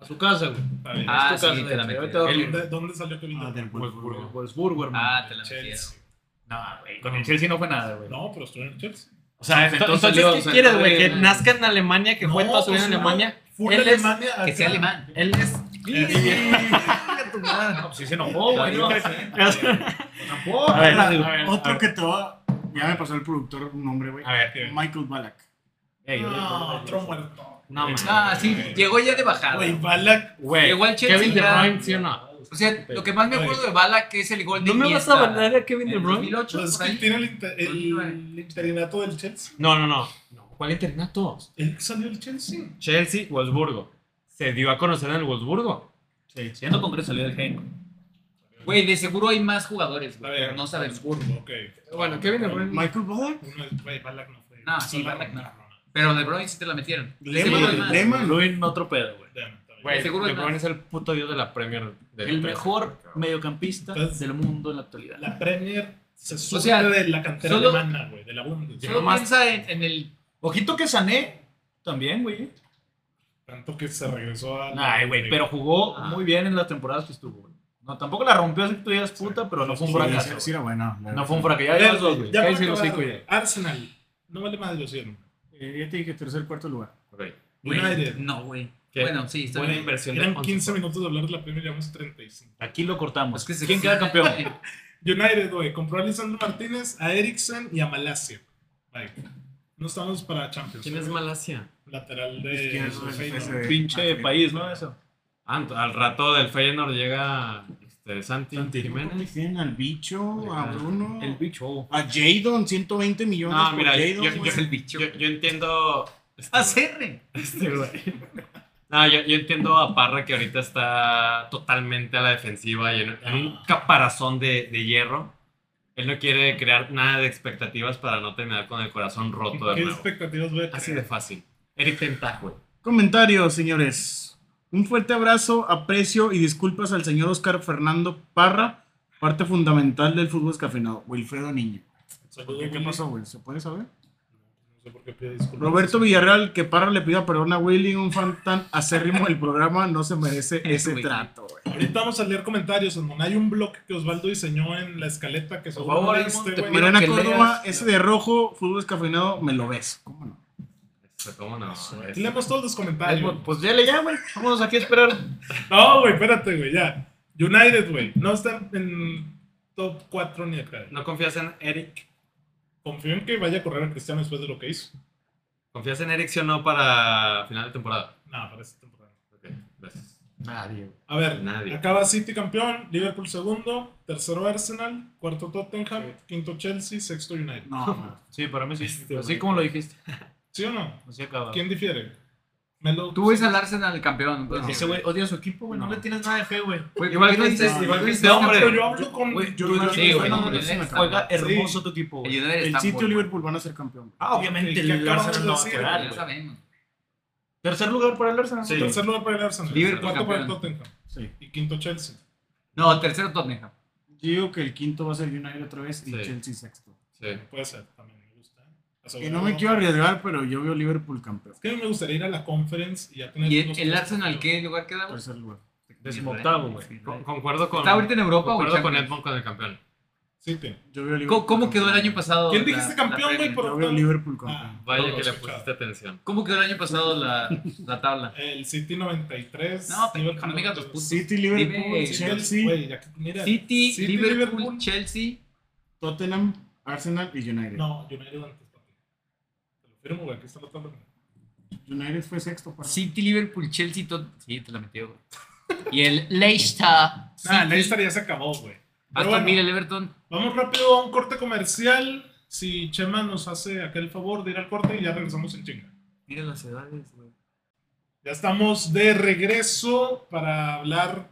[SPEAKER 2] A su casa, güey.
[SPEAKER 1] güey. Está bien.
[SPEAKER 4] Ah,
[SPEAKER 2] Es tu
[SPEAKER 4] sí,
[SPEAKER 2] casa,
[SPEAKER 4] te la
[SPEAKER 2] güey.
[SPEAKER 4] metí.
[SPEAKER 2] Ahorita va a dormir.
[SPEAKER 1] ¿Dónde, dónde salió Kevin De
[SPEAKER 5] Ah, del
[SPEAKER 1] Bruyne?
[SPEAKER 5] Wolfsburgo.
[SPEAKER 2] Wolfsburgo, hermano.
[SPEAKER 4] Ah, te la metieron.
[SPEAKER 1] Chelsea.
[SPEAKER 2] No, güey. Con el Chelsea no fue nada, güey.
[SPEAKER 1] No, pero estuvo en el Chelsea.
[SPEAKER 3] O sea,
[SPEAKER 2] Entonces,
[SPEAKER 3] entonces,
[SPEAKER 2] salió,
[SPEAKER 3] ¿qué
[SPEAKER 2] o sea,
[SPEAKER 3] quieres, güey? Que
[SPEAKER 2] eh,
[SPEAKER 3] nazca en Alemania, que fue
[SPEAKER 1] No,
[SPEAKER 3] toda su vida en
[SPEAKER 1] pues,
[SPEAKER 3] Alemania.
[SPEAKER 1] Full
[SPEAKER 3] Él es-
[SPEAKER 1] Alemania.
[SPEAKER 4] Que
[SPEAKER 1] acá.
[SPEAKER 4] sea alemán.
[SPEAKER 3] Él es.
[SPEAKER 2] No, sí se enojó, güey. No, tampoco.
[SPEAKER 3] A ver, a
[SPEAKER 2] güey.
[SPEAKER 3] ver, a
[SPEAKER 5] Otro
[SPEAKER 3] ver.
[SPEAKER 5] que te va. Ya me pasó el productor un nombre, güey.
[SPEAKER 3] A ver,
[SPEAKER 5] Michael Ballack.
[SPEAKER 2] Ey, güey,
[SPEAKER 1] No,
[SPEAKER 2] güey,
[SPEAKER 1] otro
[SPEAKER 2] güey.
[SPEAKER 1] muerto.
[SPEAKER 3] no, man.
[SPEAKER 4] Ah, sí, llegó ya de bajada.
[SPEAKER 1] Güey, Balak.
[SPEAKER 3] Güey,
[SPEAKER 4] Llegó al Chelsea,
[SPEAKER 3] Kevin De
[SPEAKER 4] ya.
[SPEAKER 3] Bruyne, ¿sí o no?
[SPEAKER 4] O sea, lo que más me acuerdo de Bala que es el gol de
[SPEAKER 3] ¿No me vas a
[SPEAKER 4] Iniesta
[SPEAKER 3] mandar a Kevin
[SPEAKER 4] en
[SPEAKER 3] De
[SPEAKER 4] el
[SPEAKER 3] Bruyne?
[SPEAKER 4] 2008,
[SPEAKER 1] Pues es
[SPEAKER 4] por
[SPEAKER 1] que
[SPEAKER 4] ahí.
[SPEAKER 1] tiene el, inter- el- el interinato del Chelsea.
[SPEAKER 3] No, no, no. No, ¿Cuál internato?
[SPEAKER 1] Él salió del Chelsea.
[SPEAKER 3] Chelsea, Wolfsburgo. Se dio a conocer en el Wolfsburgo.
[SPEAKER 2] Sí, siendo concreto salió del Genk.
[SPEAKER 4] Güey, de seguro hay más jugadores,
[SPEAKER 1] A
[SPEAKER 4] güey,
[SPEAKER 1] ver,
[SPEAKER 4] pero no sabemos.
[SPEAKER 1] Wolfsburgo, ok.
[SPEAKER 3] Bueno, Kevin De Bruyne.
[SPEAKER 5] Michael Ballack.
[SPEAKER 1] Uno es- güey, Balak no fue.
[SPEAKER 4] No, sí, Ballack no. Pero De Bruyne sí te la metieron.
[SPEAKER 5] Lehmann,
[SPEAKER 4] Lehmann.
[SPEAKER 5] Lehmann.
[SPEAKER 2] Luis, otro pedo, güey.
[SPEAKER 1] Damn, está bien.
[SPEAKER 3] Güey,
[SPEAKER 4] Seguro
[SPEAKER 3] De
[SPEAKER 4] es
[SPEAKER 3] Bruyne
[SPEAKER 4] más.
[SPEAKER 3] es el puto dios de la Premier. de la
[SPEAKER 2] El
[SPEAKER 3] Premier.
[SPEAKER 2] mejor mediocampista
[SPEAKER 1] Entonces,
[SPEAKER 2] del mundo en la actualidad.
[SPEAKER 1] La Premier se sube
[SPEAKER 4] sea,
[SPEAKER 1] de la cantera
[SPEAKER 4] solo-
[SPEAKER 1] alemana, güey, de la Bundes.
[SPEAKER 3] Llegó
[SPEAKER 4] Solo
[SPEAKER 3] más-
[SPEAKER 4] piensa en, en el...
[SPEAKER 2] Ojito que Sané también, güey.
[SPEAKER 1] Tanto que se regresó a. la-
[SPEAKER 2] Ay, güey, pero jugó
[SPEAKER 4] Ah.
[SPEAKER 2] muy bien en las temporadas que estuvo, güey. No, tampoco la rompió así que tú digas puta, pero no fue un
[SPEAKER 1] Sí,
[SPEAKER 2] fracaso.
[SPEAKER 5] Sí,
[SPEAKER 2] güey.
[SPEAKER 5] sí, era bueno. la
[SPEAKER 2] No
[SPEAKER 5] verdad.
[SPEAKER 2] fue un fracaso. Ya
[SPEAKER 1] A ver,
[SPEAKER 2] llevas dos, güey.
[SPEAKER 1] ya para
[SPEAKER 2] Cállese el
[SPEAKER 1] acabar,
[SPEAKER 2] hocico ya.
[SPEAKER 1] Arsenal. No vale más de los 100.
[SPEAKER 5] Eh, ya te dije tercer, cuarto lugar.
[SPEAKER 3] Güey,
[SPEAKER 4] Güey,
[SPEAKER 1] United.
[SPEAKER 4] No, güey.
[SPEAKER 3] ¿Qué?
[SPEAKER 4] Bueno, sí, está
[SPEAKER 3] Buena
[SPEAKER 4] bien.
[SPEAKER 3] inversión de
[SPEAKER 1] Eran
[SPEAKER 3] Alfonso.
[SPEAKER 1] 15 minutos de hablar de la Premier, llevamos 35.
[SPEAKER 2] Aquí lo cortamos.
[SPEAKER 4] Es que se-
[SPEAKER 2] ¿Quién queda campeón?
[SPEAKER 1] United, güey, compró a Lisandro Martínez, a Eriksen y a Malasia. Bye. No estamos para Champions. ¿eh?
[SPEAKER 3] ¿Quién es Malasia?
[SPEAKER 1] Lateral
[SPEAKER 5] Es que
[SPEAKER 1] de.
[SPEAKER 5] es- es-
[SPEAKER 1] Feyenoord.
[SPEAKER 5] es-
[SPEAKER 2] Pinche
[SPEAKER 5] Ah,
[SPEAKER 2] país, ¿no? Eso.
[SPEAKER 3] Ah, ent- al rato del Feyenoord llega este, Santi, Jiménez.
[SPEAKER 5] Tienen al bicho, a
[SPEAKER 3] Ah,
[SPEAKER 5] Bruno,
[SPEAKER 2] El bicho.
[SPEAKER 5] a Jadon, 120 millones.
[SPEAKER 3] Ah,
[SPEAKER 5] por
[SPEAKER 3] mira,
[SPEAKER 5] Jadon,
[SPEAKER 3] yo-
[SPEAKER 5] güey.
[SPEAKER 4] ¿Quién es el bicho?
[SPEAKER 3] Yo, yo entiendo. Este,
[SPEAKER 4] ¡Acerre!
[SPEAKER 3] este, güey. No, yo, yo entiendo a Parra que ahorita está totalmente a la defensiva y en, en un caparazón de, de hierro. Él no quiere crear nada de expectativas para no terminar con el corazón roto de
[SPEAKER 1] ¿Qué
[SPEAKER 3] nuevo.
[SPEAKER 1] expectativas voy a crear?
[SPEAKER 3] Así de fácil. Eric Tentag, güey.
[SPEAKER 5] Comentarios, señores. Un fuerte abrazo, aprecio y disculpas al señor Oscar Fernando Parra, parte fundamental del fútbol escafeinado, Wilfredo Niño.
[SPEAKER 1] Saludos,
[SPEAKER 5] ¿Qué, qué
[SPEAKER 1] Willy.
[SPEAKER 5] pasó, güey? ¿Se puede saber?
[SPEAKER 1] No sé por qué pide disculpas.
[SPEAKER 5] Roberto Villarreal, que Parra le pida perdón a Willy, un fan tan acérrimo del programa, no se merece ese
[SPEAKER 4] Willy.
[SPEAKER 5] trato, güey.
[SPEAKER 1] Ahorita vamos a leer comentarios, Edmond. Hay un blog que Osvaldo diseñó en la escaleta que seguro
[SPEAKER 2] favor,
[SPEAKER 1] leíste,
[SPEAKER 2] Edmond, te
[SPEAKER 1] güey.
[SPEAKER 2] pido-
[SPEAKER 5] Mariana
[SPEAKER 2] que
[SPEAKER 5] Córdoba,
[SPEAKER 2] leas.
[SPEAKER 5] ese de rojo, fútbol escafeinado, me lo ves. ¿Cómo no?
[SPEAKER 3] Este, ¿Cómo no?
[SPEAKER 1] Aquí
[SPEAKER 3] Este,
[SPEAKER 1] Leemos todos los comentarios.
[SPEAKER 2] Pues dale ya, güey. Vámonos aquí a esperar.
[SPEAKER 1] No, güey, espérate, güey, ya. United, güey, no está en top 4 ni acá.
[SPEAKER 3] ¿No confías en Eric?
[SPEAKER 1] Confío en que vaya a correr a Cristiano después de lo que hizo.
[SPEAKER 3] ¿Confías en Eric sí o no para final de temporada?
[SPEAKER 1] No, para esta temporada.
[SPEAKER 3] Ok, gracias. Nadie.
[SPEAKER 1] A ver,
[SPEAKER 3] Nadie.
[SPEAKER 1] acaba City campeón, Liverpool segundo, tercero Arsenal, cuarto Tottenham, quinto Chelsea, sexto United.
[SPEAKER 5] No, no.
[SPEAKER 2] Sí, para mí sí.
[SPEAKER 3] Este,
[SPEAKER 2] Así
[SPEAKER 3] güey.
[SPEAKER 2] como lo dijiste.
[SPEAKER 1] ¿Sí o no?
[SPEAKER 2] Así acaba.
[SPEAKER 1] ¿Quién difiere? Melo.
[SPEAKER 4] Tú ves al Arsenal campeón. pues,
[SPEAKER 5] No.
[SPEAKER 2] Ese güey odia a su equipo, güey. No.
[SPEAKER 5] No.
[SPEAKER 2] le tienes nada de fe, güey.
[SPEAKER 4] güey, ¿por
[SPEAKER 3] Igual
[SPEAKER 4] qué
[SPEAKER 3] que
[SPEAKER 4] no dices-
[SPEAKER 3] este-
[SPEAKER 4] ¿por qué no
[SPEAKER 3] igual que
[SPEAKER 4] dices
[SPEAKER 3] este hombre.
[SPEAKER 1] Pero yo hablo con.
[SPEAKER 2] Güey,
[SPEAKER 1] yo
[SPEAKER 5] yo
[SPEAKER 1] hablo
[SPEAKER 5] no-
[SPEAKER 1] con-
[SPEAKER 4] Sí, güey,
[SPEAKER 1] no,
[SPEAKER 4] no,
[SPEAKER 1] no, no.
[SPEAKER 4] no.
[SPEAKER 2] Juega hermoso
[SPEAKER 1] Sí.
[SPEAKER 2] tu equipo,
[SPEAKER 4] El
[SPEAKER 2] güey.
[SPEAKER 4] United
[SPEAKER 5] El
[SPEAKER 4] está
[SPEAKER 5] sitio
[SPEAKER 4] muy bueno.
[SPEAKER 5] Liverpool van a ser campeón.
[SPEAKER 2] Ah, obviamente
[SPEAKER 1] ¿Qué
[SPEAKER 2] el
[SPEAKER 1] acabas
[SPEAKER 2] Arsenal
[SPEAKER 1] de
[SPEAKER 2] no va a
[SPEAKER 1] decir?
[SPEAKER 2] quedar,
[SPEAKER 4] Ya
[SPEAKER 2] güey.
[SPEAKER 4] sabemos.
[SPEAKER 2] Tercer lugar para el Arsenal.
[SPEAKER 3] Sí.
[SPEAKER 1] Tercer lugar para el Arsenal,
[SPEAKER 4] Liverpool
[SPEAKER 1] cuarto para el
[SPEAKER 4] campeón.
[SPEAKER 1] Tottenham
[SPEAKER 5] Sí.
[SPEAKER 1] y quinto Chelsea.
[SPEAKER 4] No, tercero Tottenham.
[SPEAKER 5] Yo digo que el quinto va a ser United otra vez y
[SPEAKER 3] Sí.
[SPEAKER 5] Chelsea sexto.
[SPEAKER 3] Sí.
[SPEAKER 1] Puede ser, también me gusta. ¿eh?
[SPEAKER 5] Que no me quiero arriesgar, pero yo veo Liverpool campeón.
[SPEAKER 1] Es que a mí me gustaría ir a la conference y ya tener.
[SPEAKER 4] ¿Y
[SPEAKER 1] unos
[SPEAKER 4] el, el
[SPEAKER 1] tres
[SPEAKER 4] Arsenal
[SPEAKER 1] campeones.
[SPEAKER 4] qué lugar queda? güey?
[SPEAKER 5] Tercer lugar.
[SPEAKER 2] Decimoctavo, güey.
[SPEAKER 3] Con- Concuerdo con.
[SPEAKER 4] ¿Está ahorita en Europa o en
[SPEAKER 3] Concuerdo con
[SPEAKER 4] Champions?
[SPEAKER 3] Edmond con el campeón.
[SPEAKER 1] Sí, tiene.
[SPEAKER 5] Yo veo a
[SPEAKER 4] ¿Cómo,
[SPEAKER 5] Liverpool
[SPEAKER 4] cómo quedó el
[SPEAKER 5] campeón.
[SPEAKER 4] año pasado?
[SPEAKER 1] ¿Quién
[SPEAKER 4] la-
[SPEAKER 1] dijiste
[SPEAKER 4] la
[SPEAKER 1] campeón, güey?
[SPEAKER 4] Premier?
[SPEAKER 1] Por
[SPEAKER 5] Yo veo a Liverpool campeón.
[SPEAKER 1] Ah,
[SPEAKER 3] Vaya
[SPEAKER 1] todo
[SPEAKER 3] que le
[SPEAKER 1] escuchado.
[SPEAKER 3] pusiste atención.
[SPEAKER 4] ¿Cómo quedó el año pasado la, la tabla?
[SPEAKER 1] El City 93.
[SPEAKER 4] No, pero
[SPEAKER 1] Liverpool
[SPEAKER 4] no me digas los
[SPEAKER 1] 92.
[SPEAKER 5] City, Liverpool,
[SPEAKER 4] Dime-
[SPEAKER 5] Chelsea,
[SPEAKER 1] Güey, ya que- mira,
[SPEAKER 4] City,
[SPEAKER 1] City,
[SPEAKER 4] Liverpool,
[SPEAKER 1] Liverpool.
[SPEAKER 4] Chelsea.
[SPEAKER 5] Tottenham, Arsenal y United.
[SPEAKER 1] No, United antes, papi. Te lo firmo, güey, aquí está la tabla. güey.
[SPEAKER 5] United fue sexto. para
[SPEAKER 4] City, Liverpool, Chelsea. Tot... Sí, te la metió, güey. Y el Leicester.
[SPEAKER 1] Nah,
[SPEAKER 4] City,
[SPEAKER 1] Leicester Ah, ya se acabó, güey. Pero
[SPEAKER 4] Aston
[SPEAKER 1] bueno,
[SPEAKER 4] Villa, el Everton.
[SPEAKER 1] vamos rápido a un corte comercial. Si Chema nos hace aquel favor de ir al corte y ya regresamos en chinga.
[SPEAKER 4] Mira las edades, güey.
[SPEAKER 1] Ya estamos de regreso para hablar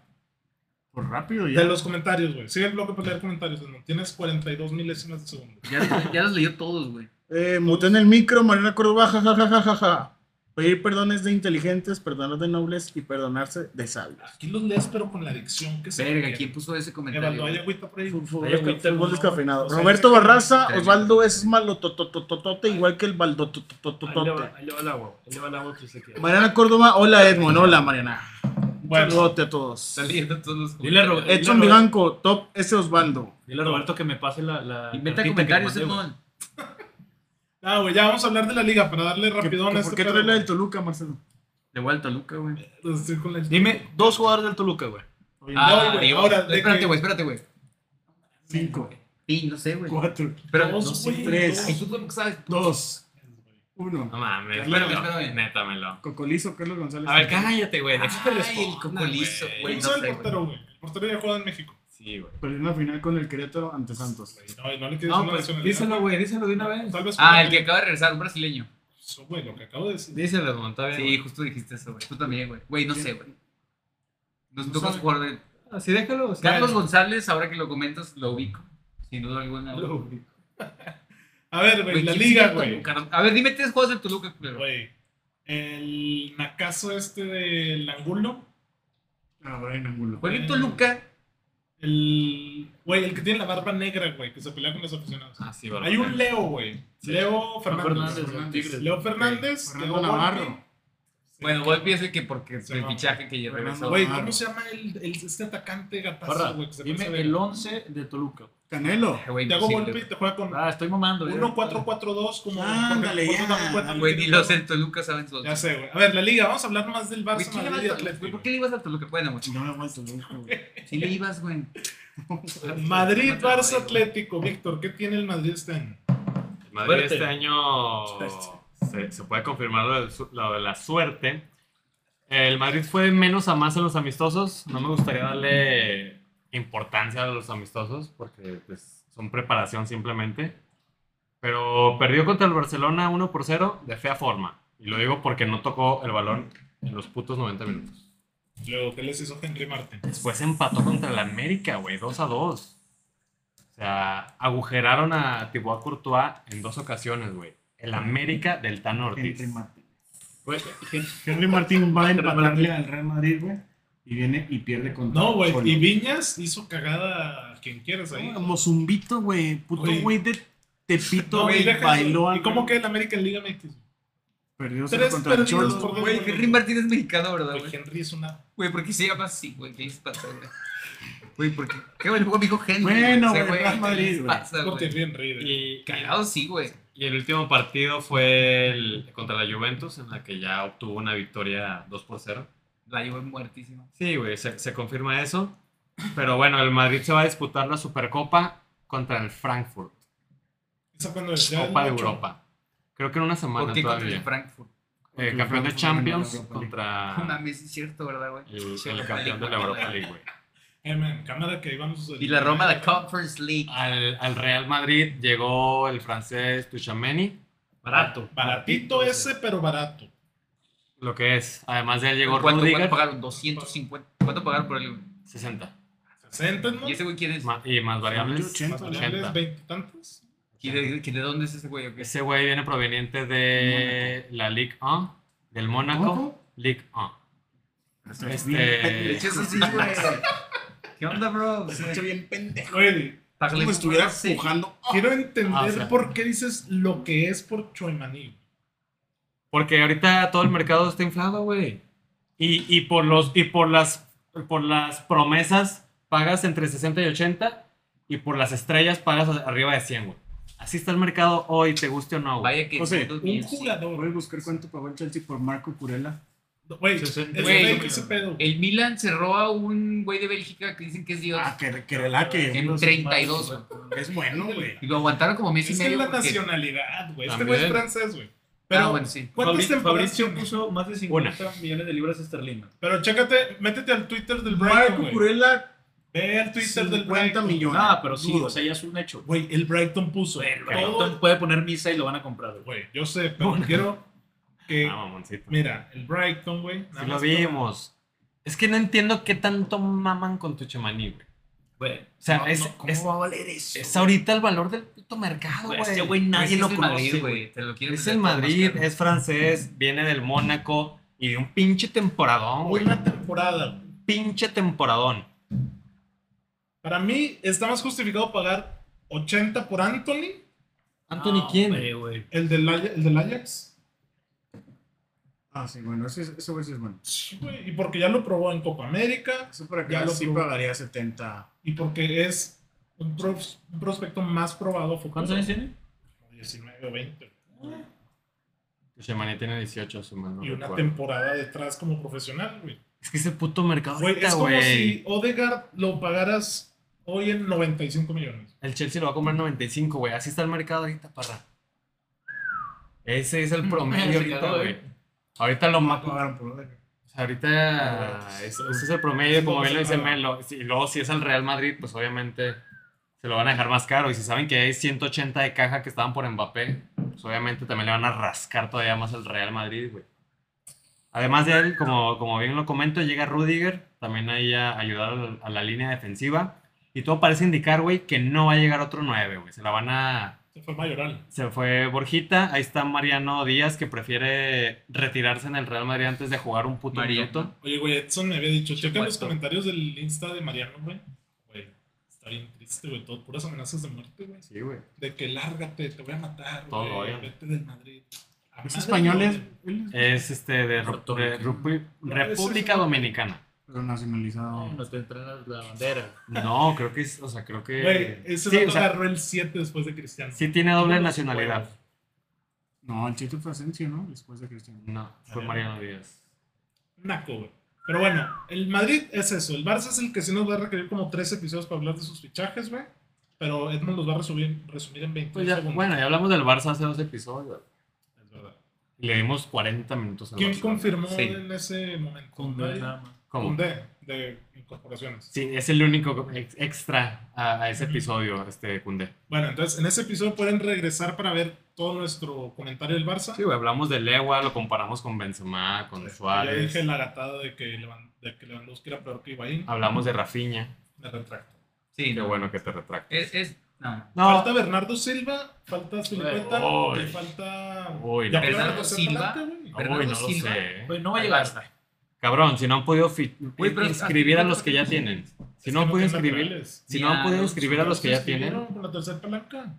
[SPEAKER 5] Por rápido ya.
[SPEAKER 1] de los comentarios, güey. Sigue el bloque para leer comentarios, ¿no? Tienes 42 milésimas de segundo.
[SPEAKER 4] Ya, ya los leyó todos, güey.
[SPEAKER 6] Eh, muté en el micro, Mariana Córdoba, jajajajaja. Pedir perdones de inteligentes, perdonar de nobles y perdonarse de sabios.
[SPEAKER 1] Aquí los lees, pero con la adicción que se
[SPEAKER 4] Verga,
[SPEAKER 1] requiere.
[SPEAKER 4] ¿quién puso ese
[SPEAKER 1] Evaldo,
[SPEAKER 4] comentario?
[SPEAKER 1] hay agüita por ahí.
[SPEAKER 6] Fu- fu-
[SPEAKER 2] Ahí agüita,
[SPEAKER 6] Fútbol
[SPEAKER 2] no,
[SPEAKER 6] descafeinado.
[SPEAKER 1] no sé,
[SPEAKER 6] Roberto
[SPEAKER 1] es que-
[SPEAKER 6] Barraza,
[SPEAKER 4] Tremendo.
[SPEAKER 6] Osvaldo es malo tototototote, igual que el
[SPEAKER 2] Ahí le va
[SPEAKER 6] baldototototote.
[SPEAKER 2] ahí le va el agua. Ahí le va el agua que usted quiere.
[SPEAKER 6] Mariana Córdoba, hola Edmond, hola Mariana.
[SPEAKER 1] Bueno.
[SPEAKER 6] Saludote a todos.
[SPEAKER 4] Está leyendo todos los
[SPEAKER 2] Dile a Ro-
[SPEAKER 4] comentarios.
[SPEAKER 2] eh,
[SPEAKER 6] Edson Vivanco, top ese Osvaldo.
[SPEAKER 2] Dile a Roberto que me pase la. la
[SPEAKER 4] Inventa
[SPEAKER 2] cartita que
[SPEAKER 4] comentarios,
[SPEAKER 2] mandé, güey.
[SPEAKER 4] Edmond.
[SPEAKER 1] Ah, güey, ya vamos a hablar de la liga para darle
[SPEAKER 6] ¿Qué-
[SPEAKER 1] rapidón a
[SPEAKER 6] ¿Por
[SPEAKER 1] este
[SPEAKER 6] qué
[SPEAKER 1] pedo,
[SPEAKER 6] traerle del Toluca, Marcelo?
[SPEAKER 4] De vuelta a Luca, güey.
[SPEAKER 1] güey. Estoy con la-
[SPEAKER 2] Dime dos jugadores del Toluca, güey.
[SPEAKER 1] No,
[SPEAKER 4] Ah,
[SPEAKER 1] güey,
[SPEAKER 4] Diego.
[SPEAKER 1] ahora, de que-
[SPEAKER 4] Espérate, güey, espérate, güey.
[SPEAKER 5] Cinco,
[SPEAKER 4] Sí, no sé, güey.
[SPEAKER 5] cuatro,
[SPEAKER 4] Pero
[SPEAKER 1] Dos,
[SPEAKER 4] no sé.
[SPEAKER 1] güey,
[SPEAKER 5] tres.
[SPEAKER 4] Ay, tú cómo sabes.
[SPEAKER 5] dos, uno.
[SPEAKER 3] No mames,
[SPEAKER 4] Espérame,
[SPEAKER 3] espérame,
[SPEAKER 4] espérame.
[SPEAKER 3] Nétamelo.
[SPEAKER 5] Cocolizo, Carlos González.
[SPEAKER 3] A ver, cállate, güey. déjame
[SPEAKER 4] Ay, el
[SPEAKER 3] respondo,
[SPEAKER 4] cocolizo, güey.
[SPEAKER 1] ¿Quién
[SPEAKER 4] No
[SPEAKER 1] sabe
[SPEAKER 4] sé,
[SPEAKER 1] el portero, güey? El portero ya juega en México.
[SPEAKER 3] Sí, güey.
[SPEAKER 5] Perdió una final con el Querétaro ante Santos.
[SPEAKER 1] güey. No, y no le quieres
[SPEAKER 2] No,
[SPEAKER 1] una
[SPEAKER 2] pues
[SPEAKER 1] nacionalidad,
[SPEAKER 2] díselo, güey, díselo de una vez.
[SPEAKER 1] Tal vez
[SPEAKER 4] Ah,
[SPEAKER 1] juegue
[SPEAKER 4] el que
[SPEAKER 1] en-
[SPEAKER 4] acaba de regresar, un brasileño.
[SPEAKER 1] Eso, güey, lo que acabo de decir.
[SPEAKER 3] Díselo, monta
[SPEAKER 4] Sí, justo dijiste eso, güey. Tú también, güey. Güey, no sé, güey. Nos
[SPEAKER 5] No
[SPEAKER 4] tocas
[SPEAKER 5] sabe.
[SPEAKER 4] jugar de...
[SPEAKER 2] Así déjalo.
[SPEAKER 4] Carlos González, ahora que lo comentas, lo ubico. Sin duda alguna. güey.
[SPEAKER 1] A ver, güey,
[SPEAKER 4] Güey,
[SPEAKER 1] la
[SPEAKER 4] ¿quién
[SPEAKER 1] liga,
[SPEAKER 4] sigue
[SPEAKER 1] güey.
[SPEAKER 4] Toluca? A ver, dime tres juegos del Toluca, culero.
[SPEAKER 1] Güey, El nacazo este del Angulo.
[SPEAKER 5] Ah, Brian Angulo.
[SPEAKER 4] Juega en Toluca.
[SPEAKER 1] El. Güey, el que tiene la barba negra, güey, que se pelea con los aficionados.
[SPEAKER 3] Ah, sí, güey.
[SPEAKER 1] Hay un Leo, güey. Leo Fernández.
[SPEAKER 2] Fernández, del Tigres.
[SPEAKER 1] Leo Fernández.
[SPEAKER 5] Fernando
[SPEAKER 1] Leo Volpi.
[SPEAKER 5] Navarro.
[SPEAKER 1] Sí.
[SPEAKER 4] Bueno, Volpi es el que porque
[SPEAKER 1] Sí,
[SPEAKER 4] el
[SPEAKER 1] no.
[SPEAKER 4] fichaje que ya
[SPEAKER 5] Fernando,
[SPEAKER 4] regresó.
[SPEAKER 1] Güey,
[SPEAKER 5] Navarro.
[SPEAKER 1] ¿cómo se llama el, el- este atacante
[SPEAKER 2] Parra,
[SPEAKER 1] gatazo, güey? que se
[SPEAKER 2] dime
[SPEAKER 1] parece a
[SPEAKER 2] el
[SPEAKER 1] Vega?
[SPEAKER 2] 11 de Toluca.
[SPEAKER 5] Canelo.
[SPEAKER 4] Ay, Güey,
[SPEAKER 1] Thiago
[SPEAKER 4] imposible,
[SPEAKER 1] Volpi te juega con
[SPEAKER 2] Ah, estoy mamando. ya.
[SPEAKER 1] 1-4-4-2 como...
[SPEAKER 5] Ándale,
[SPEAKER 1] porque
[SPEAKER 5] ya.
[SPEAKER 1] también cuenta
[SPEAKER 4] güey. Ah, Güey, ni
[SPEAKER 1] que-
[SPEAKER 4] los del Toluca saben todos.
[SPEAKER 1] Ya sé, güey. A ver, la Liga. Vamos a hablar más del
[SPEAKER 4] Güey,
[SPEAKER 1] Barça,
[SPEAKER 4] ¿quién le va
[SPEAKER 1] Madrid
[SPEAKER 4] al
[SPEAKER 1] y
[SPEAKER 4] Toluca?
[SPEAKER 1] Atlético.
[SPEAKER 4] ¿Por qué le ibas al Toluca? Bueno, güey,
[SPEAKER 5] No me vuelto loco, güey.
[SPEAKER 4] sí le ibas, güey.
[SPEAKER 1] Madrid, Barça,
[SPEAKER 4] Madrid, güey.
[SPEAKER 1] Atlético. Víctor, ¿qué tiene el Madrid este año?
[SPEAKER 3] El Madrid
[SPEAKER 2] Suerte.
[SPEAKER 3] este año se, se puede confirmar lo, del su- lo de la suerte. El Madrid fue menos a más en los amistosos. No me gustaría darle importancia a los amistosos porque pues, son preparación simplemente. Pero perdió contra el Barcelona 1 por 0 de fea forma. Y lo digo porque no tocó el balón en los putos 90 minutos.
[SPEAKER 1] Luego, ¿qué les hizo Henry Martin?
[SPEAKER 3] Después empató contra el América, güey, 2 a 2. O sea, agujeraron a Thibaut Courtois en dos ocasiones, güey. El América del Tano Ortiz.
[SPEAKER 5] Henry Martín.
[SPEAKER 2] Güey,
[SPEAKER 5] Henry Martín va a empatarle al Real Madrid, güey. Y viene y pierde contra
[SPEAKER 1] No, güey.
[SPEAKER 5] Cholo.
[SPEAKER 1] Y Viñas hizo cagada a quien quieras ahí.
[SPEAKER 6] Ah, Mozumbito, güey. Puto
[SPEAKER 1] Oye.
[SPEAKER 6] güey de Tepito,
[SPEAKER 1] No, y
[SPEAKER 6] güey.
[SPEAKER 1] deja eso.
[SPEAKER 6] bailó al-
[SPEAKER 1] ¿Y cómo que el América en Liga MX?
[SPEAKER 4] Ah,
[SPEAKER 5] Perdió cero
[SPEAKER 1] Tres
[SPEAKER 5] contra el
[SPEAKER 1] perdidos
[SPEAKER 5] Cholo.
[SPEAKER 1] por dos.
[SPEAKER 4] Güey,
[SPEAKER 1] goles.
[SPEAKER 4] Henry Martín es mexicano, ¿verdad,
[SPEAKER 1] Güey,
[SPEAKER 4] güey? Ah,
[SPEAKER 1] Henry es una...
[SPEAKER 4] Güey, ¿por qué se llama así, güey? ¿Qué les pasa, güey? Güey, ¿por qué? ¿Qué güey, luego me dijo Henry?
[SPEAKER 5] Bueno,
[SPEAKER 4] O sea,
[SPEAKER 5] güey, Real Madrid,
[SPEAKER 4] ¿Qué les
[SPEAKER 5] güey.
[SPEAKER 4] pasa,
[SPEAKER 1] Porque
[SPEAKER 4] güey?
[SPEAKER 1] Henry, güey.
[SPEAKER 3] Y,
[SPEAKER 4] Cagado sí, güey.
[SPEAKER 3] y el último partido fue el, contra la Juventus, en la que ya obtuvo una victoria 2 por 0.
[SPEAKER 4] La llevo muertísima.
[SPEAKER 3] Sí, güey, se, se confirma eso. Pero bueno, el Madrid se va a disputar la Supercopa contra el Frankfurt,
[SPEAKER 1] Eso cuando ya
[SPEAKER 3] Copa de
[SPEAKER 1] el ocho.
[SPEAKER 3] Europa. Creo que en una semana
[SPEAKER 4] ¿Por qué contra
[SPEAKER 3] todavía. Ah.
[SPEAKER 4] el Frankfurt?
[SPEAKER 3] Eh, campeón de
[SPEAKER 5] Frankfurt ganó la
[SPEAKER 3] Champions
[SPEAKER 5] Europa League.
[SPEAKER 3] contra
[SPEAKER 4] No mames, es cierto, ¿verdad, güey?
[SPEAKER 3] el,
[SPEAKER 4] Sí,
[SPEAKER 3] el
[SPEAKER 4] la
[SPEAKER 3] campeón de la
[SPEAKER 4] Liga.
[SPEAKER 3] Europa League, güey.
[SPEAKER 1] Eh, man, cámara que íbamos...
[SPEAKER 4] Y la Roma, la Conference League.
[SPEAKER 3] Al, al Real Madrid llegó el francés Tuchameni,
[SPEAKER 2] Barato.
[SPEAKER 1] Baratito ese, pero barato.
[SPEAKER 3] lo que es. Además de él llegó
[SPEAKER 4] ¿Cuánto, cuánto
[SPEAKER 3] Rodríguez,
[SPEAKER 4] pagaron? 250. ¿Cuánto pagaron por él, güey?
[SPEAKER 3] 60.
[SPEAKER 1] 60, ¿no?
[SPEAKER 4] ¿Y ese güey quién es?
[SPEAKER 3] Ma- Y más variables,
[SPEAKER 5] 80.
[SPEAKER 1] Más variables,
[SPEAKER 3] 80.
[SPEAKER 1] veintitantos.
[SPEAKER 4] ¿Y de, que de dónde es ese güey? o qué?
[SPEAKER 3] Ese güey viene proveniente de la Ligue 1, del Mónaco. Ligue 1.
[SPEAKER 4] De hecho,
[SPEAKER 3] Este,
[SPEAKER 4] eso sí, güey. ¿Qué onda, bro? O sea,
[SPEAKER 6] Pinche bien pendejo.
[SPEAKER 1] Oye,
[SPEAKER 4] págale
[SPEAKER 6] Como estuviera
[SPEAKER 4] por ese.
[SPEAKER 6] pujando.
[SPEAKER 1] quiero entender
[SPEAKER 3] Ah, o sea.
[SPEAKER 1] por qué dices lo que es por Choimaní.
[SPEAKER 3] porque ahorita todo el mercado está inflado, güey. Y, y por los y por las por las promesas pagas entre 60 y 80 y por las estrellas pagas a- arriba de 100, güey. Así está el mercado hoy, te guste o no, güey.
[SPEAKER 4] Vaya que.
[SPEAKER 5] O sea,
[SPEAKER 4] Dios
[SPEAKER 1] Un
[SPEAKER 4] mío, sí.
[SPEAKER 1] jugador.
[SPEAKER 5] Voy a buscar cuánto pagó el Chelsea por Marco Curela.
[SPEAKER 1] Güey, es
[SPEAKER 2] 60.
[SPEAKER 1] fake ese pedo.
[SPEAKER 4] El Milan cerró a un güey de Bélgica que dicen que es Dios
[SPEAKER 5] Ah, que, que relaque.
[SPEAKER 4] en 32, güey.
[SPEAKER 5] Es bueno, güey.
[SPEAKER 4] Y lo aguantaron como mes y
[SPEAKER 1] Es que es
[SPEAKER 4] medio.
[SPEAKER 1] la
[SPEAKER 4] porque-
[SPEAKER 1] nacionalidad, güey. Este
[SPEAKER 3] También.
[SPEAKER 1] güey es francés, güey. Pero,
[SPEAKER 4] Ah, bueno, sí.
[SPEAKER 1] ¿cuántas
[SPEAKER 2] Fabri-
[SPEAKER 1] temporadas
[SPEAKER 2] Fabrizio
[SPEAKER 1] tiene?
[SPEAKER 2] puso más de 50 millones de libras esterlinas.
[SPEAKER 1] Pero chécate, métete al Twitter del
[SPEAKER 6] Marco
[SPEAKER 1] Brighton, güey.
[SPEAKER 6] Curela,
[SPEAKER 1] Ve al Twitter del
[SPEAKER 6] 50
[SPEAKER 1] Brighton.
[SPEAKER 6] millones.
[SPEAKER 2] Nada, Ah, pero sí,
[SPEAKER 6] Dudo.
[SPEAKER 2] o sea, ya es un hecho.
[SPEAKER 1] Güey, el Brighton puso.
[SPEAKER 2] El
[SPEAKER 1] todo
[SPEAKER 2] Brighton puede poner misa y lo van a comprar. güey.
[SPEAKER 1] Güey, yo sé, pero quiero que.
[SPEAKER 3] Ah, mamoncito.
[SPEAKER 1] Mira, el Brighton, güey. nada
[SPEAKER 3] Sí lo
[SPEAKER 1] más-
[SPEAKER 3] vimos. Es que no entiendo qué tanto maman con tu chemaní, güey.
[SPEAKER 2] Güey.
[SPEAKER 3] O sea,
[SPEAKER 1] No,
[SPEAKER 3] es,
[SPEAKER 1] no, ¿cómo
[SPEAKER 3] es,
[SPEAKER 1] va a valer eso?
[SPEAKER 3] es ahorita el valor del puto mercado,
[SPEAKER 2] Güey,
[SPEAKER 3] güey.
[SPEAKER 2] este güey nadie
[SPEAKER 4] Es
[SPEAKER 2] lo
[SPEAKER 4] el
[SPEAKER 2] conoce,
[SPEAKER 4] Madrid,
[SPEAKER 2] güey.
[SPEAKER 4] Te lo quieren
[SPEAKER 3] Es
[SPEAKER 4] vender
[SPEAKER 3] el
[SPEAKER 4] todo más
[SPEAKER 3] Madrid, eh.
[SPEAKER 4] caro.
[SPEAKER 3] es francés, viene del Mónaco y de un pinche temporadón, güey.
[SPEAKER 1] Buena temporada, güey.
[SPEAKER 3] Pinche temporadón.
[SPEAKER 1] Para mí está más justificado pagar 80 por Anthony,
[SPEAKER 3] Anthony,
[SPEAKER 2] No,
[SPEAKER 3] ¿quién?
[SPEAKER 2] güey, güey.
[SPEAKER 1] el del, Aj- el del Ajax.
[SPEAKER 5] Ah, sí, bueno, ese, ese güey sí es bueno.
[SPEAKER 1] Sí, güey, Y porque ya lo probó en Copa América
[SPEAKER 5] Eso para
[SPEAKER 1] Ya
[SPEAKER 5] acá
[SPEAKER 1] lo
[SPEAKER 5] sí
[SPEAKER 1] probó.
[SPEAKER 5] pagaría 70.
[SPEAKER 1] y porque es un, pros- un prospecto más probado. a futuro.
[SPEAKER 2] ¿Cuántos años tiene?
[SPEAKER 1] 19 o 20.
[SPEAKER 3] Tu chemaní tiene 18, su mano.
[SPEAKER 1] y una temporada detrás como profesional, güey.
[SPEAKER 3] Es que ese puto mercado
[SPEAKER 1] Güey,
[SPEAKER 3] ahorita,
[SPEAKER 1] es como
[SPEAKER 3] güey.
[SPEAKER 1] si Odegaard lo pagaras hoy en 95 millones.
[SPEAKER 3] El Chelsea lo va a comprar en 95, güey. Así está el mercado ahorita, parra. Ese es el
[SPEAKER 4] Se
[SPEAKER 3] promedio ahorita,
[SPEAKER 4] cagó,
[SPEAKER 3] güey. Ahorita lo
[SPEAKER 5] No
[SPEAKER 3] más...
[SPEAKER 5] pagaron por Odegaard.
[SPEAKER 3] ahorita es- ese es el promedio, como bien lo dice Melo. Y luego si es al Real Madrid, pues obviamente se lo van a dejar más caro. Y si saben que hay 180 de caja que estaban por Mbappé, pues obviamente también le van a rascar todavía más al Real Madrid, güey. Además de él, como, como bien lo comento, llega Rudiger también ahí a ayudar al- a la línea defensiva. Y todo parece indicar, güey, que no va a llegar otro 9, güey. Se la van a...
[SPEAKER 1] Se fue mayoral.
[SPEAKER 3] Se fue Borjita, ahí está Mariano Díaz que prefiere retirarse en el Real Madrid antes de jugar un puto
[SPEAKER 4] Mariano.
[SPEAKER 3] minuto.
[SPEAKER 1] Oye, güey, Edson me había dicho, checa los
[SPEAKER 4] Chihuahua.
[SPEAKER 1] comentarios del Insta de Mariano, güey. Güey, está bien triste, güey. Todo, puras amenazas de muerte, güey.
[SPEAKER 3] Sí, güey.
[SPEAKER 1] De que lárgate, te voy a matar,
[SPEAKER 3] Todo,
[SPEAKER 1] güey.
[SPEAKER 3] oigan.
[SPEAKER 1] Vete del Madrid. A
[SPEAKER 5] Es
[SPEAKER 1] madre,
[SPEAKER 5] español, es,
[SPEAKER 1] güey.
[SPEAKER 5] él es-
[SPEAKER 3] Es este de Ru-
[SPEAKER 2] Puerto
[SPEAKER 3] de
[SPEAKER 2] Rico.
[SPEAKER 3] Rupi-
[SPEAKER 1] No,
[SPEAKER 3] República
[SPEAKER 1] eso es-
[SPEAKER 3] Dominicana.
[SPEAKER 5] pero nacionalizado.
[SPEAKER 2] No te entrenas la bandera.
[SPEAKER 3] No, creo que es, o sea, creo que
[SPEAKER 1] Güey, ese
[SPEAKER 3] sí,
[SPEAKER 1] vato
[SPEAKER 3] o sea,
[SPEAKER 1] agarró el 7 después de Cristiano.
[SPEAKER 3] sí tiene
[SPEAKER 1] Uno
[SPEAKER 3] doble
[SPEAKER 1] de los
[SPEAKER 3] nacionalidad.
[SPEAKER 1] juegos.
[SPEAKER 5] No, el chiste fue Asensio, ¿no? Después de Cristiano.
[SPEAKER 3] No, fue
[SPEAKER 1] Mariano.
[SPEAKER 3] Mariano Díaz.
[SPEAKER 1] Naco, güey. Pero bueno, el Madrid es eso. El Barça es el que sí nos va a requerir como tres episodios para hablar de sus fichajes, güey. Pero Edmond los va a resumir, resumir en 20
[SPEAKER 3] Pues ya,
[SPEAKER 1] segundos.
[SPEAKER 3] bueno, ya hablamos del Barça hace dos episodios.
[SPEAKER 1] Es verdad.
[SPEAKER 3] Y le dimos 40 minutos al
[SPEAKER 1] ¿Quién
[SPEAKER 3] Barça.
[SPEAKER 1] confirmó
[SPEAKER 4] Sí.
[SPEAKER 1] en ese momento?
[SPEAKER 2] Con
[SPEAKER 1] Nadie.
[SPEAKER 2] nada más.
[SPEAKER 3] ¿Cómo?
[SPEAKER 1] Koundé, de incorporaciones.
[SPEAKER 3] Sí, es el único ex- extra a, a ese episodio, este Cundé.
[SPEAKER 1] Bueno, entonces en ese episodio pueden regresar para ver todo nuestro comentario del Barça.
[SPEAKER 3] Sí, güey, hablamos de Lewa, lo comparamos con Benzema, con
[SPEAKER 1] Ya
[SPEAKER 3] Suárez.
[SPEAKER 1] Este, dije la gatada de que, Levan- de que Lewandowski era peor que Higuaín.
[SPEAKER 3] Hablamos de Rafinha.
[SPEAKER 1] Me retracto.
[SPEAKER 4] Sí,
[SPEAKER 3] Qué
[SPEAKER 4] no.
[SPEAKER 3] bueno que te retractas.
[SPEAKER 4] Es, es, no.
[SPEAKER 3] No,
[SPEAKER 1] Falta Bernardo Silva, falta Filipueta
[SPEAKER 3] Uy.
[SPEAKER 1] y falta...
[SPEAKER 3] Uy,
[SPEAKER 1] Ya
[SPEAKER 3] no.
[SPEAKER 1] que van a
[SPEAKER 4] Bernardo
[SPEAKER 1] pasar
[SPEAKER 4] Silva.
[SPEAKER 1] para adelante, güey.
[SPEAKER 3] uy,
[SPEAKER 4] Bernardo
[SPEAKER 3] no lo
[SPEAKER 4] Silva.
[SPEAKER 3] sé. ¿eh?
[SPEAKER 2] Pues no va a llegar.
[SPEAKER 3] Cabrón, si no han podido fi-
[SPEAKER 4] Güey, pero-
[SPEAKER 3] inscribir a los que ya tienen. Si
[SPEAKER 1] Es
[SPEAKER 3] no
[SPEAKER 1] que
[SPEAKER 3] han podido
[SPEAKER 1] tienen
[SPEAKER 3] inscribir,
[SPEAKER 1] laterales.
[SPEAKER 3] si no han
[SPEAKER 4] Ya,
[SPEAKER 3] podido
[SPEAKER 4] no,
[SPEAKER 3] inscribir a los que ya
[SPEAKER 1] Inscribieron
[SPEAKER 3] tienen.
[SPEAKER 1] Con la tercera palanca.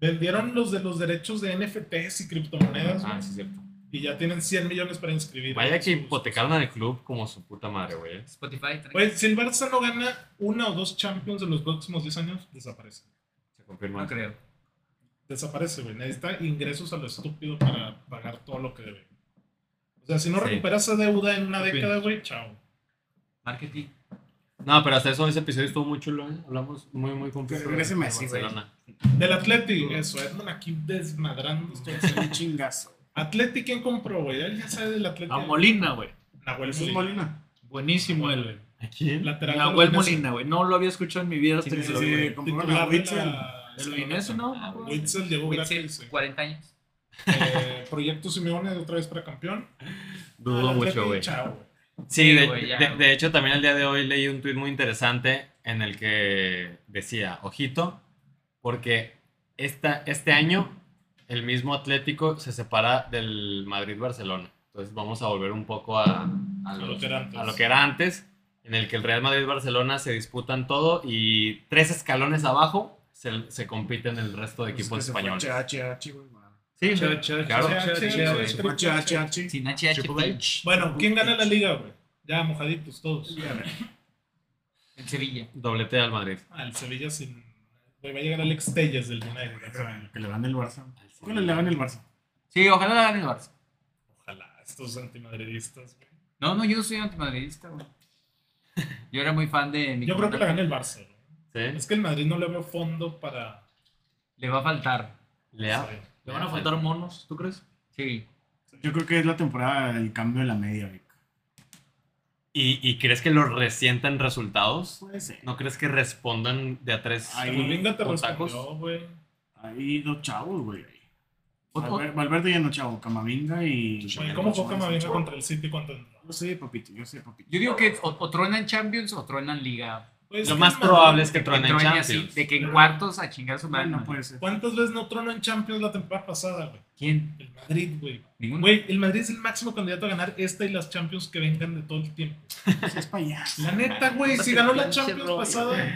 [SPEAKER 1] Vendieron los de los derechos de NFTs y criptomonedas
[SPEAKER 3] Ah,
[SPEAKER 1] güey,
[SPEAKER 3] sí, es cierto.
[SPEAKER 1] y ya tienen 100 millones para inscribir.
[SPEAKER 3] Vaya que
[SPEAKER 1] Sus-
[SPEAKER 3] hipotecaron al club como su puta madre, güey. ¿eh?
[SPEAKER 4] Spotify. tranquilo.
[SPEAKER 1] Güey, si el Barça no gana una o dos Champions en los próximos 10 años, desaparece.
[SPEAKER 3] Se confirma.
[SPEAKER 4] no creo.
[SPEAKER 1] desaparece, güey. Necesita ingresos a lo estúpido para pagar todo lo que debe. O sea, si no
[SPEAKER 3] Sí.
[SPEAKER 1] recuperas esa deuda en una
[SPEAKER 2] ¿Qué
[SPEAKER 1] década, güey, chao.
[SPEAKER 4] Marketing.
[SPEAKER 3] No, pero hasta eso, ese episodio estuvo muy chulo, ¿eh? Hablamos muy, muy completo.
[SPEAKER 5] Que regrese
[SPEAKER 3] de- de
[SPEAKER 5] Messi, güey.
[SPEAKER 3] Barcelona.
[SPEAKER 1] Del Atleti, eso, Edmond aquí desmadrando. esto.
[SPEAKER 5] Un chingazo.
[SPEAKER 1] Atleti, ¿quién compró, güey? Él ya sabe del Atleti.
[SPEAKER 2] A
[SPEAKER 3] Ah,
[SPEAKER 2] Molina, güey.
[SPEAKER 1] Nahuel
[SPEAKER 5] Jesús
[SPEAKER 1] Molina.
[SPEAKER 5] Molina.
[SPEAKER 2] Buenísimo él, güey.
[SPEAKER 3] ¿A quién?
[SPEAKER 1] Lateral. del
[SPEAKER 2] Nahuel
[SPEAKER 1] Udinese.
[SPEAKER 2] Molina, güey. No lo había escuchado en mi vida. hasta
[SPEAKER 5] Sí,
[SPEAKER 2] que
[SPEAKER 5] sí,
[SPEAKER 2] lo
[SPEAKER 5] sí.
[SPEAKER 2] vi, güey.
[SPEAKER 5] Compraron a
[SPEAKER 1] Titular de
[SPEAKER 5] Witzel.
[SPEAKER 1] la-
[SPEAKER 2] El Udinese, ¿no?
[SPEAKER 1] Ah, Witzel llegó gratis.
[SPEAKER 4] Witzel,
[SPEAKER 1] güey.
[SPEAKER 4] 40 años.
[SPEAKER 1] Eh, Proyecto Simeone otra vez para campeón.
[SPEAKER 3] Dudo
[SPEAKER 1] Al Atleti,
[SPEAKER 3] mucho, güey.
[SPEAKER 1] Chao, güey.
[SPEAKER 3] Sí, de,
[SPEAKER 4] güey, ya,
[SPEAKER 3] de-
[SPEAKER 4] güey.
[SPEAKER 3] de hecho también el día de hoy leí un tuit muy interesante en el que decía, ojito, porque esta, este año el mismo Atlético se separa del Madrid-Barcelona. Entonces vamos a volver un poco a, a
[SPEAKER 1] lo
[SPEAKER 3] los-
[SPEAKER 1] que era antes.
[SPEAKER 3] a lo que era antes, en el que el Real Madrid-Barcelona se disputan todo y tres escalones abajo se, se compiten el resto de
[SPEAKER 5] Pues
[SPEAKER 3] equipos
[SPEAKER 5] que se fue
[SPEAKER 3] españoles.
[SPEAKER 5] Chachi, Chachi, güey, güey.
[SPEAKER 3] Sí,
[SPEAKER 2] Cha- cha-
[SPEAKER 3] claro.
[SPEAKER 2] cha-
[SPEAKER 1] Sí,
[SPEAKER 2] cha-
[SPEAKER 1] sí,
[SPEAKER 2] cha-
[SPEAKER 1] sí,
[SPEAKER 2] cha-
[SPEAKER 5] Se fue Chachi, Chachi.
[SPEAKER 4] Sin HH.
[SPEAKER 3] Triple H.
[SPEAKER 1] Bueno, ¿quién gana la liga, güey? Ya, mojaditos todos.
[SPEAKER 5] Ya, a ver.
[SPEAKER 4] En Sevilla.
[SPEAKER 3] Doblete al Madrid.
[SPEAKER 1] Ah, el Sevilla sin Güey, va a llegar Alex Telles del United.
[SPEAKER 5] Pero Que le van el Barça. ¿Cuál le van el Barça?
[SPEAKER 4] Sí, ojalá la gane el Barça.
[SPEAKER 1] Ojalá, estos antimadridistas. güey.
[SPEAKER 4] No, no, yo no soy antimadridista, güey. Yo era muy fan de mi
[SPEAKER 1] Yo creo que la gana el Barça. güey.
[SPEAKER 3] ¿Sí?
[SPEAKER 1] Es que el Madrid no le veo fondo para.
[SPEAKER 4] Le va a faltar.
[SPEAKER 3] Lea.
[SPEAKER 1] Sí.
[SPEAKER 2] Le van a faltar monos, ¿tú crees?
[SPEAKER 4] Sí.
[SPEAKER 5] Yo creo que es la temporada del cambio de la media, Vic.
[SPEAKER 3] ¿Y, y crees que los resientan resultados?
[SPEAKER 5] Puede ser.
[SPEAKER 3] ¿No crees que respondan de a tres?
[SPEAKER 5] Ay,
[SPEAKER 1] Pero Linda te
[SPEAKER 3] con tacos.
[SPEAKER 1] respondió, güey.
[SPEAKER 5] Hay dos chavos, güey.
[SPEAKER 2] Otro-
[SPEAKER 5] Valver- Valverde ya no chavo, Camavinga y...
[SPEAKER 1] Güey, ¿Cómo fue Pues, Camavinga contra el City cuando entró?
[SPEAKER 5] Yo sé, papito, yo sé, papito.
[SPEAKER 4] Yo digo que o, o truenan Champions o truenan Liga.
[SPEAKER 1] Pues,
[SPEAKER 3] Lo
[SPEAKER 1] que
[SPEAKER 3] más
[SPEAKER 1] el Madrid-
[SPEAKER 3] probable es que
[SPEAKER 4] Que
[SPEAKER 3] truenen
[SPEAKER 4] truene así,
[SPEAKER 3] Champions.
[SPEAKER 4] de que en cuartos a chingar a su madre.
[SPEAKER 5] Bueno,
[SPEAKER 4] ¿no?
[SPEAKER 1] pues,
[SPEAKER 5] puede ser.
[SPEAKER 1] ¿Cuántas veces no tronó en Champions la temporada pasada, güey?
[SPEAKER 4] ¿Quién?
[SPEAKER 1] El Madrid, güey.
[SPEAKER 4] Ninguno.
[SPEAKER 1] Güey, el Madrid es el máximo candidato a ganar esta y las Champions que vengan de todo el tiempo.
[SPEAKER 5] Pues es para allá.
[SPEAKER 1] La neta, güey, si ganó la
[SPEAKER 4] Pinche
[SPEAKER 1] Champions
[SPEAKER 4] rollo.
[SPEAKER 1] pasada,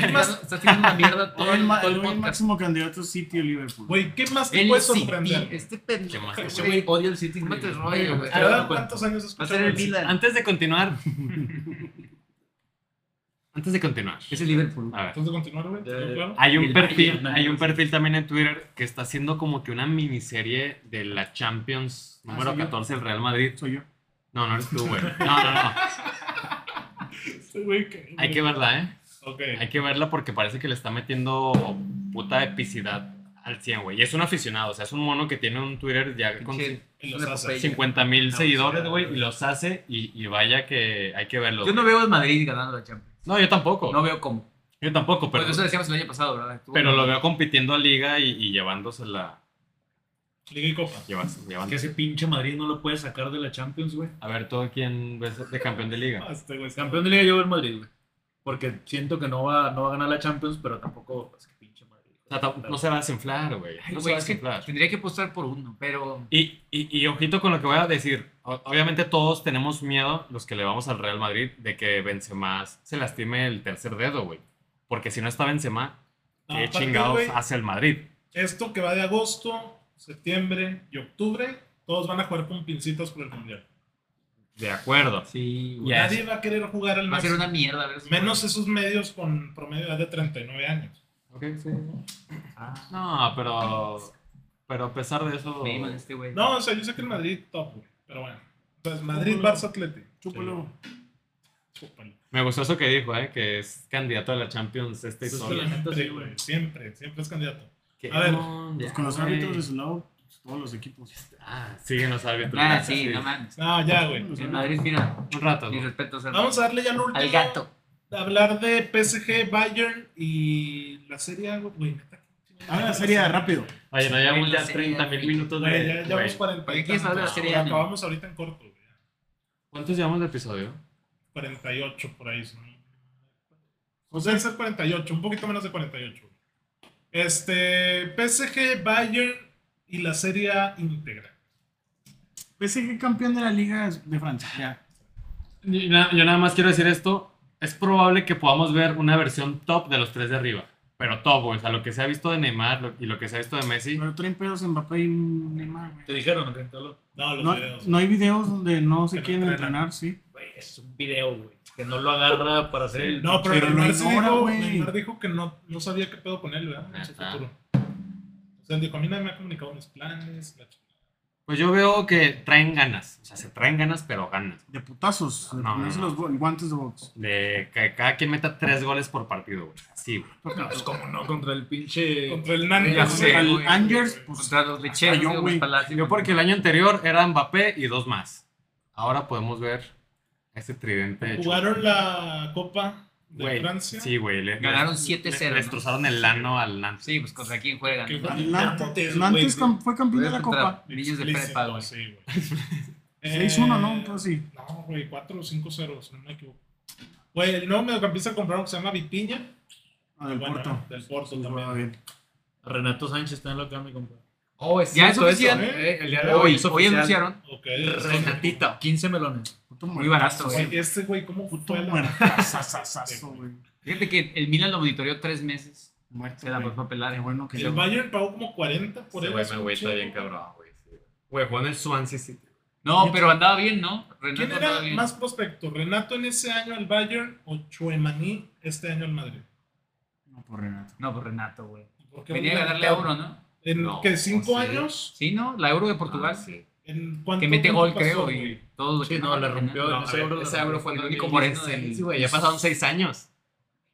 [SPEAKER 1] ¿qué más?
[SPEAKER 4] Estás tirando una mierda
[SPEAKER 5] Todo
[SPEAKER 4] todo
[SPEAKER 5] el,
[SPEAKER 4] el,
[SPEAKER 5] ma-
[SPEAKER 4] todo el
[SPEAKER 5] el
[SPEAKER 4] podcast.
[SPEAKER 5] máximo candidato es City o Liverpool.
[SPEAKER 1] Güey, ¿qué más te
[SPEAKER 4] El
[SPEAKER 1] puede
[SPEAKER 4] City,
[SPEAKER 1] sorprender?
[SPEAKER 4] Este
[SPEAKER 3] ¿Qué
[SPEAKER 4] pendejo.
[SPEAKER 3] más?
[SPEAKER 4] güey.
[SPEAKER 3] Ese
[SPEAKER 2] odia el City.
[SPEAKER 4] Tómate el rollo, güey.
[SPEAKER 1] ¿Cada cuántos años
[SPEAKER 4] Va a
[SPEAKER 1] escuchamos
[SPEAKER 4] ser el
[SPEAKER 1] el City?
[SPEAKER 4] Milan.
[SPEAKER 3] Antes de continuar. Antes de continuar.
[SPEAKER 4] Es el Liverpool.
[SPEAKER 3] A ver.
[SPEAKER 1] Antes de continuar, güey, ¿todo claro?
[SPEAKER 3] Hay un
[SPEAKER 2] El
[SPEAKER 3] perfil,
[SPEAKER 2] Bayern,
[SPEAKER 3] hay un
[SPEAKER 2] ¿no?
[SPEAKER 3] perfil también en Twitter que está haciendo como que una miniserie de la Champions
[SPEAKER 5] Ah,
[SPEAKER 3] número
[SPEAKER 5] soy yo.
[SPEAKER 3] 14 del Real Madrid.
[SPEAKER 5] Soy yo.
[SPEAKER 3] No, no eres tú, güey. No, no, no.
[SPEAKER 1] Este güey que-
[SPEAKER 3] Hay que verla, ¿eh?
[SPEAKER 1] Ok.
[SPEAKER 3] Hay que verla porque parece que le está metiendo puta epicidad al 100, güey. Y es un aficionado, o sea, es un mono que tiene un Twitter ya con
[SPEAKER 4] Pinche-
[SPEAKER 1] Y
[SPEAKER 4] Una
[SPEAKER 1] los hace.
[SPEAKER 4] epopeya.
[SPEAKER 3] 50 mil
[SPEAKER 1] Ah,
[SPEAKER 3] seguidores,
[SPEAKER 1] sí,
[SPEAKER 3] güey,
[SPEAKER 1] güey.
[SPEAKER 3] y los hace y, y vaya que hay que verlo.
[SPEAKER 4] Yo no veo al Madrid ganando la Champions.
[SPEAKER 3] No, yo tampoco.
[SPEAKER 4] No veo cómo.
[SPEAKER 3] Yo tampoco, pero,
[SPEAKER 4] Pero eso decíamos el año pasado, ¿verdad? Estuvo-
[SPEAKER 3] pero lo veo compitiendo a liga y, y llevándosela.
[SPEAKER 1] Liga y Copa.
[SPEAKER 3] llevas-
[SPEAKER 2] Que
[SPEAKER 3] llevándosela.
[SPEAKER 2] ese pinche Madrid no lo puede sacar de la Champions, güey.
[SPEAKER 3] A ver, ¿todo quién ves de campeón de liga?
[SPEAKER 1] Ah, este güey está-
[SPEAKER 2] Campeón de Liga yo veo el Madrid, güey. Porque siento que no va, no va a ganar la Champions, pero tampoco es que pinche Madrid.
[SPEAKER 3] O sea, tam- no se va a desinflar, güey.
[SPEAKER 4] Ay,
[SPEAKER 3] No se
[SPEAKER 4] güey,
[SPEAKER 3] va a
[SPEAKER 4] es que
[SPEAKER 3] desinflar.
[SPEAKER 4] tendría que apostar por uno, pero
[SPEAKER 3] Y, y, y ojito con lo que voy a decir. O- obviamente todos tenemos miedo, los que le vamos al Real Madrid, de que Benzema se lastime el tercer dedo, güey. Porque si no está Benzema,
[SPEAKER 1] Ah,
[SPEAKER 3] ¿qué
[SPEAKER 1] aparte,
[SPEAKER 3] chingados
[SPEAKER 1] güey,
[SPEAKER 3] hace el Madrid?
[SPEAKER 1] Esto que va de agosto, septiembre y octubre, todos van a jugar con pincitas por el mundial.
[SPEAKER 3] De acuerdo.
[SPEAKER 4] sí,
[SPEAKER 3] Ya.
[SPEAKER 1] Nadie va a querer jugar al
[SPEAKER 4] va a ser
[SPEAKER 1] máximo.
[SPEAKER 4] una mierda. a ver si-
[SPEAKER 1] Menos esos medios con promedio de edad de 39 años.
[SPEAKER 2] Ah,
[SPEAKER 3] No, pero, pero a pesar de eso...
[SPEAKER 4] Me iman este güey.
[SPEAKER 1] No, o sea, yo sé que el Madrid top, güey, pero bueno. Entonces, Madrid, Barça, Atlético.
[SPEAKER 5] Chúpalo.
[SPEAKER 1] Chúpalo.
[SPEAKER 3] Me gustó eso que dijo, ¿eh? Que es candidato a la Champions este y
[SPEAKER 2] Eso es
[SPEAKER 3] solo.
[SPEAKER 2] la neta, sí,
[SPEAKER 1] Siempre,
[SPEAKER 2] güey.
[SPEAKER 1] güey, siempre, siempre es candidato.
[SPEAKER 3] ¿Qué
[SPEAKER 1] A ver,
[SPEAKER 3] onda,
[SPEAKER 5] Pues con los
[SPEAKER 3] güey?
[SPEAKER 5] árbitros de su lado, pues, todos los equipos.
[SPEAKER 3] Ah, siguen los árbitros.
[SPEAKER 4] Ah, sí, no mames.
[SPEAKER 1] Ah, ya, güey.
[SPEAKER 5] Los
[SPEAKER 4] El
[SPEAKER 5] árbitros.
[SPEAKER 4] Madrid, mira,
[SPEAKER 3] Un rato.
[SPEAKER 4] mis
[SPEAKER 3] ¿no?
[SPEAKER 4] respetos al,
[SPEAKER 1] Vamos a darle ya lo último.
[SPEAKER 4] al gato.
[SPEAKER 1] Hablar de PSG, Bayern y la serie, A, güey. neta, qué chingada.
[SPEAKER 5] Ahora sería rápido.
[SPEAKER 3] Oye, no
[SPEAKER 4] Güey,
[SPEAKER 3] llevamos
[SPEAKER 4] la
[SPEAKER 3] ya
[SPEAKER 4] serie,
[SPEAKER 3] 30 mil
[SPEAKER 4] güey.
[SPEAKER 3] minutos de...
[SPEAKER 1] Güey, ya, ya vamos
[SPEAKER 3] güey.
[SPEAKER 1] 40 y
[SPEAKER 4] Oye, ¿quieres hablar de la
[SPEAKER 1] tantos.
[SPEAKER 4] serie
[SPEAKER 1] Ahora
[SPEAKER 4] A, no?
[SPEAKER 1] Acabamos ahorita en corto, güey.
[SPEAKER 3] ¿Cuántos llevamos de episodio?
[SPEAKER 1] 48 por ahí. Son. O sea, es el 48, un poquito menos de 48. güey. Este, PSG, Bayern y la serie A íntegra.
[SPEAKER 5] PSG campeón de la Liga de Francia. Ya.
[SPEAKER 3] Yo na- yo nada más quiero decir esto. Es probable que podamos ver una versión top de los tres de arriba. Pero top, güey. O sea, lo que se ha visto de Neymar lo- y lo que se ha visto de Messi.
[SPEAKER 5] Pero traen pedos Mbappé y Neymar, güey.
[SPEAKER 2] Te dijeron, ¿no? Carlos?
[SPEAKER 1] No, los
[SPEAKER 5] No,
[SPEAKER 1] videos.
[SPEAKER 5] no hay videos donde no se
[SPEAKER 1] Que no
[SPEAKER 5] quieren
[SPEAKER 1] entrenan.
[SPEAKER 5] entrenar, sí.
[SPEAKER 2] Güey, es un video, güey. Que no lo agarra para hacer el...
[SPEAKER 1] No, pero,
[SPEAKER 5] Pero lo
[SPEAKER 1] Neymar, sí
[SPEAKER 5] ignora,
[SPEAKER 1] dijo,
[SPEAKER 5] güey.
[SPEAKER 1] Neymar dijo que no, no sabía qué pedo con él, ¿verdad? En su
[SPEAKER 3] Ajá.
[SPEAKER 1] futuro. O sea, dijo, a mí nadie me ha comunicado mis planes. La chingada.
[SPEAKER 3] Pues yo veo que traen ganas. O sea, se traen ganas, pero ganas.
[SPEAKER 5] De putazos. De
[SPEAKER 3] No,
[SPEAKER 5] ponerse
[SPEAKER 3] no, no.
[SPEAKER 5] los gu- guantes de box.
[SPEAKER 3] De que cada quien meta tres goles por partido, güey. Así, güey.
[SPEAKER 2] No, pues cómo no, contra el pinche...
[SPEAKER 1] Contra el Nani.
[SPEAKER 4] Ya
[SPEAKER 1] ¿no?
[SPEAKER 4] sé,
[SPEAKER 1] Al-
[SPEAKER 4] güey.
[SPEAKER 5] Angers, pues.
[SPEAKER 4] Contra los lecheros,
[SPEAKER 5] yo,
[SPEAKER 4] digo,
[SPEAKER 5] güey.
[SPEAKER 4] los palacios.
[SPEAKER 3] Yo porque el año anterior era Mbappé y dos más. Ahora podemos ver a ese tridente. hecho.
[SPEAKER 1] Jugaron la Copa de
[SPEAKER 3] Güey,
[SPEAKER 1] Francia.
[SPEAKER 3] Sí, güey. le-
[SPEAKER 4] Ganaron
[SPEAKER 3] le-
[SPEAKER 4] 7-0,
[SPEAKER 3] le-
[SPEAKER 4] ¿no?
[SPEAKER 3] Le destrozaron el lano al Nantes.
[SPEAKER 4] Sí, pues contra quién juegan.
[SPEAKER 1] Que
[SPEAKER 4] ¿no?
[SPEAKER 1] jugaron
[SPEAKER 5] Nantes,
[SPEAKER 1] güey,
[SPEAKER 5] Nantes
[SPEAKER 1] sí.
[SPEAKER 5] cam- fue campeón de
[SPEAKER 4] Juegan
[SPEAKER 5] la
[SPEAKER 4] contra
[SPEAKER 5] Copa.
[SPEAKER 4] Niños de
[SPEAKER 1] Explícito,
[SPEAKER 4] prepa, güey.
[SPEAKER 1] Sí, güey.
[SPEAKER 5] 6-1, ¿no?
[SPEAKER 1] Eh,
[SPEAKER 5] Entonces sí.
[SPEAKER 1] No, güey, 4 o 5-0, si no me equivoco. Güey, el nuevo mediocampista compraron que se llama Vitiña.
[SPEAKER 5] Ah, del
[SPEAKER 1] Bueno,
[SPEAKER 5] Porto.
[SPEAKER 1] Del Porto
[SPEAKER 5] Pues,
[SPEAKER 1] también.
[SPEAKER 5] va bien.
[SPEAKER 2] Renato Sánchez está en la cama, compadre.
[SPEAKER 4] Oh, ya es oficial.
[SPEAKER 1] ¿eh?
[SPEAKER 2] El día
[SPEAKER 1] de
[SPEAKER 4] Hoy,
[SPEAKER 2] es
[SPEAKER 4] hoy
[SPEAKER 2] oficial.
[SPEAKER 4] anunciaron.
[SPEAKER 1] Ok.
[SPEAKER 2] 15 melones.
[SPEAKER 5] Puto
[SPEAKER 4] Muy barato, güey.
[SPEAKER 1] Güey, este güey, ¿cómo
[SPEAKER 5] Puto
[SPEAKER 1] fue la-
[SPEAKER 5] muertazazazazo, güey.
[SPEAKER 4] Fíjate que el Milan lo monitoreó tres meses.
[SPEAKER 5] Muerto.
[SPEAKER 4] Se la
[SPEAKER 5] güey.
[SPEAKER 4] por papelar.
[SPEAKER 5] Qué bueno que
[SPEAKER 1] El Bayern pagó como 40 por
[SPEAKER 3] Ese
[SPEAKER 1] él.
[SPEAKER 3] güey
[SPEAKER 1] es
[SPEAKER 3] me
[SPEAKER 1] un
[SPEAKER 3] güey está
[SPEAKER 1] chingo.
[SPEAKER 3] bien cabrón, güey. sí. Güey, jugó en el Swansea City.
[SPEAKER 4] No, pero andaba bien, ¿no? Renato
[SPEAKER 1] ¿Quién
[SPEAKER 4] andaba
[SPEAKER 1] era
[SPEAKER 4] bien.
[SPEAKER 1] más prospecto? ¿Renato en ese año al Bayern o Chuemaní este año al Madrid?
[SPEAKER 5] No, No, por Renato.
[SPEAKER 4] No, pues Renato, güey.
[SPEAKER 1] ¿Por qué
[SPEAKER 4] Venía a
[SPEAKER 1] voy
[SPEAKER 4] ganar la
[SPEAKER 1] Lautaro?
[SPEAKER 4] euro, ¿no?
[SPEAKER 1] En
[SPEAKER 3] No,
[SPEAKER 1] que cinco
[SPEAKER 3] o sí.
[SPEAKER 1] años,
[SPEAKER 4] Sí, ¿no? La euro de Portugal.
[SPEAKER 3] Ah, sí.
[SPEAKER 1] en cuánto
[SPEAKER 4] que mete
[SPEAKER 1] tiempo
[SPEAKER 4] gol,
[SPEAKER 1] pasó,
[SPEAKER 4] creo,
[SPEAKER 1] güey?
[SPEAKER 4] y todo lo
[SPEAKER 2] Sí,
[SPEAKER 4] que
[SPEAKER 2] no, la rompió.
[SPEAKER 3] No,
[SPEAKER 2] en
[SPEAKER 3] a
[SPEAKER 2] ese
[SPEAKER 3] ver,
[SPEAKER 2] euro,
[SPEAKER 4] ese euro fue el único moreno
[SPEAKER 3] Moreno
[SPEAKER 4] del...
[SPEAKER 3] Sí, güey, ya pasaron seis años.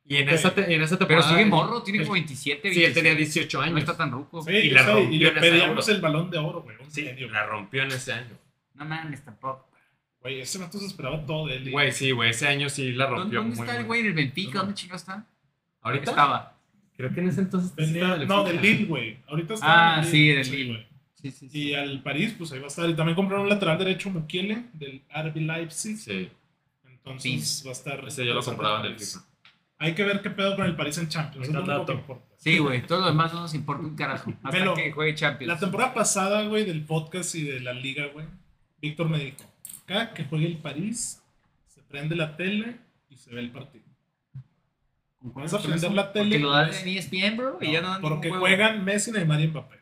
[SPEAKER 3] Y en,
[SPEAKER 1] Ok.
[SPEAKER 3] esa, te- en esa
[SPEAKER 4] Pero
[SPEAKER 3] temporada.
[SPEAKER 4] sigue morro, tiene como 27,
[SPEAKER 3] Sí, él tenía
[SPEAKER 4] 26.
[SPEAKER 3] 18
[SPEAKER 4] No está
[SPEAKER 3] años.
[SPEAKER 4] tan ruco.
[SPEAKER 1] Sí,
[SPEAKER 3] Y
[SPEAKER 1] yo
[SPEAKER 3] la
[SPEAKER 1] sé, y
[SPEAKER 3] rompió
[SPEAKER 1] le
[SPEAKER 3] en ese
[SPEAKER 1] pedíamos
[SPEAKER 3] euro.
[SPEAKER 1] el balón de oro, güey. un
[SPEAKER 3] Sí,
[SPEAKER 1] genio,
[SPEAKER 3] la rompió en ese año.
[SPEAKER 4] No mames, tampoco.
[SPEAKER 1] Güey, ese rato se esperaba todo de él. y-
[SPEAKER 3] Güey, sí, güey, ese año sí la
[SPEAKER 4] ¿Dónde,
[SPEAKER 3] rompió.
[SPEAKER 4] dónde
[SPEAKER 3] muy,
[SPEAKER 4] está el
[SPEAKER 3] muy-
[SPEAKER 4] güey en el Benfica? ¿Dónde chingado está?
[SPEAKER 3] Ahorita
[SPEAKER 4] Estaba.
[SPEAKER 3] Creo que en ese entonces.
[SPEAKER 1] Venía-
[SPEAKER 3] estaba el
[SPEAKER 1] no,
[SPEAKER 3] Benfica.
[SPEAKER 1] del Lille, güey. Ahorita está.
[SPEAKER 4] Ah,
[SPEAKER 1] en el
[SPEAKER 4] sí, del Lille.
[SPEAKER 1] güey.
[SPEAKER 4] Sí, sí, sí.
[SPEAKER 1] Y al París, pues ahí va a estar. Y también compraron un lateral derecho Mukiele del RB Leipzig.
[SPEAKER 3] Sí,
[SPEAKER 1] Entonces va a estar.
[SPEAKER 3] ese yo lo compraba en el
[SPEAKER 1] París.
[SPEAKER 3] FIFA.
[SPEAKER 1] Hay que ver qué pedo con el París en Champions. Es
[SPEAKER 2] Ahí
[SPEAKER 1] lo
[SPEAKER 2] está
[SPEAKER 1] único que
[SPEAKER 2] Tato.
[SPEAKER 1] importa.
[SPEAKER 4] Sí, güey, todo lo demás no nos importa un carajo. Hasta
[SPEAKER 1] Velo.
[SPEAKER 4] que juegue Champions.
[SPEAKER 1] La temporada pasada, güey, del podcast y de la liga, güey, Víctor me dijo: Cada que juegue el París, se prende la tele y se ve el partido. Vas a prender la tele.
[SPEAKER 4] Porque lo dan en E ESPN, bro, y ya no dan ningún
[SPEAKER 1] porque
[SPEAKER 4] juego.
[SPEAKER 1] juegan Messi, Neymar y Mbappé.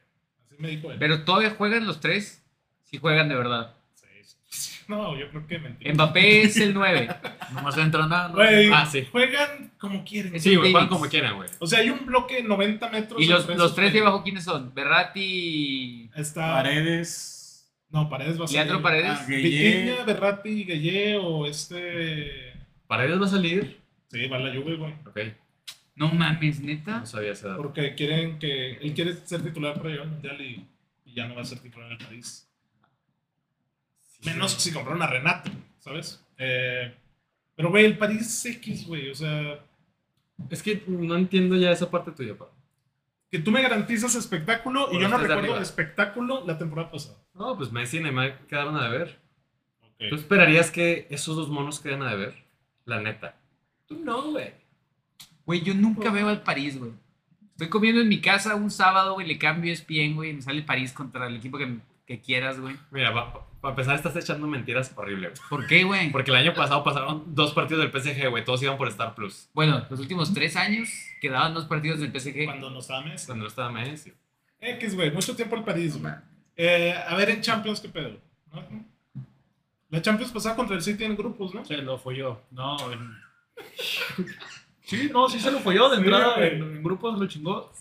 [SPEAKER 1] Así me dijo él.
[SPEAKER 4] Pero todavía juegan los tres. Si juegan de verdad.
[SPEAKER 1] Sí. No, yo creo que mentira.
[SPEAKER 4] Mbappé es el 9.
[SPEAKER 2] Nomás entra nada. ¿no?
[SPEAKER 1] Güey,
[SPEAKER 3] Ah, sí.
[SPEAKER 1] juegan como quieren.
[SPEAKER 3] Sí, güey, juegan
[SPEAKER 4] Phoenix.
[SPEAKER 3] como quieran, güey.
[SPEAKER 1] O sea, hay un bloque de 90 metros.
[SPEAKER 4] y los,
[SPEAKER 1] entre
[SPEAKER 4] los
[SPEAKER 1] esos
[SPEAKER 4] tres de
[SPEAKER 1] güeyes.
[SPEAKER 4] abajo, ¿quiénes son? Berratti,
[SPEAKER 1] Está.
[SPEAKER 5] Paredes.
[SPEAKER 1] No, Paredes va a ser.
[SPEAKER 4] Leandro Paredes.
[SPEAKER 5] Ah,
[SPEAKER 1] Vitinha,
[SPEAKER 5] Gueye.
[SPEAKER 1] Berratti, Gueye o este.
[SPEAKER 3] Paredes va a salir.
[SPEAKER 1] Sí, va la Juve, güey.
[SPEAKER 3] Ok,
[SPEAKER 4] No mames, neta.
[SPEAKER 3] no sabía esa edad.
[SPEAKER 1] Porque quieren que. Él quiere ser titular para llegar al mundial y, y ya no va a ser titular en el país. Menos si compraron a Renato, ¿sabes? Eh, pero, güey, el París X, güey. O sea,
[SPEAKER 3] Es que no entiendo ya esa parte tuya, pa.
[SPEAKER 1] que tú me garantizas espectáculo y
[SPEAKER 3] Por
[SPEAKER 1] yo
[SPEAKER 3] los
[SPEAKER 1] no
[SPEAKER 3] tres de
[SPEAKER 1] recuerdo
[SPEAKER 3] arriba.
[SPEAKER 1] el espectáculo la temporada pasada.
[SPEAKER 3] No, pues Messi y Neymar quedaron a deber.
[SPEAKER 1] Ok.
[SPEAKER 3] ¿Tú esperarías que esos dos monos queden a deber? La neta. Tú no, güey.
[SPEAKER 4] Güey, yo nunca veo al París, güey. Estoy comiendo en mi casa un sábado, güey, le cambio E ESPN, güey, y me sale el París contra el equipo que, que quieras, güey.
[SPEAKER 3] Mira, para empezar estás echando mentiras horrible, güey.
[SPEAKER 4] ¿Por qué, güey?
[SPEAKER 3] Porque el año pasado pasaron dos partidos del PSG, güey. Todos iban por Star Plus.
[SPEAKER 4] Bueno, los últimos tres años quedaban dos partidos del PSG.
[SPEAKER 1] Cuando nos ames.
[SPEAKER 3] Cuando no estaba Messi.
[SPEAKER 1] X, güey, mucho tiempo el París, güey. Eh, a ver, en Champions, ¿qué pedo? ¿No? La Champions pasada contra el City en grupos, ¿no?
[SPEAKER 2] Se lo folló. No, en- Sí, no, sí se lo folló de
[SPEAKER 1] Sí,
[SPEAKER 2] entrada.
[SPEAKER 1] güey.
[SPEAKER 2] en, en grupos lo chingó.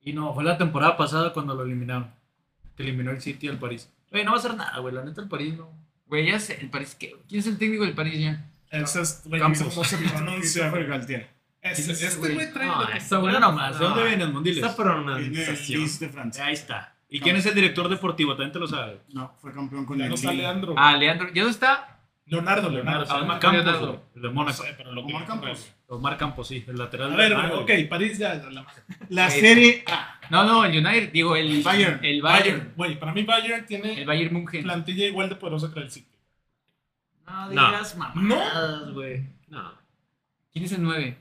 [SPEAKER 2] Y no, fue la temporada pasada cuando lo eliminaron. Que eliminó el City al París. Güey, no va a hacer nada, güey. La neta, el París no.
[SPEAKER 4] Güey, ya sé, el París, ¿qué? ¿quién es el técnico del París ya?
[SPEAKER 1] Ese es, güey, no
[SPEAKER 2] Campos.
[SPEAKER 1] sé cómo se pronuncia,
[SPEAKER 5] Christopher
[SPEAKER 1] güey.
[SPEAKER 5] Galtier.
[SPEAKER 1] Ese-
[SPEAKER 4] ¿Quién es ese
[SPEAKER 1] Este
[SPEAKER 4] güey?
[SPEAKER 1] güey trae...
[SPEAKER 3] No,
[SPEAKER 1] lo que-
[SPEAKER 3] esa
[SPEAKER 2] Bueno, nomás. ¿De dónde vienen, Mondiles?
[SPEAKER 3] Esa
[SPEAKER 5] Viene del
[SPEAKER 3] pronunciación.
[SPEAKER 5] Lille de Francia.
[SPEAKER 2] Ahí está. ¿Y quién es el director deportivo? También te lo sabes.
[SPEAKER 5] No, fue campeón con
[SPEAKER 1] Ya
[SPEAKER 5] el
[SPEAKER 1] no está
[SPEAKER 5] Lille.
[SPEAKER 1] Leandro.
[SPEAKER 4] Ah, Leandro, ¿ya no está?
[SPEAKER 1] Leonardo, Leonardo.
[SPEAKER 4] Ah,
[SPEAKER 2] Omar
[SPEAKER 4] Leonardo.
[SPEAKER 2] Campos, güey, el de
[SPEAKER 1] No
[SPEAKER 2] Mónaco.
[SPEAKER 1] sé, eh, pero lo que
[SPEAKER 5] Omar Campos.
[SPEAKER 2] Omar Campos, sí, el lateral.
[SPEAKER 1] A ver,
[SPEAKER 2] Ah,
[SPEAKER 1] güey, ok, París ya... La...
[SPEAKER 5] La
[SPEAKER 4] Güey.
[SPEAKER 5] Serie A.
[SPEAKER 4] No, no, el United, digo, el
[SPEAKER 5] Bayern.
[SPEAKER 4] El Bayern.
[SPEAKER 1] Bayern, güey, para mí Bayern
[SPEAKER 4] El
[SPEAKER 1] tiene
[SPEAKER 4] Bayern München.
[SPEAKER 1] plantilla igual de poderosa que el City.
[SPEAKER 2] No
[SPEAKER 3] No.
[SPEAKER 2] digas
[SPEAKER 1] mamadas,
[SPEAKER 2] mamadas, güey.
[SPEAKER 3] No.
[SPEAKER 4] ¿Quién es el 9?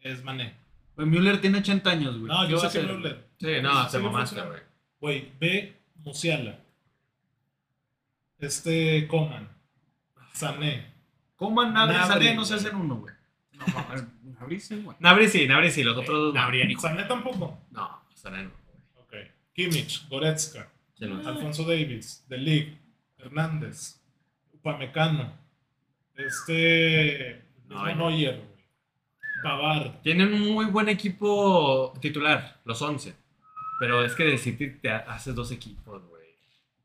[SPEAKER 1] Es Mané.
[SPEAKER 2] Güey, Pues Müller tiene 80 años, güey.
[SPEAKER 1] No,
[SPEAKER 2] ¿Qué
[SPEAKER 1] yo
[SPEAKER 2] va a
[SPEAKER 1] sé que
[SPEAKER 2] hacer?
[SPEAKER 1] Müller.
[SPEAKER 3] Sí,
[SPEAKER 1] Eso
[SPEAKER 3] no,
[SPEAKER 1] sí
[SPEAKER 3] te
[SPEAKER 1] no
[SPEAKER 3] mamaste,
[SPEAKER 1] funciona.
[SPEAKER 3] güey.
[SPEAKER 1] Güey, ve Musiala. Este, Coman. Sané.
[SPEAKER 2] Coman, Nabri,
[SPEAKER 1] Nabri,
[SPEAKER 2] Sané,
[SPEAKER 1] güey.
[SPEAKER 2] no se hacen uno, güey.
[SPEAKER 5] No, mames, abrirse, güey.
[SPEAKER 3] Nabri sí, Nabri sí, los otros dos. no.
[SPEAKER 1] Sané tampoco.
[SPEAKER 3] No, ¿eh? Sané no.
[SPEAKER 1] Ok. Kimmich, Goretzka,
[SPEAKER 3] Sí, no.
[SPEAKER 1] Alfonso Davis, De Ligt, Hernández, Upamecano, este...
[SPEAKER 3] No,
[SPEAKER 1] mismo
[SPEAKER 3] ya.
[SPEAKER 1] Neuer, güey. Pavard.
[SPEAKER 3] Tienen un muy buen equipo titular, los 11. Pero es que de City te ha- haces dos equipos, güey.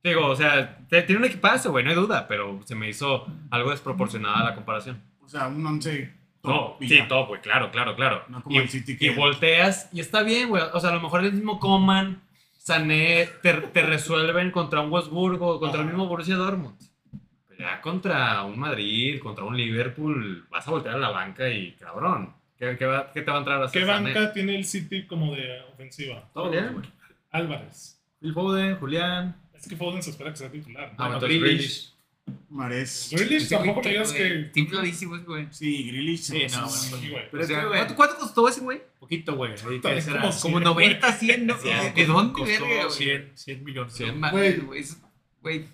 [SPEAKER 3] Digo, o sea, te- tiene un equipazo, güey, no hay duda, pero se me hizo algo desproporcionada la comparación.
[SPEAKER 5] O sea, un once top
[SPEAKER 3] No,
[SPEAKER 5] y
[SPEAKER 3] sí,
[SPEAKER 5] ya.
[SPEAKER 3] top, güey, claro, claro, claro.
[SPEAKER 5] No como
[SPEAKER 3] y,
[SPEAKER 5] el City
[SPEAKER 3] y
[SPEAKER 5] que-
[SPEAKER 3] volteas y está bien, güey. O sea, a lo mejor el mismo Coman, Sané, te, te resuelven contra un Wolfsburgo, contra el
[SPEAKER 1] Ajá.
[SPEAKER 3] mismo Borussia Dortmund. Pero ya contra un Madrid, contra un Liverpool, vas a voltear a la banca y cabrón. ¿Qué, qué va- qué te va a entrar a hacer
[SPEAKER 1] ¿Qué
[SPEAKER 3] Sané?
[SPEAKER 1] banca tiene el City como de ofensiva?
[SPEAKER 2] Todos,
[SPEAKER 3] Bien.
[SPEAKER 2] güey.
[SPEAKER 1] Álvarez.
[SPEAKER 2] Phil Foden, Julián.
[SPEAKER 1] Es que Foden se espera que sea titular.
[SPEAKER 3] Ah,
[SPEAKER 1] ¿no?
[SPEAKER 2] bueno,
[SPEAKER 3] entonces
[SPEAKER 2] Grealish.
[SPEAKER 3] Grealish.
[SPEAKER 5] Mares.
[SPEAKER 1] Grealish
[SPEAKER 4] Ese
[SPEAKER 1] tampoco
[SPEAKER 4] güey,
[SPEAKER 1] me digas
[SPEAKER 4] güey,
[SPEAKER 1] que...
[SPEAKER 4] Está infladísimo ese güey.
[SPEAKER 5] Sí, Grealish.
[SPEAKER 2] Sí,
[SPEAKER 3] Ah,
[SPEAKER 2] no,
[SPEAKER 5] Sí,
[SPEAKER 3] pues
[SPEAKER 2] güey.
[SPEAKER 1] Sí, güey.
[SPEAKER 2] Pero
[SPEAKER 4] O sea,
[SPEAKER 2] este, güey,
[SPEAKER 4] ¿cuánto, cuánto costó ese güey?
[SPEAKER 2] poquito, güey. ahí
[SPEAKER 1] Puta,
[SPEAKER 2] que
[SPEAKER 1] es
[SPEAKER 2] será-
[SPEAKER 1] como si-
[SPEAKER 4] Como
[SPEAKER 1] güey.
[SPEAKER 4] 90, 100, ¿no?
[SPEAKER 2] Sí, es
[SPEAKER 4] ¿De
[SPEAKER 2] como
[SPEAKER 4] dónde,
[SPEAKER 2] costó
[SPEAKER 4] verga, güey?
[SPEAKER 2] 100, 100 millones.
[SPEAKER 4] No
[SPEAKER 2] ¿no?
[SPEAKER 4] mames,
[SPEAKER 1] Güey.
[SPEAKER 4] güey, es- güey.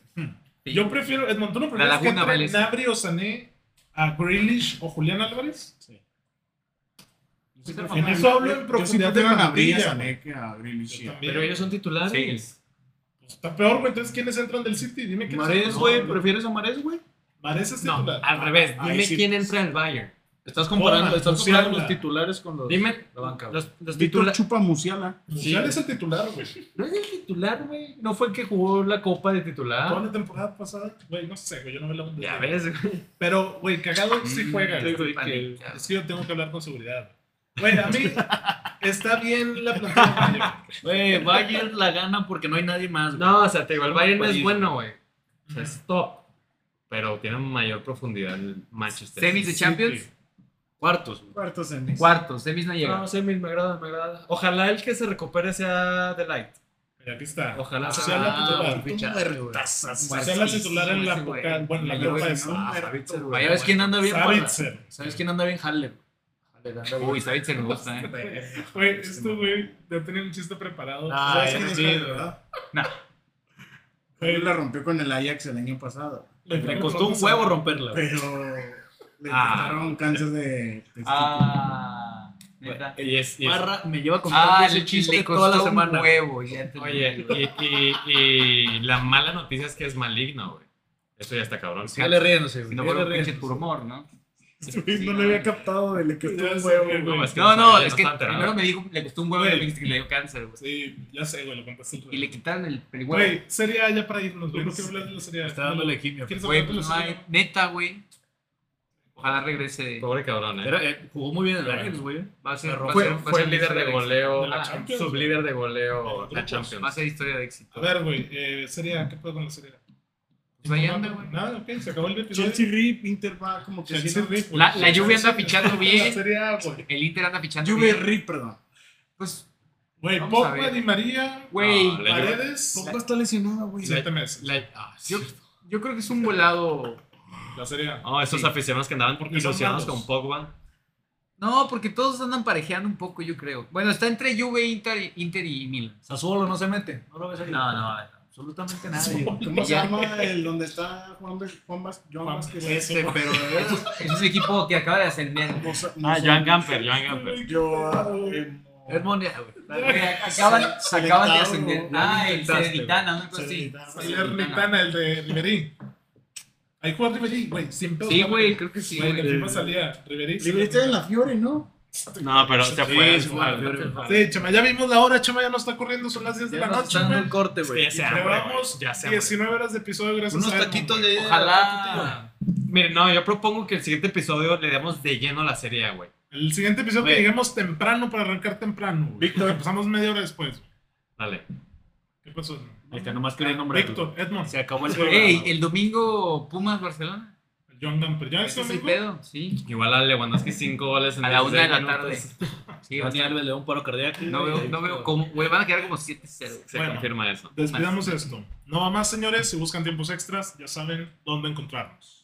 [SPEAKER 4] Sí.
[SPEAKER 1] Yo prefiero, Edmonton, ¿no prefieres que
[SPEAKER 4] Laguna,
[SPEAKER 1] entre
[SPEAKER 4] vale.
[SPEAKER 1] Nabri o Sané a Grealish o Julián Álvarez?
[SPEAKER 5] prefiero-
[SPEAKER 1] En eso hablo en
[SPEAKER 5] Yo siempre
[SPEAKER 1] profundidad de
[SPEAKER 5] tengo a Gabriel, a
[SPEAKER 1] plantilla,
[SPEAKER 5] Sané, que a Grealish. y
[SPEAKER 1] Yo
[SPEAKER 5] a-
[SPEAKER 1] también.
[SPEAKER 3] Pero ellos son titulares.
[SPEAKER 1] Pues Está peor, güey. Entonces, ¿quiénes entran del City? Dime quién
[SPEAKER 2] Mares,
[SPEAKER 1] No,
[SPEAKER 2] güey.
[SPEAKER 1] no.
[SPEAKER 2] ¿Prefieres a Mares, güey?
[SPEAKER 1] Mares es
[SPEAKER 3] No,
[SPEAKER 1] titular.
[SPEAKER 3] al revés.
[SPEAKER 5] Ahí
[SPEAKER 3] Dime
[SPEAKER 5] sí.
[SPEAKER 3] quién entra al Bayern.
[SPEAKER 2] Estás comparando,
[SPEAKER 1] Forma,
[SPEAKER 2] estás
[SPEAKER 1] Musiala.
[SPEAKER 2] comparando los titulares con los.
[SPEAKER 3] Dime,
[SPEAKER 2] la banca, güey.
[SPEAKER 3] los, los
[SPEAKER 5] Víctor
[SPEAKER 3] titula-
[SPEAKER 5] Chupa Musiala.
[SPEAKER 1] Musiala pues, es el titular, güey.
[SPEAKER 2] No es el titular, güey. No fue el que jugó la copa de
[SPEAKER 1] Toda
[SPEAKER 2] titular.
[SPEAKER 1] la temporada pasada, güey, no sé, güey, yo no me lo
[SPEAKER 2] Ya ves, güey.
[SPEAKER 1] Pero, güey, cagado sí juega.
[SPEAKER 2] Te
[SPEAKER 1] güey.
[SPEAKER 2] digo que-
[SPEAKER 4] Paniqueado.
[SPEAKER 1] Es que yo tengo que hablar con seguridad. güey. Güey, a mí está bien la plantilla. del Bayern.
[SPEAKER 2] Güey, Bayern la gana porque no hay nadie más, güey.
[SPEAKER 3] No, o sea, te digo, el Bayern es
[SPEAKER 2] Buenísimo.
[SPEAKER 3] bueno, güey. O sea, es top. Pero tiene mayor profundidad el Manchester.
[SPEAKER 4] Semis de Champions,
[SPEAKER 2] Cuartos, güey.
[SPEAKER 5] Cuartos en
[SPEAKER 4] cuartos, semis no llega.
[SPEAKER 3] Ah, No, semis, me agrada, me agrada. Ojalá el que se recupere sea The Light.
[SPEAKER 1] Mira, Aquí está.
[SPEAKER 3] Ojalá sea.
[SPEAKER 1] Musiala
[SPEAKER 4] Ah,
[SPEAKER 1] titular.
[SPEAKER 2] fichaje, güey.
[SPEAKER 1] Musiala titular en la
[SPEAKER 4] Ese güey.
[SPEAKER 1] época, bueno, en la
[SPEAKER 4] La lleva
[SPEAKER 1] Copa de
[SPEAKER 4] ese,
[SPEAKER 1] Sa-
[SPEAKER 2] Ah, Sabitzer, güey.
[SPEAKER 4] Vaya, ¿ves quién anda bien? Parra?
[SPEAKER 1] Sabitzer.
[SPEAKER 2] ¿Sabes quién anda bien? Haller. Haller anda bien.
[SPEAKER 4] Uy, Sabitzer me gusta, ¿eh?
[SPEAKER 1] Güey, esto, güey, ya tenía un chiste preparado.
[SPEAKER 2] Ah,
[SPEAKER 1] ¿Sabes
[SPEAKER 2] ya
[SPEAKER 1] quién es
[SPEAKER 2] sí,
[SPEAKER 1] Haller,
[SPEAKER 2] güey.
[SPEAKER 1] verdad?
[SPEAKER 5] Él la rompió con el Ajax el año pasado.
[SPEAKER 1] Le
[SPEAKER 2] Le costó un huevo romperla, güey.
[SPEAKER 5] Pero le
[SPEAKER 4] Ah.
[SPEAKER 5] trataron cáncer de
[SPEAKER 4] Este
[SPEAKER 5] testículo.
[SPEAKER 4] Ah, neta.
[SPEAKER 3] Y es, y es-
[SPEAKER 2] Parra me lleva con
[SPEAKER 4] Ah,
[SPEAKER 2] ese
[SPEAKER 4] le,
[SPEAKER 2] chiste
[SPEAKER 4] le costó
[SPEAKER 2] toda la semana.
[SPEAKER 4] un huevo. ya te-
[SPEAKER 3] Oye, y, y- y la mala noticia es que es maligno, güey. Eso ya está cabrón.
[SPEAKER 4] Sí.
[SPEAKER 2] Sale riéndose,
[SPEAKER 4] Si
[SPEAKER 2] güey.
[SPEAKER 4] no
[SPEAKER 2] Sale
[SPEAKER 4] fuera un pinche
[SPEAKER 2] riéndose.
[SPEAKER 4] turmor, ¿no?
[SPEAKER 5] no le había captado de le que
[SPEAKER 1] Ya
[SPEAKER 5] un
[SPEAKER 1] sé,
[SPEAKER 5] huevo.
[SPEAKER 1] güey.
[SPEAKER 5] güey.
[SPEAKER 3] es
[SPEAKER 4] No, no, es que
[SPEAKER 3] estaba enterado.
[SPEAKER 4] primero me dijo, le costó un huevo y
[SPEAKER 1] Güey.
[SPEAKER 4] le dijiste que le dio cáncer, güey.
[SPEAKER 1] Sí, ya sé, güey, lo contaste. el
[SPEAKER 4] Y le quitaron el, el huevo.
[SPEAKER 1] Güey, serie A ya para irnos, güey. No quiero hablar de la serie A.
[SPEAKER 2] Está dándole quimio.
[SPEAKER 1] ¿Quieres
[SPEAKER 4] Güey,
[SPEAKER 1] hablar de la
[SPEAKER 4] pues no
[SPEAKER 1] serie
[SPEAKER 4] hay.
[SPEAKER 1] A?
[SPEAKER 4] Neta, güey. Ojalá regrese.
[SPEAKER 3] Pobre cabrón,
[SPEAKER 2] Pero
[SPEAKER 3] ¿eh?
[SPEAKER 2] eh, jugó muy bien el Ajax, güey.
[SPEAKER 4] Va a ser, va a ser,
[SPEAKER 3] Fue,
[SPEAKER 4] va a
[SPEAKER 3] fue
[SPEAKER 4] ser
[SPEAKER 3] el líder
[SPEAKER 4] historia
[SPEAKER 3] de
[SPEAKER 4] éxito.
[SPEAKER 3] goleo,
[SPEAKER 1] De la
[SPEAKER 3] ah,
[SPEAKER 1] Champions,
[SPEAKER 3] sublíder de
[SPEAKER 1] De
[SPEAKER 3] goleo
[SPEAKER 1] los
[SPEAKER 3] la
[SPEAKER 1] grupos.
[SPEAKER 4] Va a
[SPEAKER 3] Champions.
[SPEAKER 4] ser historia de éxito.
[SPEAKER 1] A ver, güey, eh, serie A, ¿qué puedo con la serie A?
[SPEAKER 4] Pues ahí anda, güey.
[SPEAKER 1] Nada, ok, se acabó el episodio.
[SPEAKER 5] Chelsea Rip, Inter va como que
[SPEAKER 1] Chelsea
[SPEAKER 5] sí, ¿no?
[SPEAKER 1] Rip, güey.
[SPEAKER 4] La, la lluvia anda
[SPEAKER 1] Chelsea-
[SPEAKER 4] fichando
[SPEAKER 1] La
[SPEAKER 4] bien.
[SPEAKER 1] serie A, güey.
[SPEAKER 4] El Inter anda fichando
[SPEAKER 5] Juve
[SPEAKER 4] bien.
[SPEAKER 5] Rip, perdón.
[SPEAKER 4] Pues,
[SPEAKER 1] Güey,
[SPEAKER 4] Vamos a
[SPEAKER 1] Pogba,
[SPEAKER 4] ver.
[SPEAKER 1] Di María,
[SPEAKER 4] güey.
[SPEAKER 3] No, la-
[SPEAKER 1] Paredes,
[SPEAKER 5] Pogba está lesionado, güey.
[SPEAKER 1] siete meses. La,
[SPEAKER 3] La- ah, sí.
[SPEAKER 4] yo, yo creo que es un volado.
[SPEAKER 1] serie A.
[SPEAKER 3] Oh, esos
[SPEAKER 4] Sí.
[SPEAKER 3] aficionados que andaban
[SPEAKER 1] Porque son
[SPEAKER 3] ilusionados
[SPEAKER 1] malos.
[SPEAKER 3] con Pogba.
[SPEAKER 4] No, porque todos andan parejeando un poco, yo creo. Bueno, está entre Juve, Inter, Inter y Milan.
[SPEAKER 2] Sassuolo no se mete. No lo ves ahí.
[SPEAKER 4] No, no, no.
[SPEAKER 2] Absolutamente nadie. güey.
[SPEAKER 5] ¿Cómo se llama el donde está Juan, Bes- Juan Bas- Joan
[SPEAKER 1] Juan
[SPEAKER 5] Vázquez?
[SPEAKER 1] Vázquez.
[SPEAKER 2] Este,
[SPEAKER 5] Ese, pero de verdad,
[SPEAKER 4] Es un equipo que acaba de ascender.
[SPEAKER 5] no so- no
[SPEAKER 3] Ah,
[SPEAKER 5] son-
[SPEAKER 3] Joan Gamper, Joan
[SPEAKER 5] pues.
[SPEAKER 3] Gamper.
[SPEAKER 5] Yo, eh,
[SPEAKER 2] Es Monia, güey.
[SPEAKER 4] Acaban,
[SPEAKER 5] Se-
[SPEAKER 4] acaban de
[SPEAKER 5] Celentano,
[SPEAKER 4] ascender.
[SPEAKER 5] ¿no?
[SPEAKER 4] Ah, el
[SPEAKER 2] Intentaste,
[SPEAKER 4] Serenitana, una cosa así.
[SPEAKER 5] Salernitana.
[SPEAKER 1] Salernitana, el de Riverí. Ahí juega Riverí, güey, siempre.
[SPEAKER 4] Sí, güey, creo que sí,
[SPEAKER 1] Güey,
[SPEAKER 4] güey.
[SPEAKER 1] el FIFA salía Riverí.
[SPEAKER 5] Librete de la Fiore, ¿no?
[SPEAKER 3] No, pero se fue.
[SPEAKER 2] sí,
[SPEAKER 3] al-
[SPEAKER 2] sí,
[SPEAKER 3] al-
[SPEAKER 2] sí.
[SPEAKER 1] Sí, Chema, ya vimos la hora, Chema ya no está corriendo, son las 10 de
[SPEAKER 2] Ya
[SPEAKER 1] la
[SPEAKER 2] nos
[SPEAKER 1] noche,
[SPEAKER 2] están dando
[SPEAKER 1] güey.
[SPEAKER 2] el corte,
[SPEAKER 3] Ya
[SPEAKER 2] güey.
[SPEAKER 3] se hambre,
[SPEAKER 1] Llevamos
[SPEAKER 3] güey, ya se hambre.
[SPEAKER 1] 19 horas de episodio gracias
[SPEAKER 2] Unos
[SPEAKER 1] a Edmond,
[SPEAKER 2] taquitos
[SPEAKER 1] güey.
[SPEAKER 2] de.
[SPEAKER 4] Ojalá.
[SPEAKER 3] Mire, Ah. no, yo propongo que el siguiente episodio le demos de lleno a la serie, A, güey.
[SPEAKER 1] El siguiente episodio
[SPEAKER 2] Güey.
[SPEAKER 1] que lleguemos temprano para arrancar temprano, güey. Víctor. Empezamos media hora después. güey.
[SPEAKER 3] Dale.
[SPEAKER 1] ¿Qué pasó?
[SPEAKER 2] Ahí está, nomás quería nombrar.
[SPEAKER 1] Víctor, Edmond,
[SPEAKER 2] Se acabó el
[SPEAKER 1] Sí.
[SPEAKER 2] programa.
[SPEAKER 4] Ey, el domingo Pumas Barcelona.
[SPEAKER 1] el John Gamper. ¿Ya ese
[SPEAKER 4] Ese es el
[SPEAKER 1] domingo?
[SPEAKER 4] pedo, sí.
[SPEAKER 3] Igual a Lewandowski 5 goles en
[SPEAKER 4] A la
[SPEAKER 3] 16
[SPEAKER 4] una de la
[SPEAKER 3] minutos.
[SPEAKER 4] tarde. Sí, va a
[SPEAKER 2] Dani
[SPEAKER 4] estar-
[SPEAKER 2] Alves le da un paro cardíaco.
[SPEAKER 4] no veo, no veo cómo. Güey, van a quedar como 7-0.
[SPEAKER 3] Se
[SPEAKER 1] Bueno.
[SPEAKER 3] confirma eso.
[SPEAKER 1] Despidamos esto. No va más, señores. Si buscan tiempos extras, ya saben dónde encontrarnos.